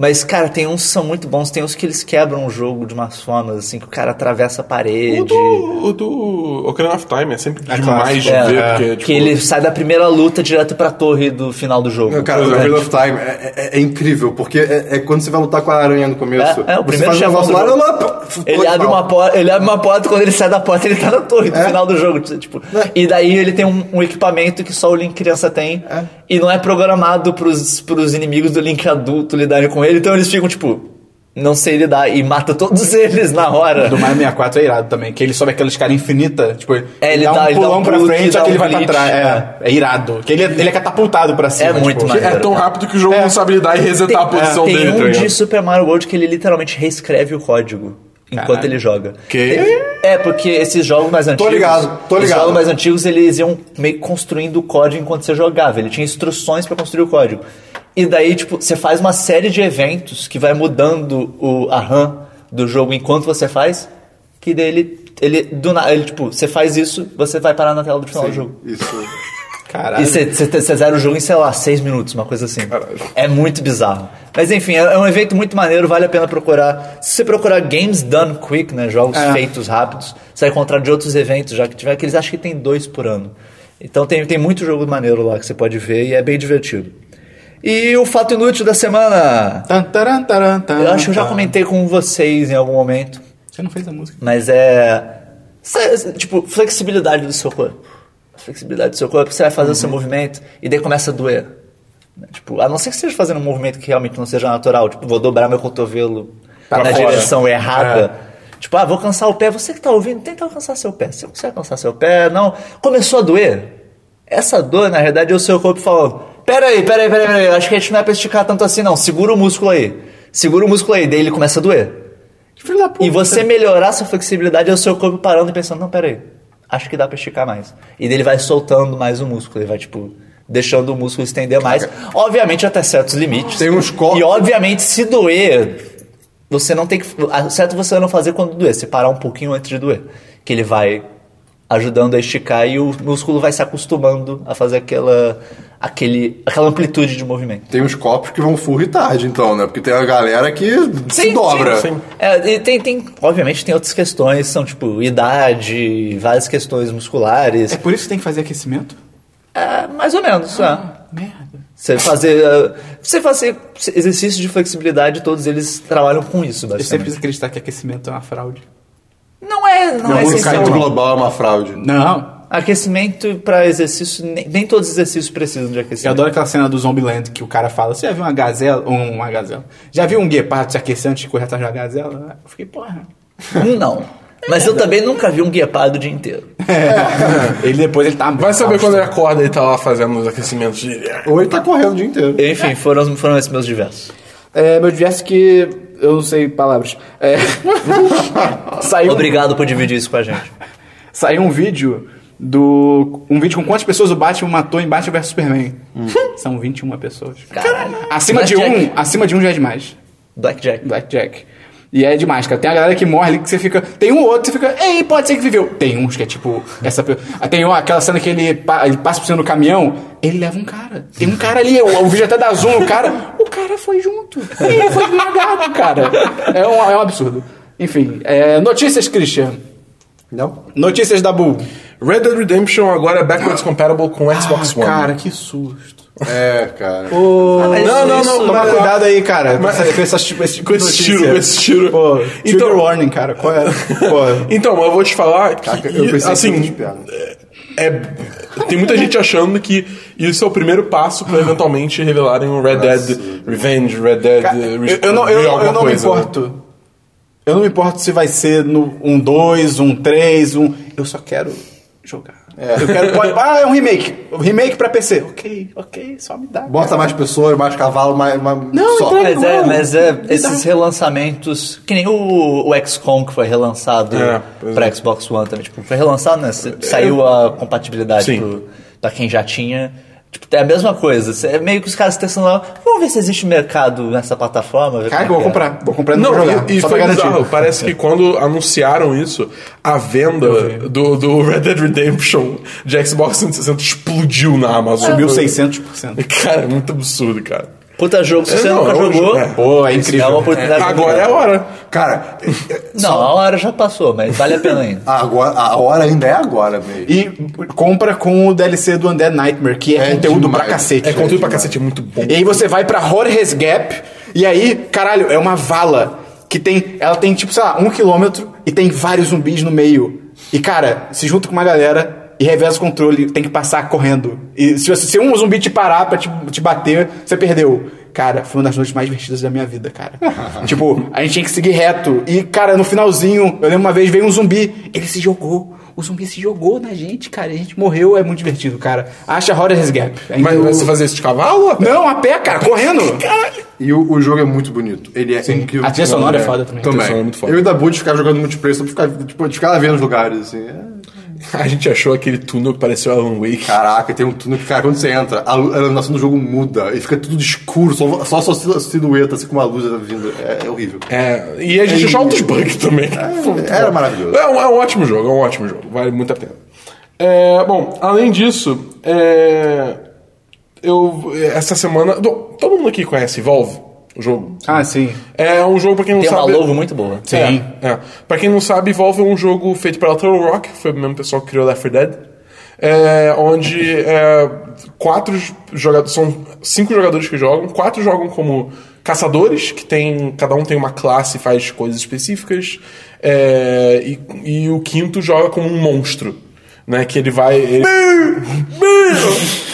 S2: Mas, cara, tem uns que são muito bons, tem uns que eles quebram o jogo de umas formas, assim, que o cara atravessa a parede.
S4: O do, o do Ocarina of Time é sempre demais de
S2: É,
S4: ver, porque,
S2: que
S4: tipo,
S2: ele sai da primeira luta direto pra torre do final do jogo.
S3: Cara, o
S2: É,
S3: Ocarina of Time é, é- é incrível, porque é, é quando você vai lutar com a aranha no começo.
S2: É, é, o
S3: você
S2: primeiro
S3: faz um
S2: chefão
S3: negócio lá,
S2: do jogo.
S3: lá, pá,
S2: Ele
S3: pô,
S2: abre,
S3: pau.
S2: uma porta, ele abre uma porta, quando ele sai da porta, ele tá na torre do
S3: É.
S2: final do jogo. Tipo, E daí ele tem um, um equipamento que só o Link criança tem. E não é programado pros, pros inimigos do Link adulto lidarem com ele. Então eles ficam, tipo, não sei lidar. E mata todos eles na hora.
S1: Do Mario 64 é irado também, que ele sobe aquela escada infinita, tipo,
S2: É, ele
S1: dá um
S2: dá- ele dá
S1: pulão
S2: um
S1: pra
S2: pulo que
S1: frente, só
S2: dá
S1: que ele
S2: um
S1: vai pra
S2: glitch,
S1: trás. É, é irado. Que ele, é- ele é catapultado pra cima.
S2: muito
S1: tipo.
S2: maneiro.
S4: é tão rápido que o jogo não sabe lidar e resetar a posição
S2: tem
S4: dele, tá
S2: um
S4: ligado?
S2: de Super Mario World que ele literalmente reescreve o código enquanto
S1: Caralho.
S2: ele joga.
S4: Que?
S2: Tem- É, porque esses jogos mais antigos.
S3: ligado, tô ligado.
S2: Os jogos mais antigos eles iam meio que construindo o código enquanto você jogava. Ele tinha instruções pra construir o código. E daí, tipo, você faz uma série de eventos que vai mudando o, a RAM do jogo enquanto você faz. Que daí ele. Ele, do, na- ele, tipo, você faz isso, você vai parar na tela do final do jogo.
S3: Isso.
S1: Caralho.
S2: E você zera o jogo em, sei lá, seis minutos, uma coisa assim. É muito bizarro. Mas enfim, é, é um evento muito maneiro, vale a pena procurar. Se você procurar Games Done Quick, né? Jogos
S1: É.
S2: feitos rápidos, você vai encontrar de outros eventos já que tiver, que eles acham que tem dois por ano. Então tem, tem muito jogo maneiro lá que você pode ver e é bem divertido. E o fato inútil da semana.
S1: Tan, taran, taran, tan,
S2: Eu acho que eu já
S5: Tá.
S1: tan.
S2: comentei com vocês em algum momento,
S1: Você não fez a música.
S2: mas é. sa- Tipo, flexibilidade do seu corpo. Flexibilidade do seu corpo, você vai fazer o seu movimento e daí começa a doer. Né? Tipo, a não ser que você esteja fazendo um movimento que realmente não seja natural. Tipo, vou dobrar meu cotovelo na
S4: fora.
S2: direção errada. Tipo, ah, vou alcançar o pé. Você que tá ouvindo, tenta alcançar seu pé. Se você consegue alcançar seu pé, não. Começou a doer. Essa dor, na verdade, é o seu corpo falando: peraí, peraí, peraí, peraí, acho que a gente não é pra esticar tanto assim, não. Segura o músculo aí. Segura o músculo aí. Daí ele começa a doer.
S1: Filho da puta.
S2: E você melhorar sua flexibilidade é o seu corpo parando e pensando, não, peraí. acho que dá pra esticar mais. E daí ele vai soltando mais o músculo, ele vai, tipo, deixando o músculo estender mais. Obviamente até certos limites.
S3: Tem uns cortes-
S2: E obviamente se doer, você não tem que. a- Certo você não fazer quando doer, você parar um pouquinho antes de doer. Que ele vai ajudando a esticar e o músculo vai se acostumando a fazer aquela. Aquele, aquela amplitude de movimento.
S3: Tem uns copos que vão full retard, então, né? Porque tem a galera que se dobra.
S4: sim, sim.
S2: É, e tem, tem, obviamente tem outras questões, são tipo idade, várias questões musculares.
S5: É por isso que tem que fazer aquecimento?
S2: É, mais ou menos, é.
S1: Merda.
S2: Você fazer, eh, você fazer exercícios de flexibilidade, todos eles trabalham com isso,
S5: Eu sempre
S2: basicamente.
S5: quis acreditar que aquecimento é uma fraude.
S2: Não é, não, é
S3: O
S2: essencial.
S3: aquecimento
S2: não.
S3: global é uma fraude.
S5: Não.
S2: Aquecimento para exercício, nem, nem todos os exercícios precisam de
S5: Eu
S2: aquecimento.
S5: adoro aquela cena do Zombieland que o cara fala, você já viu uma gazela, um- uma gazela? Já viu um guepardo se aquecer antes de correr atrás de uma gazela? Eu fiquei, porra.
S2: Um, Não. Mas eu também nunca vi um guepado o dia inteiro.
S5: Ele depois, ele tá...
S4: Vai saber quando ele acorda e tá lá fazendo os aquecimentos de...
S3: Ou ele tá correndo o dia inteiro.
S2: Enfim, foram, foram esses meus diversos.
S1: É, meu diverso que. Eu não sei palavras. É. Saiu.
S2: Obrigado por dividir isso com a gente.
S5: Saiu um vídeo do... Um vídeo com quantas pessoas o Batman matou em Batman vs Superman. São 21 pessoas.
S2: Caralho.
S5: Acima de
S2: Blackjack.
S5: um, acima de um já é demais.
S2: Blackjack.
S5: Blackjack. E é demais, cara. Tem a galera que morre ali que você fica. Tem um outro que você fica. Ei, pode ser que viveu. Tem uns que é tipo. Essa... pe- Ah, Tem uma- aquela cena que ele, pa- ele passa por cima do caminhão, ele leva um cara. Tem um cara ali, o, o vídeo até dá zoom no cara. O cara foi junto. Ele foi esmagado, cara. É um, é um absurdo. Enfim, é, notícias, Christian.
S3: Não?
S5: Notícias da Bull.
S4: Red Dead Redemption agora é backwards compatible com Xbox
S2: Ah,
S4: One.
S5: Cara, que susto.
S3: É, cara.
S4: Não, não, não.
S2: é
S5: Toma
S4: mas-
S5: cuidado aí, cara. Com,
S4: Mas-
S5: essa, com, essas, tipo- esse tipo
S4: com
S5: de
S4: esse
S5: notícia.
S4: tiro, com esse tiro.
S5: Pô,
S4: Então-
S5: trigger warning, cara. Qual é? Pô.
S4: Então, eu vou te falar que,
S3: Caraca, eu pensei em tudo de
S4: assim,
S3: piada.
S4: é, tem muita gente achando que isso é o primeiro passo pra eventualmente revelarem o Red Dead Revenge, Red Dead
S5: Cara,
S4: eh,
S5: eu,
S4: Re-
S5: eu não, eu, eu
S4: alguma
S5: não me
S4: coisa, né?
S5: importo. Eu não me importo se vai ser no um 2, um 3, um. Eu só quero jogar. Eu quero. pode- ah, é um remake. Um remake pra PC. Ok, ok, só me dá.
S3: Bota mais pessoas, mais cavalo, mais. mais
S5: Não,
S3: só.
S5: entrega-
S2: Mas é,
S5: Não,
S2: mas é,
S5: me dá.
S2: esses relançamentos, que nem o, o XCOM que foi relançado
S4: É, pois
S2: pra
S4: é.
S2: Xbox One também, tipo, foi relançado, né? Se- Saiu a compatibilidade
S4: Sim.
S2: pro, pra quem já tinha. Tipo, é a mesma coisa, cê- é meio que os caras testando lá, vamos ver se existe mercado nessa plataforma. ver
S5: Cara, que eu
S2: como é
S5: vou
S2: que é."
S5: comprar. Vou comprar e não,
S4: Não,
S5: vou jogar.
S4: e, e
S5: só
S4: foi
S5: pra garantir.
S4: bizarro. Parece que quando anunciaram isso, a venda do, do Red Dead Redemption de Xbox 360 explodiu na Amazon.
S5: Subiu 600%.
S4: Cara, é muito absurdo, cara.
S2: Puta jogo, se
S4: É,
S2: você
S4: não,
S2: nunca
S4: é um
S2: jogou,
S4: jogo- é.
S5: Pô, é
S2: é uma
S5: incrível.
S2: oportunidade.
S4: Agora é a hora. É
S3: Cara,
S2: Não, a hora já passou, mas vale a pena ainda.
S3: Ah, agora, a hora ainda é agora mesmo.
S5: E compra com o DLC do Undead Nightmare, que
S3: É
S5: é, conteúdo
S3: demais.
S5: pra cacete.
S4: É conteúdo pra
S3: demais.
S4: cacete, é muito bom.
S5: E aí você vai pra Jorge's Gap, e aí, caralho, é uma vala que tem. Ela tem, tipo, sei lá, um quilômetro e tem vários zumbis no meio. E, cara, se junta com uma galera e reversa o controle, tem que passar correndo. E se, você- se um zumbi te parar pra te, te bater, você perdeu. Cara, foi uma das noites mais divertidas da minha vida, cara. tipo, a gente tinha que seguir reto. E, cara, no finalzinho, eu lembro uma vez veio um zumbi, ele se jogou. O zumbi se jogou na gente, cara. e A gente morreu, é muito divertido, cara. Acha Horror's Gap. É
S4: Mas, mas
S5: incrível.
S4: você fazer isso de cavalo?
S5: Não, a pé, cara, correndo.
S3: E o, o jogo é muito bonito. Ele é incrível.
S5: A trilha sonora é foda também.
S4: A trilha sonora é muito foda.
S3: Eu e da Bud ficar jogando multiplayer só pra ficar, tipo, de ficar vendo os lugares, assim. É.
S4: A gente achou aquele túnel que pareceu Alan Wake.
S3: Caraca, tem um túnel que, cara, quando você entra, a, lu- a iluminação do jogo muda e fica tudo escuro, só só só sua silhueta, assim, com uma luz vindo. É, é horrível.
S4: É, e a gente achou outros bugs também.
S3: Era maravilhoso.
S4: É um, é um ótimo jogo, é um ótimo jogo. Vale muito a pena. É, bom, além disso, é, eu essa semana... bom, Todo mundo aqui conhece Evolve, o jogo.
S5: Ah, sim.
S4: É um jogo pra quem não
S2: Tem uma
S4: sabe...
S2: logo muito boa.
S5: Sim.
S4: É, é. Pra quem não sabe, Evolve é um jogo feito pela Turtle Rock, foi o mesmo pessoal que criou Left 4 Dead. é, onde é, quatro jogadores. São cinco jogadores que jogam, quatro jogam como caçadores, que tem. Cada um tem uma classe e faz coisas específicas. é, e, e o quinto joga como um monstro. Né, que ele vai. ele-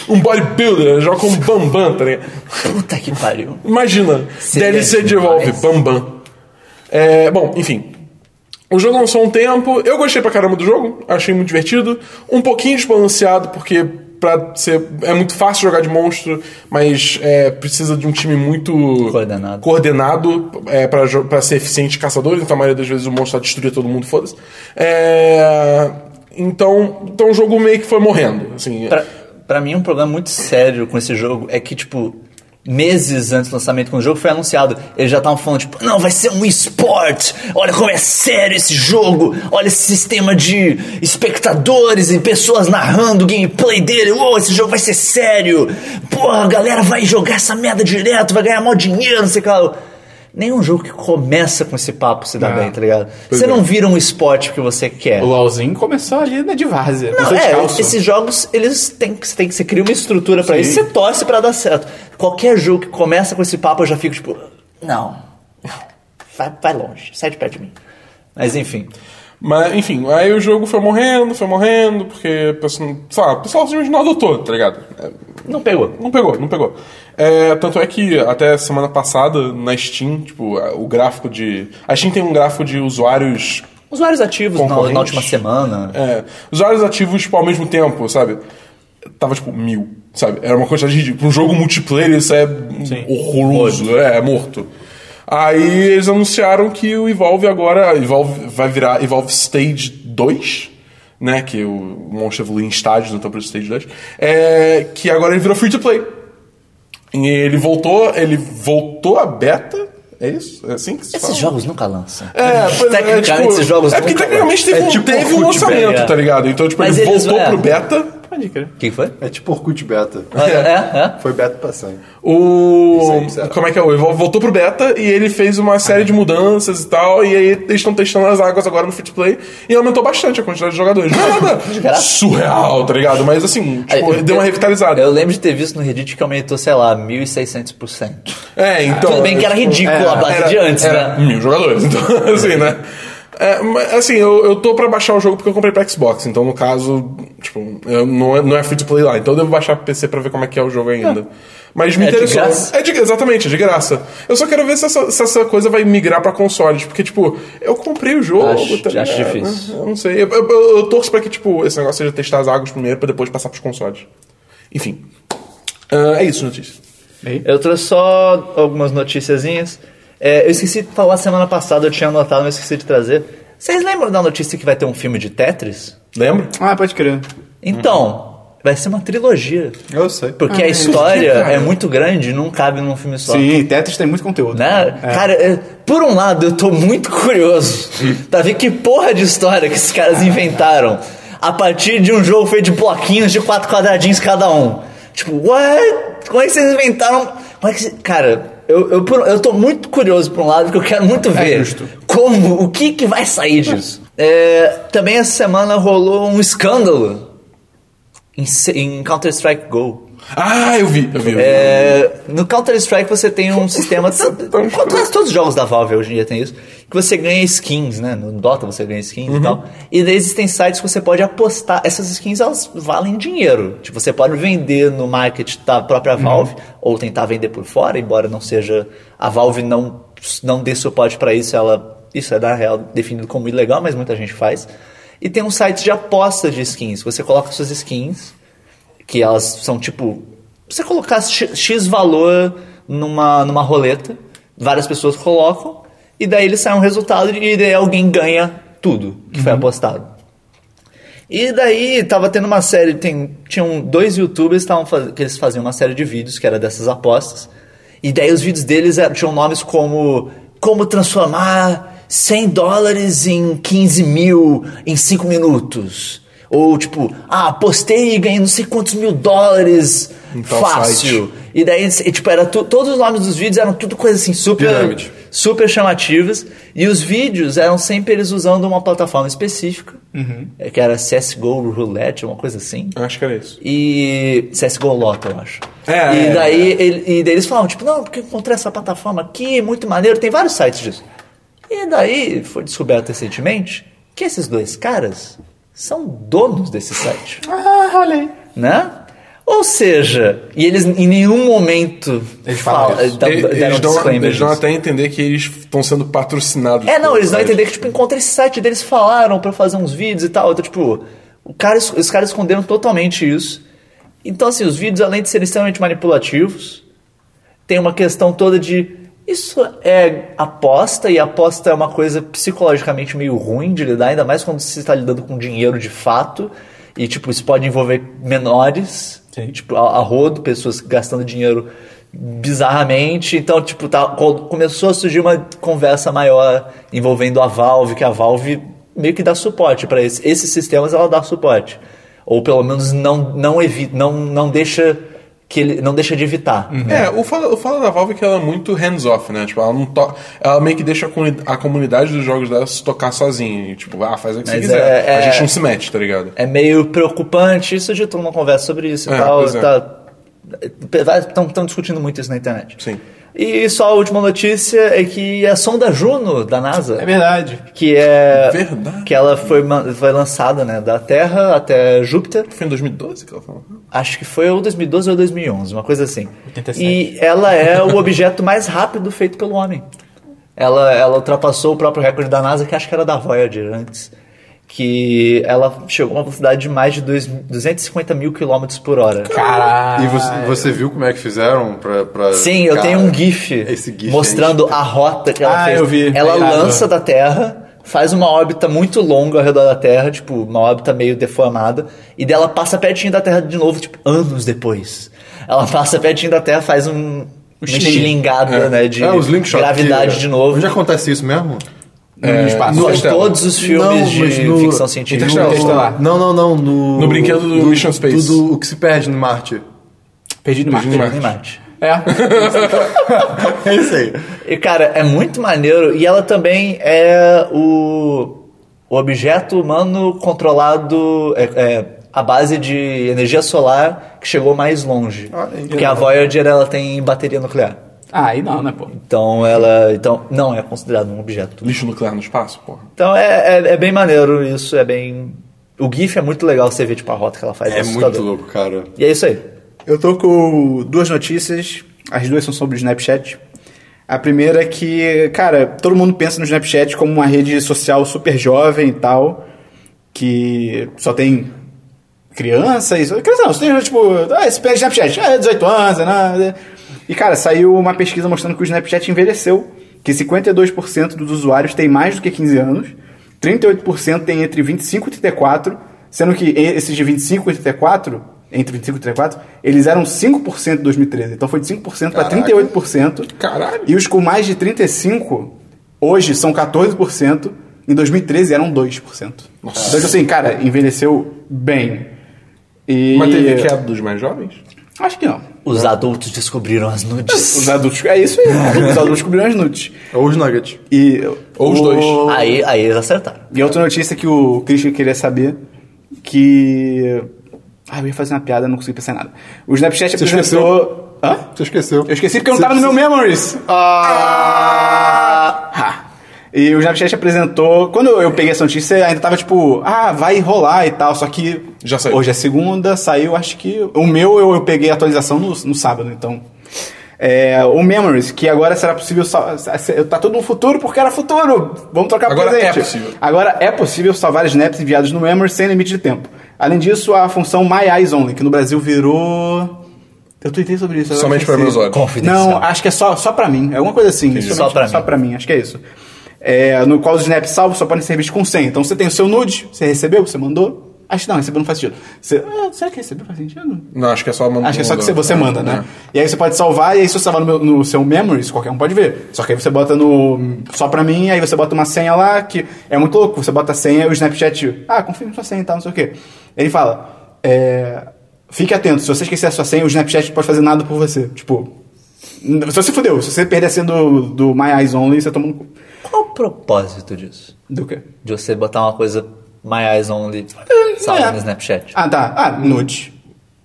S4: um bodybuilder, ele joga como um Bambam, tá ligado?
S2: Puta que pariu.
S4: Imagina,
S2: Seria
S4: DLC de Evolve,
S2: demais.
S4: Bambam. É, bom, enfim. O jogo lançou há um tempo, eu gostei pra caramba do jogo, achei muito divertido. Um pouquinho desbalanceado, porque pra ser, é muito fácil jogar de monstro, mas é, precisa de um time muito
S2: Coordenado.
S4: coordenado é, pra jo- pra ser eficiente caçador, então a maioria das vezes o monstro tá destruindo todo mundo, foda-se. É, Então, então o jogo meio que foi morrendo. Assim,
S2: Pra, pra mim, um problema muito sério com esse jogo é que, tipo, meses antes do lançamento, quando o jogo foi anunciado, eles já estavam falando, tipo, não, vai ser um esporte! Olha como é sério esse jogo! Olha esse sistema de espectadores e pessoas narrando o gameplay dele! Uou, esse jogo vai ser sério! Porra, a galera vai jogar essa merda direto, vai ganhar mó dinheiro, não sei o que lá. Nenhum jogo que começa com esse papo se dá bem, tá ligado? Você não vira um esporte que você quer.
S7: O LOLzinho começou ali na de várzea.
S2: Não,
S7: começou
S2: é,
S7: descalço.
S2: esses jogos, eles têm que, você tem que, você cria uma estrutura pra isso, você torce pra dar certo. Qualquer jogo que começa com esse papo, eu já fico tipo, não, vai, vai longe, sai de perto de mim. Mas enfim,
S4: Mas, enfim, aí o jogo foi morrendo, foi morrendo, porque, pessoal- sei lá, o pessoal simplesmente não adotou, tá ligado? É,
S2: não pegou.
S4: Não pegou, não pegou. É, tanto é que até semana passada, na Steam, tipo, a- o gráfico de. A Steam tem um gráfico de usuários.
S2: Usuários ativos na,
S4: Concorrentes.
S2: na última semana.
S4: é, usuários ativos, tipo, ao mesmo tempo, sabe? Tava, tipo, mil, sabe? Era uma quantidade ridícula. Pra um jogo multiplayer, isso é horroroso. É, é morto. Aí eles anunciaram que o Evolve agora. Evolve vai virar Evolve Stage 2, né? Que o monstro evolui em estágios, então por isso Stage 2. É, que agora ele virou free to play. E ele voltou, ele voltou a beta. É isso? É assim que se fala?
S2: Esses jogos nunca lançam.
S4: É, pois é,
S2: Tecnicamente,
S4: tipo,
S2: esses jogos
S4: É porque
S2: nunca
S4: tecnicamente teve,
S2: lançam.
S4: um,
S2: É tipo
S4: teve um
S2: Orkut,
S4: lançamento,
S2: velho,
S4: tá
S2: é.
S4: ligado? Então, tipo,
S2: Mas
S4: ele
S2: eles-
S4: voltou
S2: é.
S4: pro beta.
S7: Pode crer.
S2: Quem foi?
S3: É tipo Orkut Beta.
S2: Ah, É, é.
S3: Foi Beta pra 100.
S4: O.
S3: Isso aí,
S4: Como é que é? O Evolve voltou pro beta e ele fez uma série de mudanças e tal. E aí eles estão testando as águas agora no free to play. E aumentou bastante a quantidade de jogadores. Não é nada surreal, tá ligado? Mas assim, tipo,
S2: Aí,
S4: deu uma revitalizada.
S2: Eu lembro de ter visto no Reddit que aumentou, sei lá, 1.600%.
S4: É, então.
S2: Tudo bem que É, era ridículo a base de antes,
S4: era
S2: né?
S4: mil jogadores, então, assim, né? É, mas, assim, eu, eu tô pra baixar o jogo porque eu comprei pra Xbox, então no caso, tipo, eu- não é, não é free to play lá, então eu devo baixar pro PC pra ver como é que é o jogo ainda. Mas me
S2: É de
S4: interessou.
S2: graça?
S4: É de, exatamente, é de graça. Eu só quero ver se essa, se essa coisa vai migrar pra consoles, porque, tipo, eu comprei o jogo.
S2: Acho-
S4: tá
S2: acho
S4: ligado?
S2: difícil.
S4: Eu não sei. Eu, eu- eu- eu torço pra que, tipo, esse negócio seja testar as águas primeiro pra depois passar pros consoles. Enfim. Ah, é isso, notícia.
S2: Eu trouxe só algumas noticiazinhas. É, eu esqueci de falar semana passada, eu tinha anotado, mas esqueci de trazer. Vocês lembram da notícia que vai ter um filme de Tetris?
S4: Lembra?
S1: Ah, pode crer.
S2: Então, vai ser uma trilogia.
S3: Eu sei.
S2: Porque a história é muito grande e não cabe num filme só.
S1: Sim, Tetris tem muito conteúdo.
S2: Né? Cara, é, por um lado, eu tô muito curioso pra ver que porra de história que esses caras inventaram a partir de um jogo feito de bloquinhos de quatro quadradinhos cada um. Tipo, what? Como é que vocês inventaram? Como é que cê- Cara, eu, eu, por- eu tô muito curioso por um lado, porque eu quero muito ver como, o que que vai sair disso. É, também essa semana rolou um escândalo em, se- em Counter-Strike GO.
S4: Ah, eu vi, eu vi. Eu vi.
S2: É, no Counter-Strike você tem um sistema. de- Quase todos os jogos da Valve hoje em dia tem isso. Que você ganha skins, né? No Dota você ganha skins e tal. E daí existem sites que você pode apostar. Essas skins elas valem dinheiro. Tipo, você pode vender no market da própria Valve, ou tentar vender por fora, embora não seja. A Valve não, não dê suporte pra isso, ela. Isso é na real definido como ilegal, mas muita gente faz. E tem um site de aposta de skins. Você coloca suas skins que elas são tipo. Você colocar X X valor numa, numa roleta, várias pessoas colocam, e daí ele sai um resultado e daí alguém ganha tudo que foi apostado. E daí tava tendo uma série, tem, tinham dois youtubers tavam faz- que eles faziam uma série de vídeos que era dessas apostas. E daí os vídeos deles eram- tinham nomes como Como transformar 100 dólares em 15 mil em 5 minutos. Ou tipo, ah, apostei e ganhei não sei quantos mil dólares
S4: tal
S2: fácil. E daí, e, tipo, era tu- todos os nomes dos vídeos eram tudo coisa assim, super
S3: Pirâmide.
S2: super chamativas. E os vídeos eram sempre eles usando uma plataforma específica, é, que era CSGO Roulette, uma coisa assim.
S4: Eu Acho que era isso.
S2: E CSGO Lota, eu acho.
S4: É,
S2: e,
S4: é,
S2: daí, ele- e daí eles falavam, tipo, não, porque eu encontrei essa plataforma aqui, muito maneiro, tem vários sites disso. E daí foi descoberto recentemente que esses dois caras são donos desse site
S7: Ah, olha aí.
S2: né? Ou seja, e eles em nenhum momento
S7: Eles falam
S2: fala-
S7: isso.
S2: da-
S4: Eles-
S2: Tá, deram
S4: eles, dão,
S2: disclaimer
S4: eles dão
S2: disso.
S4: até entender que eles estão sendo patrocinados.
S2: É, não,
S4: pelo
S2: eles não
S4: site.
S2: entender que, tipo, encontra esse site deles falaram pra fazer uns vídeos e tal. Então, tipo, o cara, es- os caras esconderam totalmente isso. Então, assim, os vídeos, além de serem extremamente manipulativos, tem uma questão toda de Isso é aposta, e aposta é uma coisa psicologicamente meio ruim de lidar, ainda mais quando você está lidando com dinheiro de fato. E, tipo, isso pode envolver menores, tipo, a, a rodo, pessoas gastando dinheiro bizarramente. Então, tipo, tá, co- começou a surgir uma conversa maior envolvendo a Valve, que a Valve meio que dá suporte para esse, esses sistemas, ela dá suporte. Ou pelo menos não, não, evi não, não deixa que ele não deixa de evitar.
S4: É, o fala, o fala da Valve é que ela é muito hands-off, né? Tipo, ela não toca. Ela meio que deixa a, comuni- a comunidade dos jogos dela se tocar sozinha. E, tipo, ah, faz o que você
S2: Mas
S4: quiser.
S2: é-
S4: A
S2: é-
S4: gente não se mete, tá ligado?
S2: é meio preocupante. Isso de todo mundo conversa sobre isso e
S4: É,
S2: tal. tá, é,
S4: pois é.
S2: Estão discutindo muito isso na internet.
S4: Sim.
S2: E só a última notícia é que a sonda Juno da NASA,
S8: É verdade.
S2: que é
S4: Verdade.
S2: que ela foi, ma- foi lançada né, da Terra até Júpiter,
S4: Foi em 2012 que ela falou.
S2: acho que foi ou 2012 ou 2011, uma coisa assim.
S8: 87.
S2: E ela é o objeto mais rápido feito pelo homem. Ela, ela ultrapassou o próprio recorde da NASA, que acho que era da Voyager antes. Que ela chegou a uma velocidade de mais de dois- 250 mil quilômetros por hora.
S8: Caralho.
S3: E você, você viu como é que fizeram pra. pra-
S2: Sim, eu
S3: Cara,
S2: tenho um GIF,
S3: esse GIF é
S2: mostrando a rota que ela
S8: Ah,
S2: fez.
S8: eu vi.
S2: Ela
S8: É irado.
S2: lança da Terra, faz uma órbita muito longa ao redor da Terra, tipo, uma órbita meio deformada, e dela passa pertinho da Terra de novo, tipo, anos depois. Ela passa pertinho da Terra, faz um. Uma
S8: estilingue.
S2: estilingada, né? De
S3: é, os Linkshot
S2: gravidade
S3: que-
S2: de novo.
S3: Onde acontece isso mesmo?
S8: No espaço.
S2: Só
S4: No-
S2: em todos os filmes
S3: Não, mas
S2: de
S3: no-
S2: ficção científica.
S4: Interstellar.
S8: Interstellar.
S3: Não, não, não. No,
S4: No brinquedo do Mission Space.
S3: Tudo o que se perde no Marte.
S8: Perdido demais.
S4: Perdido em Marte.
S2: Em Marte.
S8: É.
S3: É isso aí.
S2: E, cara, é muito maneiro. E ela também é o, o objeto humano controlado. É, é, a base de energia solar que chegou mais longe. porque a Voyager ela tem bateria nuclear.
S8: Ah, aí não, né, pô?
S2: Então ela. Então, não é considerado um objeto.
S4: Lixo nuclear no espaço, porra.
S2: Então é, é, é bem maneiro isso, é bem. O GIF é muito legal você ver tipo a rota que ela faz.
S3: É
S2: assustador.
S3: muito louco, cara.
S2: E é isso aí.
S5: Eu tô com duas notícias, as duas são sobre o Snapchat. A primeira é que, cara, todo mundo pensa no Snapchat como uma rede social super jovem e tal, que só tem criança e... Criança não, só tem, tipo, ah, esse Snapchat, ah, é 18 anos, é nada. E, cara, saiu uma pesquisa mostrando que o Snapchat envelheceu, que 52% dos usuários têm mais do que 15 anos, 38% tem entre 25 e 34, sendo que e- esses de 25 e 34, entre 25 e 34, eles eram 5% em 2013. Então foi de 5% para
S3: Caraca.
S5: 38%.
S4: Caralho.
S5: E os com mais de 35, hoje são 14%, em 2013 eram 2%. Nossa. Então, tipo assim, cara, envelheceu bem. E...
S4: Mas teve queda dos mais jovens?
S5: Acho que não.
S2: Os adultos descobriram as nudes.
S5: Os adultos. É isso aí. Os adultos cobriram as nudes.
S3: Ou os Nuggets.
S5: E,
S4: Ou os
S5: o-
S4: dois.
S2: aí, aí eles acertaram.
S5: E outra notícia que o Christian queria saber: que. Ah, eu ia fazer uma piada, não consegui pensar em nada. O Snapchat
S3: Você
S5: apresentou. Hã?
S3: Você esqueceu.
S5: Eu esqueci porque eu não
S3: Você-
S5: tava no meu Memories. Ah! Ha. E o Snapchat apresentou. Quando eu peguei essa notícia, ainda tava tipo, ah, vai rolar e tal. Só que.
S4: Já saiu.
S5: Hoje é segunda, saiu, acho que. O meu eu, eu peguei a atualização no, no sábado, então. É, o Memories, que agora será possível. sal- Tá todo no futuro porque era futuro. Vamos trocar
S4: Agora
S5: presente.
S4: é possível.
S5: Agora é possível salvar snaps enviados no Memories sem limite de tempo. Além disso, a função My Eyes Only, que no Brasil virou. Eu tuitei sobre isso. agora
S4: Somente para
S5: esqueci.
S4: meus olhos.
S2: Confidencial.
S5: Não, acho que é só, só pra mim. É alguma coisa assim.
S2: Só pra
S5: Só
S2: mim.
S5: pra mim, acho que é isso. É, no qual os snaps salvos só podem ser vistos com 100. Então você tem o seu nude, você recebeu, você mandou. Acho que não, recebeu não faz sentido. Você- ah, será que recebeu faz sentido?
S4: Não, acho que é só mandar.
S5: Acho que é só que você, você manda, né?
S4: É.
S5: E aí você pode salvar, e aí se você salvar no, meu- no seu Memories, qualquer um pode ver. Só que aí você bota no. Só pra mim, aí você bota uma senha lá, que é muito louco. Você bota a senha, o Snapchat. Ah, confirma sua senha e tal, não sei o quê. Ele fala. é, fique atento, se você esquecer a sua senha, o Snapchat não pode fazer nada por você. Tipo. n- Se você fudeu, se você perder a senha do, do My Eyes Only, você toma no cu.
S2: Qual o propósito disso?
S5: Do quê?
S2: De você botar uma coisa My Eyes Only salva
S5: é.
S2: no Snapchat.
S5: Ah, tá. Ah,
S4: Hum.
S5: nude.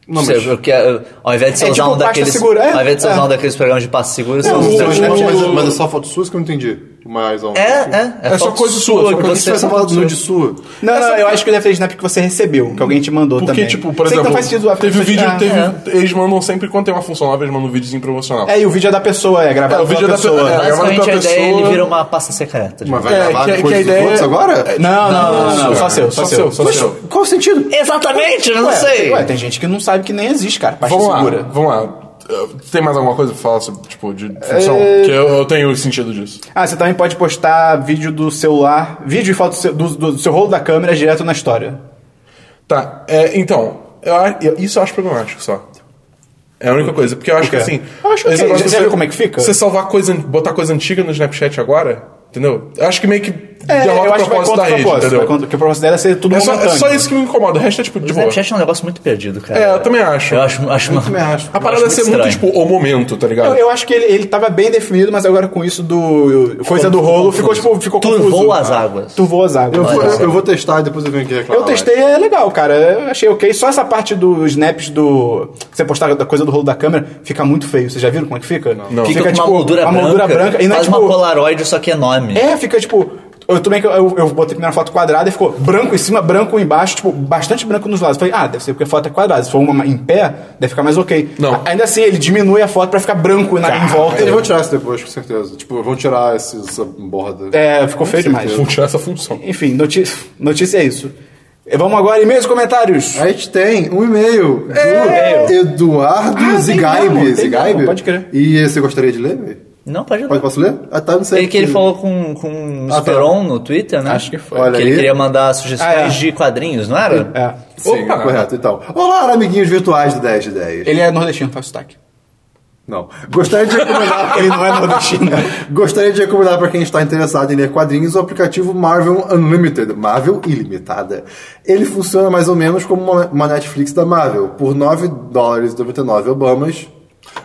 S3: Não,
S2: Você-
S3: mas-
S2: porque, eh, ao invés de você
S5: É
S2: usar
S5: tipo
S2: um
S5: pasta
S2: daqueles.
S5: segura, é?
S2: Ao invés de você
S5: É.
S2: usar um daqueles programas de passe seguro, você
S4: Não,
S2: usa
S3: Mas,
S4: o-
S2: o
S4: o-
S2: Snapchat.
S3: mas, mas é só foto sua que eu não entendi. Mas,
S2: né? É, é.
S4: É só
S2: foto
S4: coisa sua, só
S2: que
S4: coisa
S3: Tipo, Você
S2: você
S3: vai salvar do nude sua.
S5: Não, não, eu acho que deve ser Snap que você recebeu, que alguém te mandou
S4: Porque,
S5: também.
S4: tipo, por
S5: Sei que
S4: exemplo,
S5: não faz sentido, a
S4: teve o
S5: pessoa-
S4: vídeo,
S5: Ah,
S4: teve,
S5: é.
S4: eles mandam sempre quando tem uma função nova, eles mandam um videozinho promocional.
S5: É, e o vídeo é da pessoa, é gravado
S4: É, o vídeo
S5: pela
S4: é da
S5: pessoa.
S4: pessoa, é.
S2: Basicamente
S4: pra
S2: a ideia
S4: pessoa-
S2: ele vira uma pasta secreta. tipo.
S3: Mas vai
S4: É,
S3: gravar
S4: que- que
S3: coisas
S4: a
S3: dos
S4: ideia-
S3: outros agora?
S5: Não, não, não, não,
S1: Ah,
S5: não, só
S4: cara.
S5: seu, só,
S4: É, Só
S5: seu.
S4: seu, só
S5: Mas
S4: seu.
S5: Qual o sentido?
S2: Exatamente, eu não
S5: Ué,
S1: É,
S2: sei.
S5: Ué, tem gente que não sabe que nem existe, cara, pasta
S4: Vamos lá,
S5: segura.
S4: vamos lá. Eh, Tem mais alguma coisa pra falar sobre, tipo, de função?
S1: É.
S4: Que eu, eu tenho sentido disso.
S1: Ah, você também pode postar vídeo do celular, vídeo e foto do seu- do, do seu rolo da câmera direto na história.
S4: Tá, é, então, eu a- eu- isso eu acho problemático só. É a única coisa, porque eu acho que
S1: quê?
S4: assim.
S1: Eu acho
S4: esse
S1: ok,
S4: negócio
S1: já- já
S4: de
S1: viu como é que fica?
S4: Você salvar coisa, botar coisa antiga no Snapchat agora, entendeu? É, Eu acho que meio que
S1: É,
S4: derrota o propósito da rede,
S1: vai
S4: entendeu?
S1: contra- Porque o propósito dela é ser tudo
S4: É só, é
S1: momentâneo.
S4: só isso que me incomoda, o resto é tipo de
S2: O
S4: boa.
S2: Snapchat é um negócio muito perdido, cara.
S4: É, eu também acho.
S2: Eu acho, acho uma... também acho.
S4: A parada é ser muito,
S2: estranho.
S4: tipo, o momento, tá ligado?
S1: Eu, eu acho que ele, ele tava bem definido, mas agora com isso do. coisa do rolo, ficou tipo. Ficou
S2: Turvou
S1: confuso.
S2: as águas.
S1: Turvou as
S3: Eu,
S1: águas.
S3: vou-
S2: Olha só.
S3: eu vou testar e depois eu venho aqui
S1: Eu
S3: reclamar.
S1: testei, é legal, cara. Eu achei ok. Só essa parte dos snaps do. que Você postar da coisa do rolo da câmera, fica muito feio. Vocês já viram como é que fica? Não.
S2: Fica, com uma
S5: tipo,
S2: moldura branca,
S1: E não é
S2: faz
S1: tipo.
S2: uma polaroid, só que enorme.
S1: É, fica tipo. Eu também que eu, eu botei a primeira foto quadrada e ficou branco em cima, branco embaixo, tipo, bastante branco nos lados. Falei, ah, deve ser porque a foto é quadrada. Se for uma em pé, deve ficar mais ok.
S4: Não.
S1: A- ainda assim, ele diminui a foto pra ficar branco na, em volta.
S3: Eles vão tirar isso depois, com certeza. Tipo, vão tirar esse- essa borda.
S1: É, ficou feio demais.
S4: Vou tirar essa função.
S1: Enfim, notícia, notícia é isso. E Vamos agora, e-mails e comentários.
S3: A gente tem um e-mail do Eduardo
S1: É. Ah, tem mesmo,
S3: Zigaibe.
S1: tem
S3: Zigaibe.
S1: mesmo, pode crer.
S3: E você gostaria de ler?
S2: Não, pode
S3: Pode,
S2: não.
S3: posso ler? Ah, tá, não sei.
S2: Ele que ele falou com, com o
S3: Ah, tá.
S2: Esperon no Twitter, né? Acho que
S3: foi. Olha
S2: que ele
S3: aí.
S2: queria mandar sugestões
S1: Ah, é.
S2: de quadrinhos, não era?
S1: É.
S3: Sim,
S4: Opa!
S3: correto, então. Olá, amiguinhos virtuais do 10 de 10.
S1: Ele é nordestino,
S5: tá?
S1: faz sotaque.
S3: Não. Gostaria de recomendar...
S1: Ele não é nordestino.
S3: Gostaria de recomendar para quem está interessado em ler quadrinhos o aplicativo Marvel Unlimited, Marvel Ilimitada. Ele funciona mais ou menos como uma- uma Netflix da Marvel, por 9 dólares 99 obamas.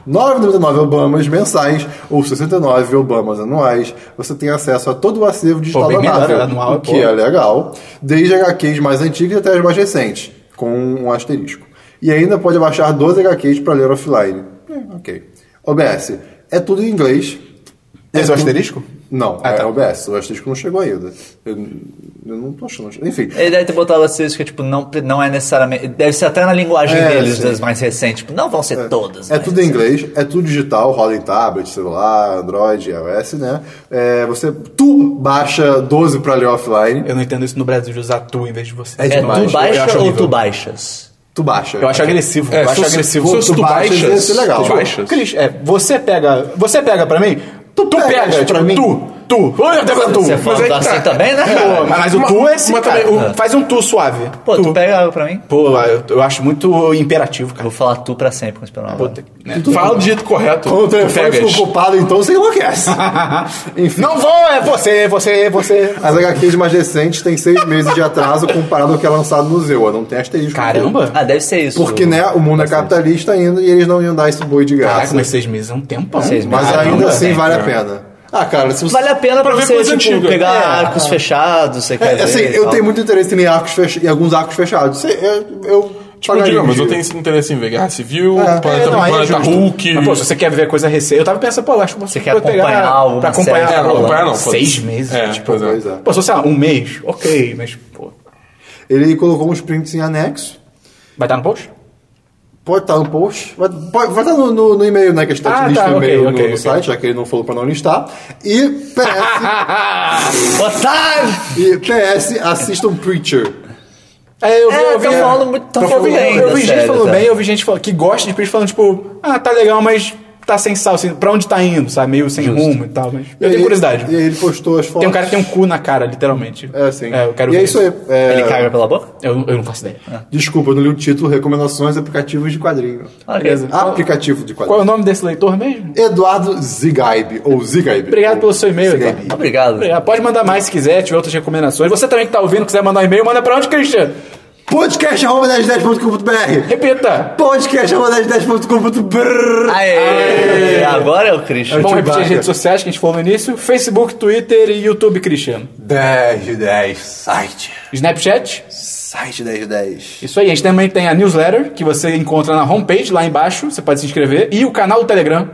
S3: 9,99 obamas mensais ou 69 obamas anuais, você tem acesso a todo o acervo digital
S1: bem
S3: da
S1: melhor,
S3: Marvel,
S1: anual é
S3: o que
S1: boa.
S3: é legal, desde HQs mais antigas até as mais recentes, com um asterisco. E ainda pode baixar 12 HQs para ler offline. É, ok. OBS, é tudo em inglês.
S1: Esse é o
S3: tudo-
S1: asterisco?
S3: Não,
S1: Ah,
S3: é
S1: tá.
S3: OBS. O asterisco não chegou ainda. Eu, eu não tô achando. Enfim.
S1: É
S2: Ele deve ter botado asterisco, tipo, não, não é necessariamente... Deve ser até na linguagem
S3: É,
S2: deles,
S3: sim.
S2: das mais recentes. Tipo, não vão ser todas.
S3: É
S1: né?
S2: mas-
S3: tudo em inglês, é tudo digital, roda em tablet, celular, Android, iOS, né? É, você, tu baixa 12 para ler offline,
S1: Eu não entendo isso no Brasil de usar tu em vez de você.
S3: É
S2: É
S3: demais.
S2: tu
S3: Eu
S2: baixa
S1: acho
S2: ou
S1: horrível.
S2: tu baixas?
S3: tu baixa.
S1: Eu acho agressivo.
S4: É,
S1: eu
S4: se
S1: acho
S4: fosse-
S1: agressivo.
S4: se fosse
S3: Tu
S4: tu
S3: baixa,
S4: baixas,
S3: ia ser legal.
S4: tu baixas.
S1: Cris, é, você pega. Você pega pra mim? Tu,
S3: pegas
S1: pega,
S3: pra
S1: tipo,
S3: mim?
S1: tu, tu. Olha até pra tu.
S2: Você é fã
S4: mas aí
S2: do
S4: que
S2: assim
S4: tá.
S2: também, né?
S1: Pô,
S2: cara?
S1: mas, mas o
S4: Mas-
S1: tu é assim,
S4: mas
S1: cara.
S4: também o-
S1: É. Faz um tu suave.
S2: Pô, tu, pega água pra mim?
S1: Pô, eu, eu acho muito imperativo, cara.
S2: Vou falar tu pra sempre com o Esperon.
S1: Puta que- né?
S4: Fala do jeito correto.
S3: Quando o
S4: tu
S3: telefone
S4: pegas.
S3: ficou ocupado, então você enlouquece. Enfim.
S1: Não vou, é você, você, você.
S3: As HQs mais recentes têm seis meses de atraso comparado ao que é lançado no Zewa. Não tem asterisco.
S1: Caramba.
S2: Ah, deve ser isso.
S3: Porque, né, o mundo é capitalista ainda e eles não iam dar esse boi de
S1: Caraca,
S3: graça.
S1: mas seis meses é um tempão.
S2: Seis
S3: Mas
S2: Caramba,
S4: né?
S3: ainda assim
S2: velho.
S3: vale
S4: É.
S3: a pena. Ah, cara, se você.
S2: Vale a pena pra,
S4: ver
S2: você,
S4: coisa
S2: tipo,
S4: antiga.
S2: pegar
S4: É,
S2: arcos fechados, você quer
S3: Ah. É,
S1: né?
S2: ver
S3: assim,
S2: e
S3: eu
S2: tal.
S3: tenho muito interesse em, ler arcos fecha- em alguns arcos fechados. Sei, Eu, eu
S4: Tipo,
S3: pagaria um
S4: digamos, eu
S3: dia.
S4: tenho esse interesse em ver Guerra Civil,
S3: É.
S4: Planeta,
S1: É, não, aí é
S4: Planeta
S1: justo.
S4: Hulk.
S1: Mas, pô, se você quer ver coisa recente, eu tava pensando, pô, eu acho que
S2: Você quer acompanhar alguma
S1: pra acompanhar
S2: série?
S4: É, não,
S1: pô,
S4: acompanhar não,
S1: Seis
S4: foda-se.
S1: meses,
S4: É,
S1: tipo.
S4: pois é.
S3: Pois é.
S1: Pô, se fosse ah, um mês, ok, mas, pô.
S3: Ele colocou uns prints em anexo.
S1: Vai estar no post?
S3: Pode estar no post, vai, pode- vai estar no, no- no e-mail, né? Que a gente
S1: Ah,
S3: lista
S1: tá,
S3: no
S1: ok,
S3: e-mail no,
S1: ok,
S3: no
S1: ok.
S3: site, já que ele não falou pra não listar. E PS,
S2: Otário!
S3: e PS assistam Preacher.
S1: É, eu vi,
S2: É,
S1: eu vi,
S3: um
S2: tão falando muito- tão
S1: eu
S2: falando
S1: vi-
S2: bem
S1: Eu
S2: da
S1: vi gente
S2: série,
S1: falando
S2: tá?
S1: bem, eu vi gente falando, que gosta de Preacher falando, tipo, ah, tá legal, mas tá sem sal, assim, pra onde tá indo, sabe? Meio sem rumo e tal, mas. Eu
S3: E aí-
S1: tenho curiosidade.
S3: E aí ele postou as fotos.
S1: Tem um cara que tem um cu na cara, literalmente.
S3: É, sim.
S1: É, eu quero
S3: e
S1: ver
S3: é isso aí. É,
S2: Ele caga pela boca?
S1: Eu, eu não faço ideia.
S3: Desculpa, eu não li o título, recomendações, aplicativos de quadrinho.
S2: Ok.
S1: Beleza.
S3: Aplicativo de
S1: Qual é
S3: quadrinho.
S1: o nome desse leitor mesmo?
S3: Eduardo Zigaib, ou Zigaib.
S1: Obrigado pelo seu e-mail,
S3: Zigaib.
S1: Eduardo.
S2: Obrigado.
S1: Obrigado. "Ah, Pode mandar mais se quiser, tiver outras recomendações. Você também que tá ouvindo, quiser mandar um e-mail, manda pra onde, Christian?
S3: Podcast.com.br
S1: Repita!
S3: Podcast.com.br
S2: Aê! Agora é o Christian.
S1: Vamos
S3: Chewbacca.
S1: repetir as redes sociais que a gente falou no início: Facebook, Twitter e YouTube, Christian.
S3: 10 de 10. Site.
S1: Snapchat?
S3: Site 10 de 10.
S1: Isso aí, a gente também tem a newsletter, que você encontra na homepage lá embaixo, você pode se inscrever, e o canal do Telegram.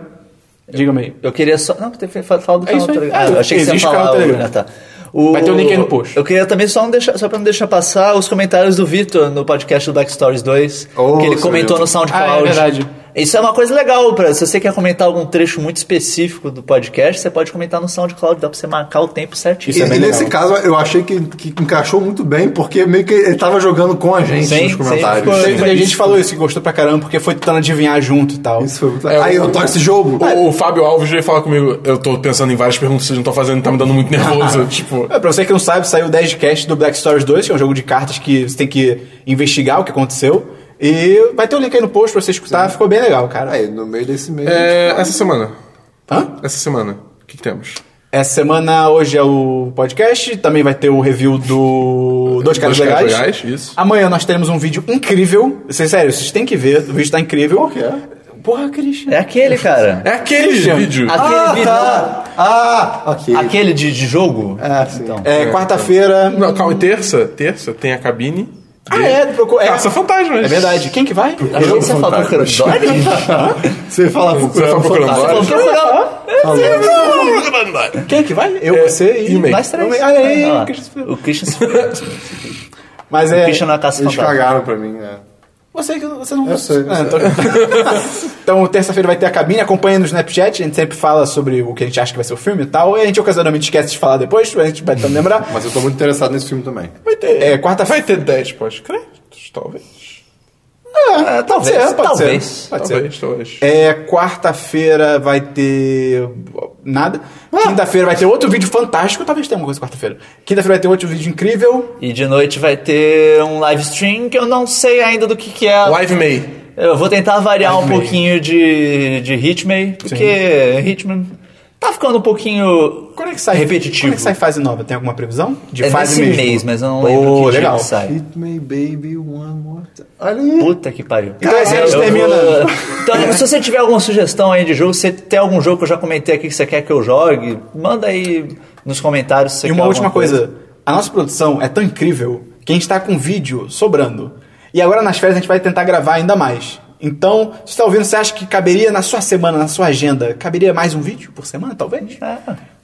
S1: Diga-me aí.
S2: Eu queria só. Não, tem que falar do
S1: É
S2: canal
S1: isso aí.
S2: do Telegram. Ah, eu achei que você ia
S1: Existe o
S2: falar.
S1: canal do
S2: o-
S1: Telegram.
S2: Ah, tá. O-
S1: Vai ter o link aí no post.
S2: Eu queria também só, não deixar, só pra não deixar passar os comentários do Vitor no podcast do Black Stories 2,
S3: Oh,
S2: que ele
S3: sim,
S2: comentou
S3: Vitor.
S2: no SoundCloud.
S1: Ah, é verdade.
S2: Isso é uma coisa legal, pra, se você quer comentar algum trecho muito específico do podcast, você pode comentar no SoundCloud, dá pra você marcar o tempo certinho.
S1: é
S3: e, e nesse caso, eu achei que, que encaixou muito bem, porque meio que ele tava jogando com a gente
S2: Sim,
S3: nos
S2: sim,
S3: comentários.
S2: ficou-
S3: Sim.
S5: Teve gente que falou isso, que gostou pra caramba, porque foi tentando adivinhar junto e tal.
S3: Isso foi muito
S4: É,
S3: legal. Aí
S4: o-
S3: eu toco esse jogo.
S4: O, o Fábio Alves veio falar comigo, eu tô pensando em várias perguntas que vocês não estão fazendo, tá me dando muito nervoso. tipo,
S5: É, pra você que não sabe, saiu o 10 cast do Black Stories 2, que é um jogo de cartas que você tem que investigar o que aconteceu. E vai ter o link aí no post pra você escutar, ficou bem legal, cara.
S3: Aí, no meio desse mês.
S4: é, essa semana.
S5: Hã?
S4: Essa semana. O que, que temos?
S5: Essa semana, hoje é o podcast, também vai ter o review do Dois Caras
S4: Dois Caras
S5: Legais.
S4: Legais, isso.
S5: Amanhã nós teremos um vídeo incrível. Vocês, sério, vocês têm que ver, o vídeo tá incrível. Qual que é? Porra, Christian.
S2: É aquele, cara.
S4: É aquele vídeo.
S2: Aquele vídeo.
S3: Ah, ok.
S2: Aquele de, de jogo?
S3: Ah, sim.
S2: Então.
S5: É, quarta-feira.
S4: Não, calma, terça, terça tem a cabine.
S5: Ah, é, procura. É,
S2: Tá.
S4: Caça fantasmas.
S5: é verdade. Quem que vai?
S2: Acho que você falou que era
S3: Você fala
S4: Você foi Tá procurando vários.
S5: Quem é que vai? Eu,
S4: É,
S5: você e...
S4: e o Mac.
S2: Mais três.
S5: Olha aí,
S2: Olha lá.
S5: Christian.
S2: O Christian se fudeu.
S5: Mas é...
S2: O Christian na caça
S3: Eles
S2: fantasma.
S3: cagaram pra mim, né?
S5: Você que você não.
S3: Tá Eu sei, eu
S5: Ah,
S3: sei.
S5: então- então, terça-feira vai ter a cabine, acompanha no Snapchat, a gente sempre fala sobre o que a gente acha que vai ser o filme e tal. E a gente ocasionalmente esquece de falar depois, a gente vai tentando lembrar.
S3: Mas eu tô muito interessado nesse filme também.
S4: Vai ter.
S5: É, quarta-feira.
S4: Vai ter 10 pós-créditos, talvez.
S5: É,
S2: talvez,
S5: pode ser, pode
S2: talvez.
S5: ser. Pode ser.
S4: Talvez, talvez.
S5: É, quarta-feira vai ter. Nada.
S2: Ah.
S5: Quinta-feira vai ter outro vídeo fantástico. Talvez tenha alguma coisa quarta-feira. Quinta-feira vai ter outro vídeo incrível.
S2: E de noite vai ter um live stream que eu não sei ainda do que, que é.
S4: Live May.
S2: Eu vou tentar variar um pouquinho de, de Hitman, porque Hitman tá ficando um pouquinho
S5: Quando é que sai?
S2: repetitivo.
S5: Quando é que sai fase nova? Tem alguma previsão? De
S2: É
S5: fase
S2: nesse
S5: mesmo?
S2: mês, mas eu não
S5: Pô,
S2: lembro que dia
S5: legal.
S2: que sai.
S3: Hit me, baby, one more time. Olha aí.
S2: Puta que pariu.
S5: Então, assim, a gente
S2: Eu vou-
S5: termina.
S2: Então, se você tiver alguma sugestão aí de jogo, se tem algum jogo que eu já comentei aqui que você quer que eu jogue, manda aí nos comentários se você
S5: E
S2: quer
S5: uma última
S2: alguma
S5: coisa. a nossa produção é tão incrível que a gente tá com vídeo sobrando. E agora nas férias a gente vai tentar gravar ainda mais. Então, se você tá ouvindo, você acha que caberia na sua semana, na sua agenda, caberia mais um vídeo por semana, talvez?
S2: É.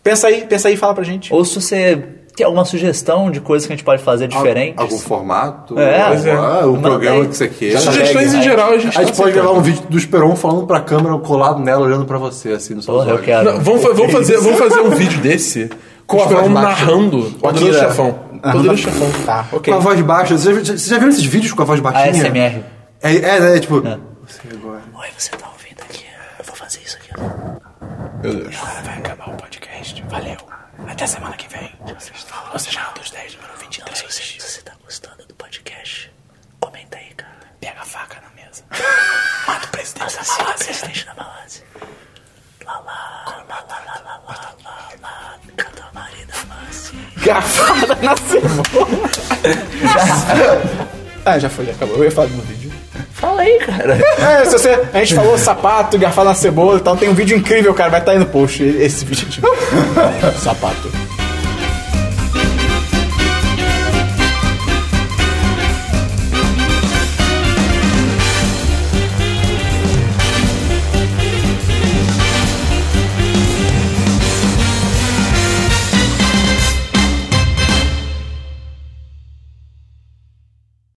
S5: Pensa aí, pensa aí e fala pra gente.
S2: Ou se você tem alguma sugestão de coisa que a gente pode fazer diferente.
S3: Algum formato?
S2: É.
S3: alguma-
S2: Pois é.
S3: O
S2: Manda
S3: programa
S2: aí.
S3: que você queira.
S4: Sugestões em geral, a gente
S3: A gente
S4: tá
S3: pode gravar
S4: aceitando.
S3: um vídeo do Esperon falando pra câmera, colado nela, olhando pra você, assim, no seu
S2: Porra, eu quero.
S4: Não, vamos, fa- vamos fazer, vamos fazer um vídeo desse
S3: Com
S4: com o
S3: a
S4: Esperão
S3: voz baixa.
S4: narrando o Poder do
S5: Akira.
S4: Chefão.
S5: Ah,
S4: Poder
S5: tá.
S4: do Chefão.
S5: Tá, ok.
S3: Com a voz baixa. Vocês já, vocês já viram esses vídeos com a voz baixinha?
S2: ASMR.
S3: É, é, né? Tipo... Você agora.
S2: Oi, você tá ouvindo aqui? Eu vou fazer isso aqui.
S4: Meu Deus.
S9: Vai acabar o podcast. Valeu. Até semana que vem. Ou seja, dos 10 número 23.
S2: Se você tá gostando do podcast, comenta aí, cara.
S9: Pega a faca na mesa. Mata o presidente da Malásia.
S2: Assistente da Malásia. Lá, lá, lá, lá, lá, lá, lá, lá, lá. Catamari da Malásia.
S5: Ah, já foi, acabou. Eu ia falar do meu vídeo.
S2: Fala aí, cara.
S5: É, se você. A gente falou tá sapato, garfada na cebola e tal. Tem um vídeo incrível, cara. Vai estar aí no post esse vídeo. sapato.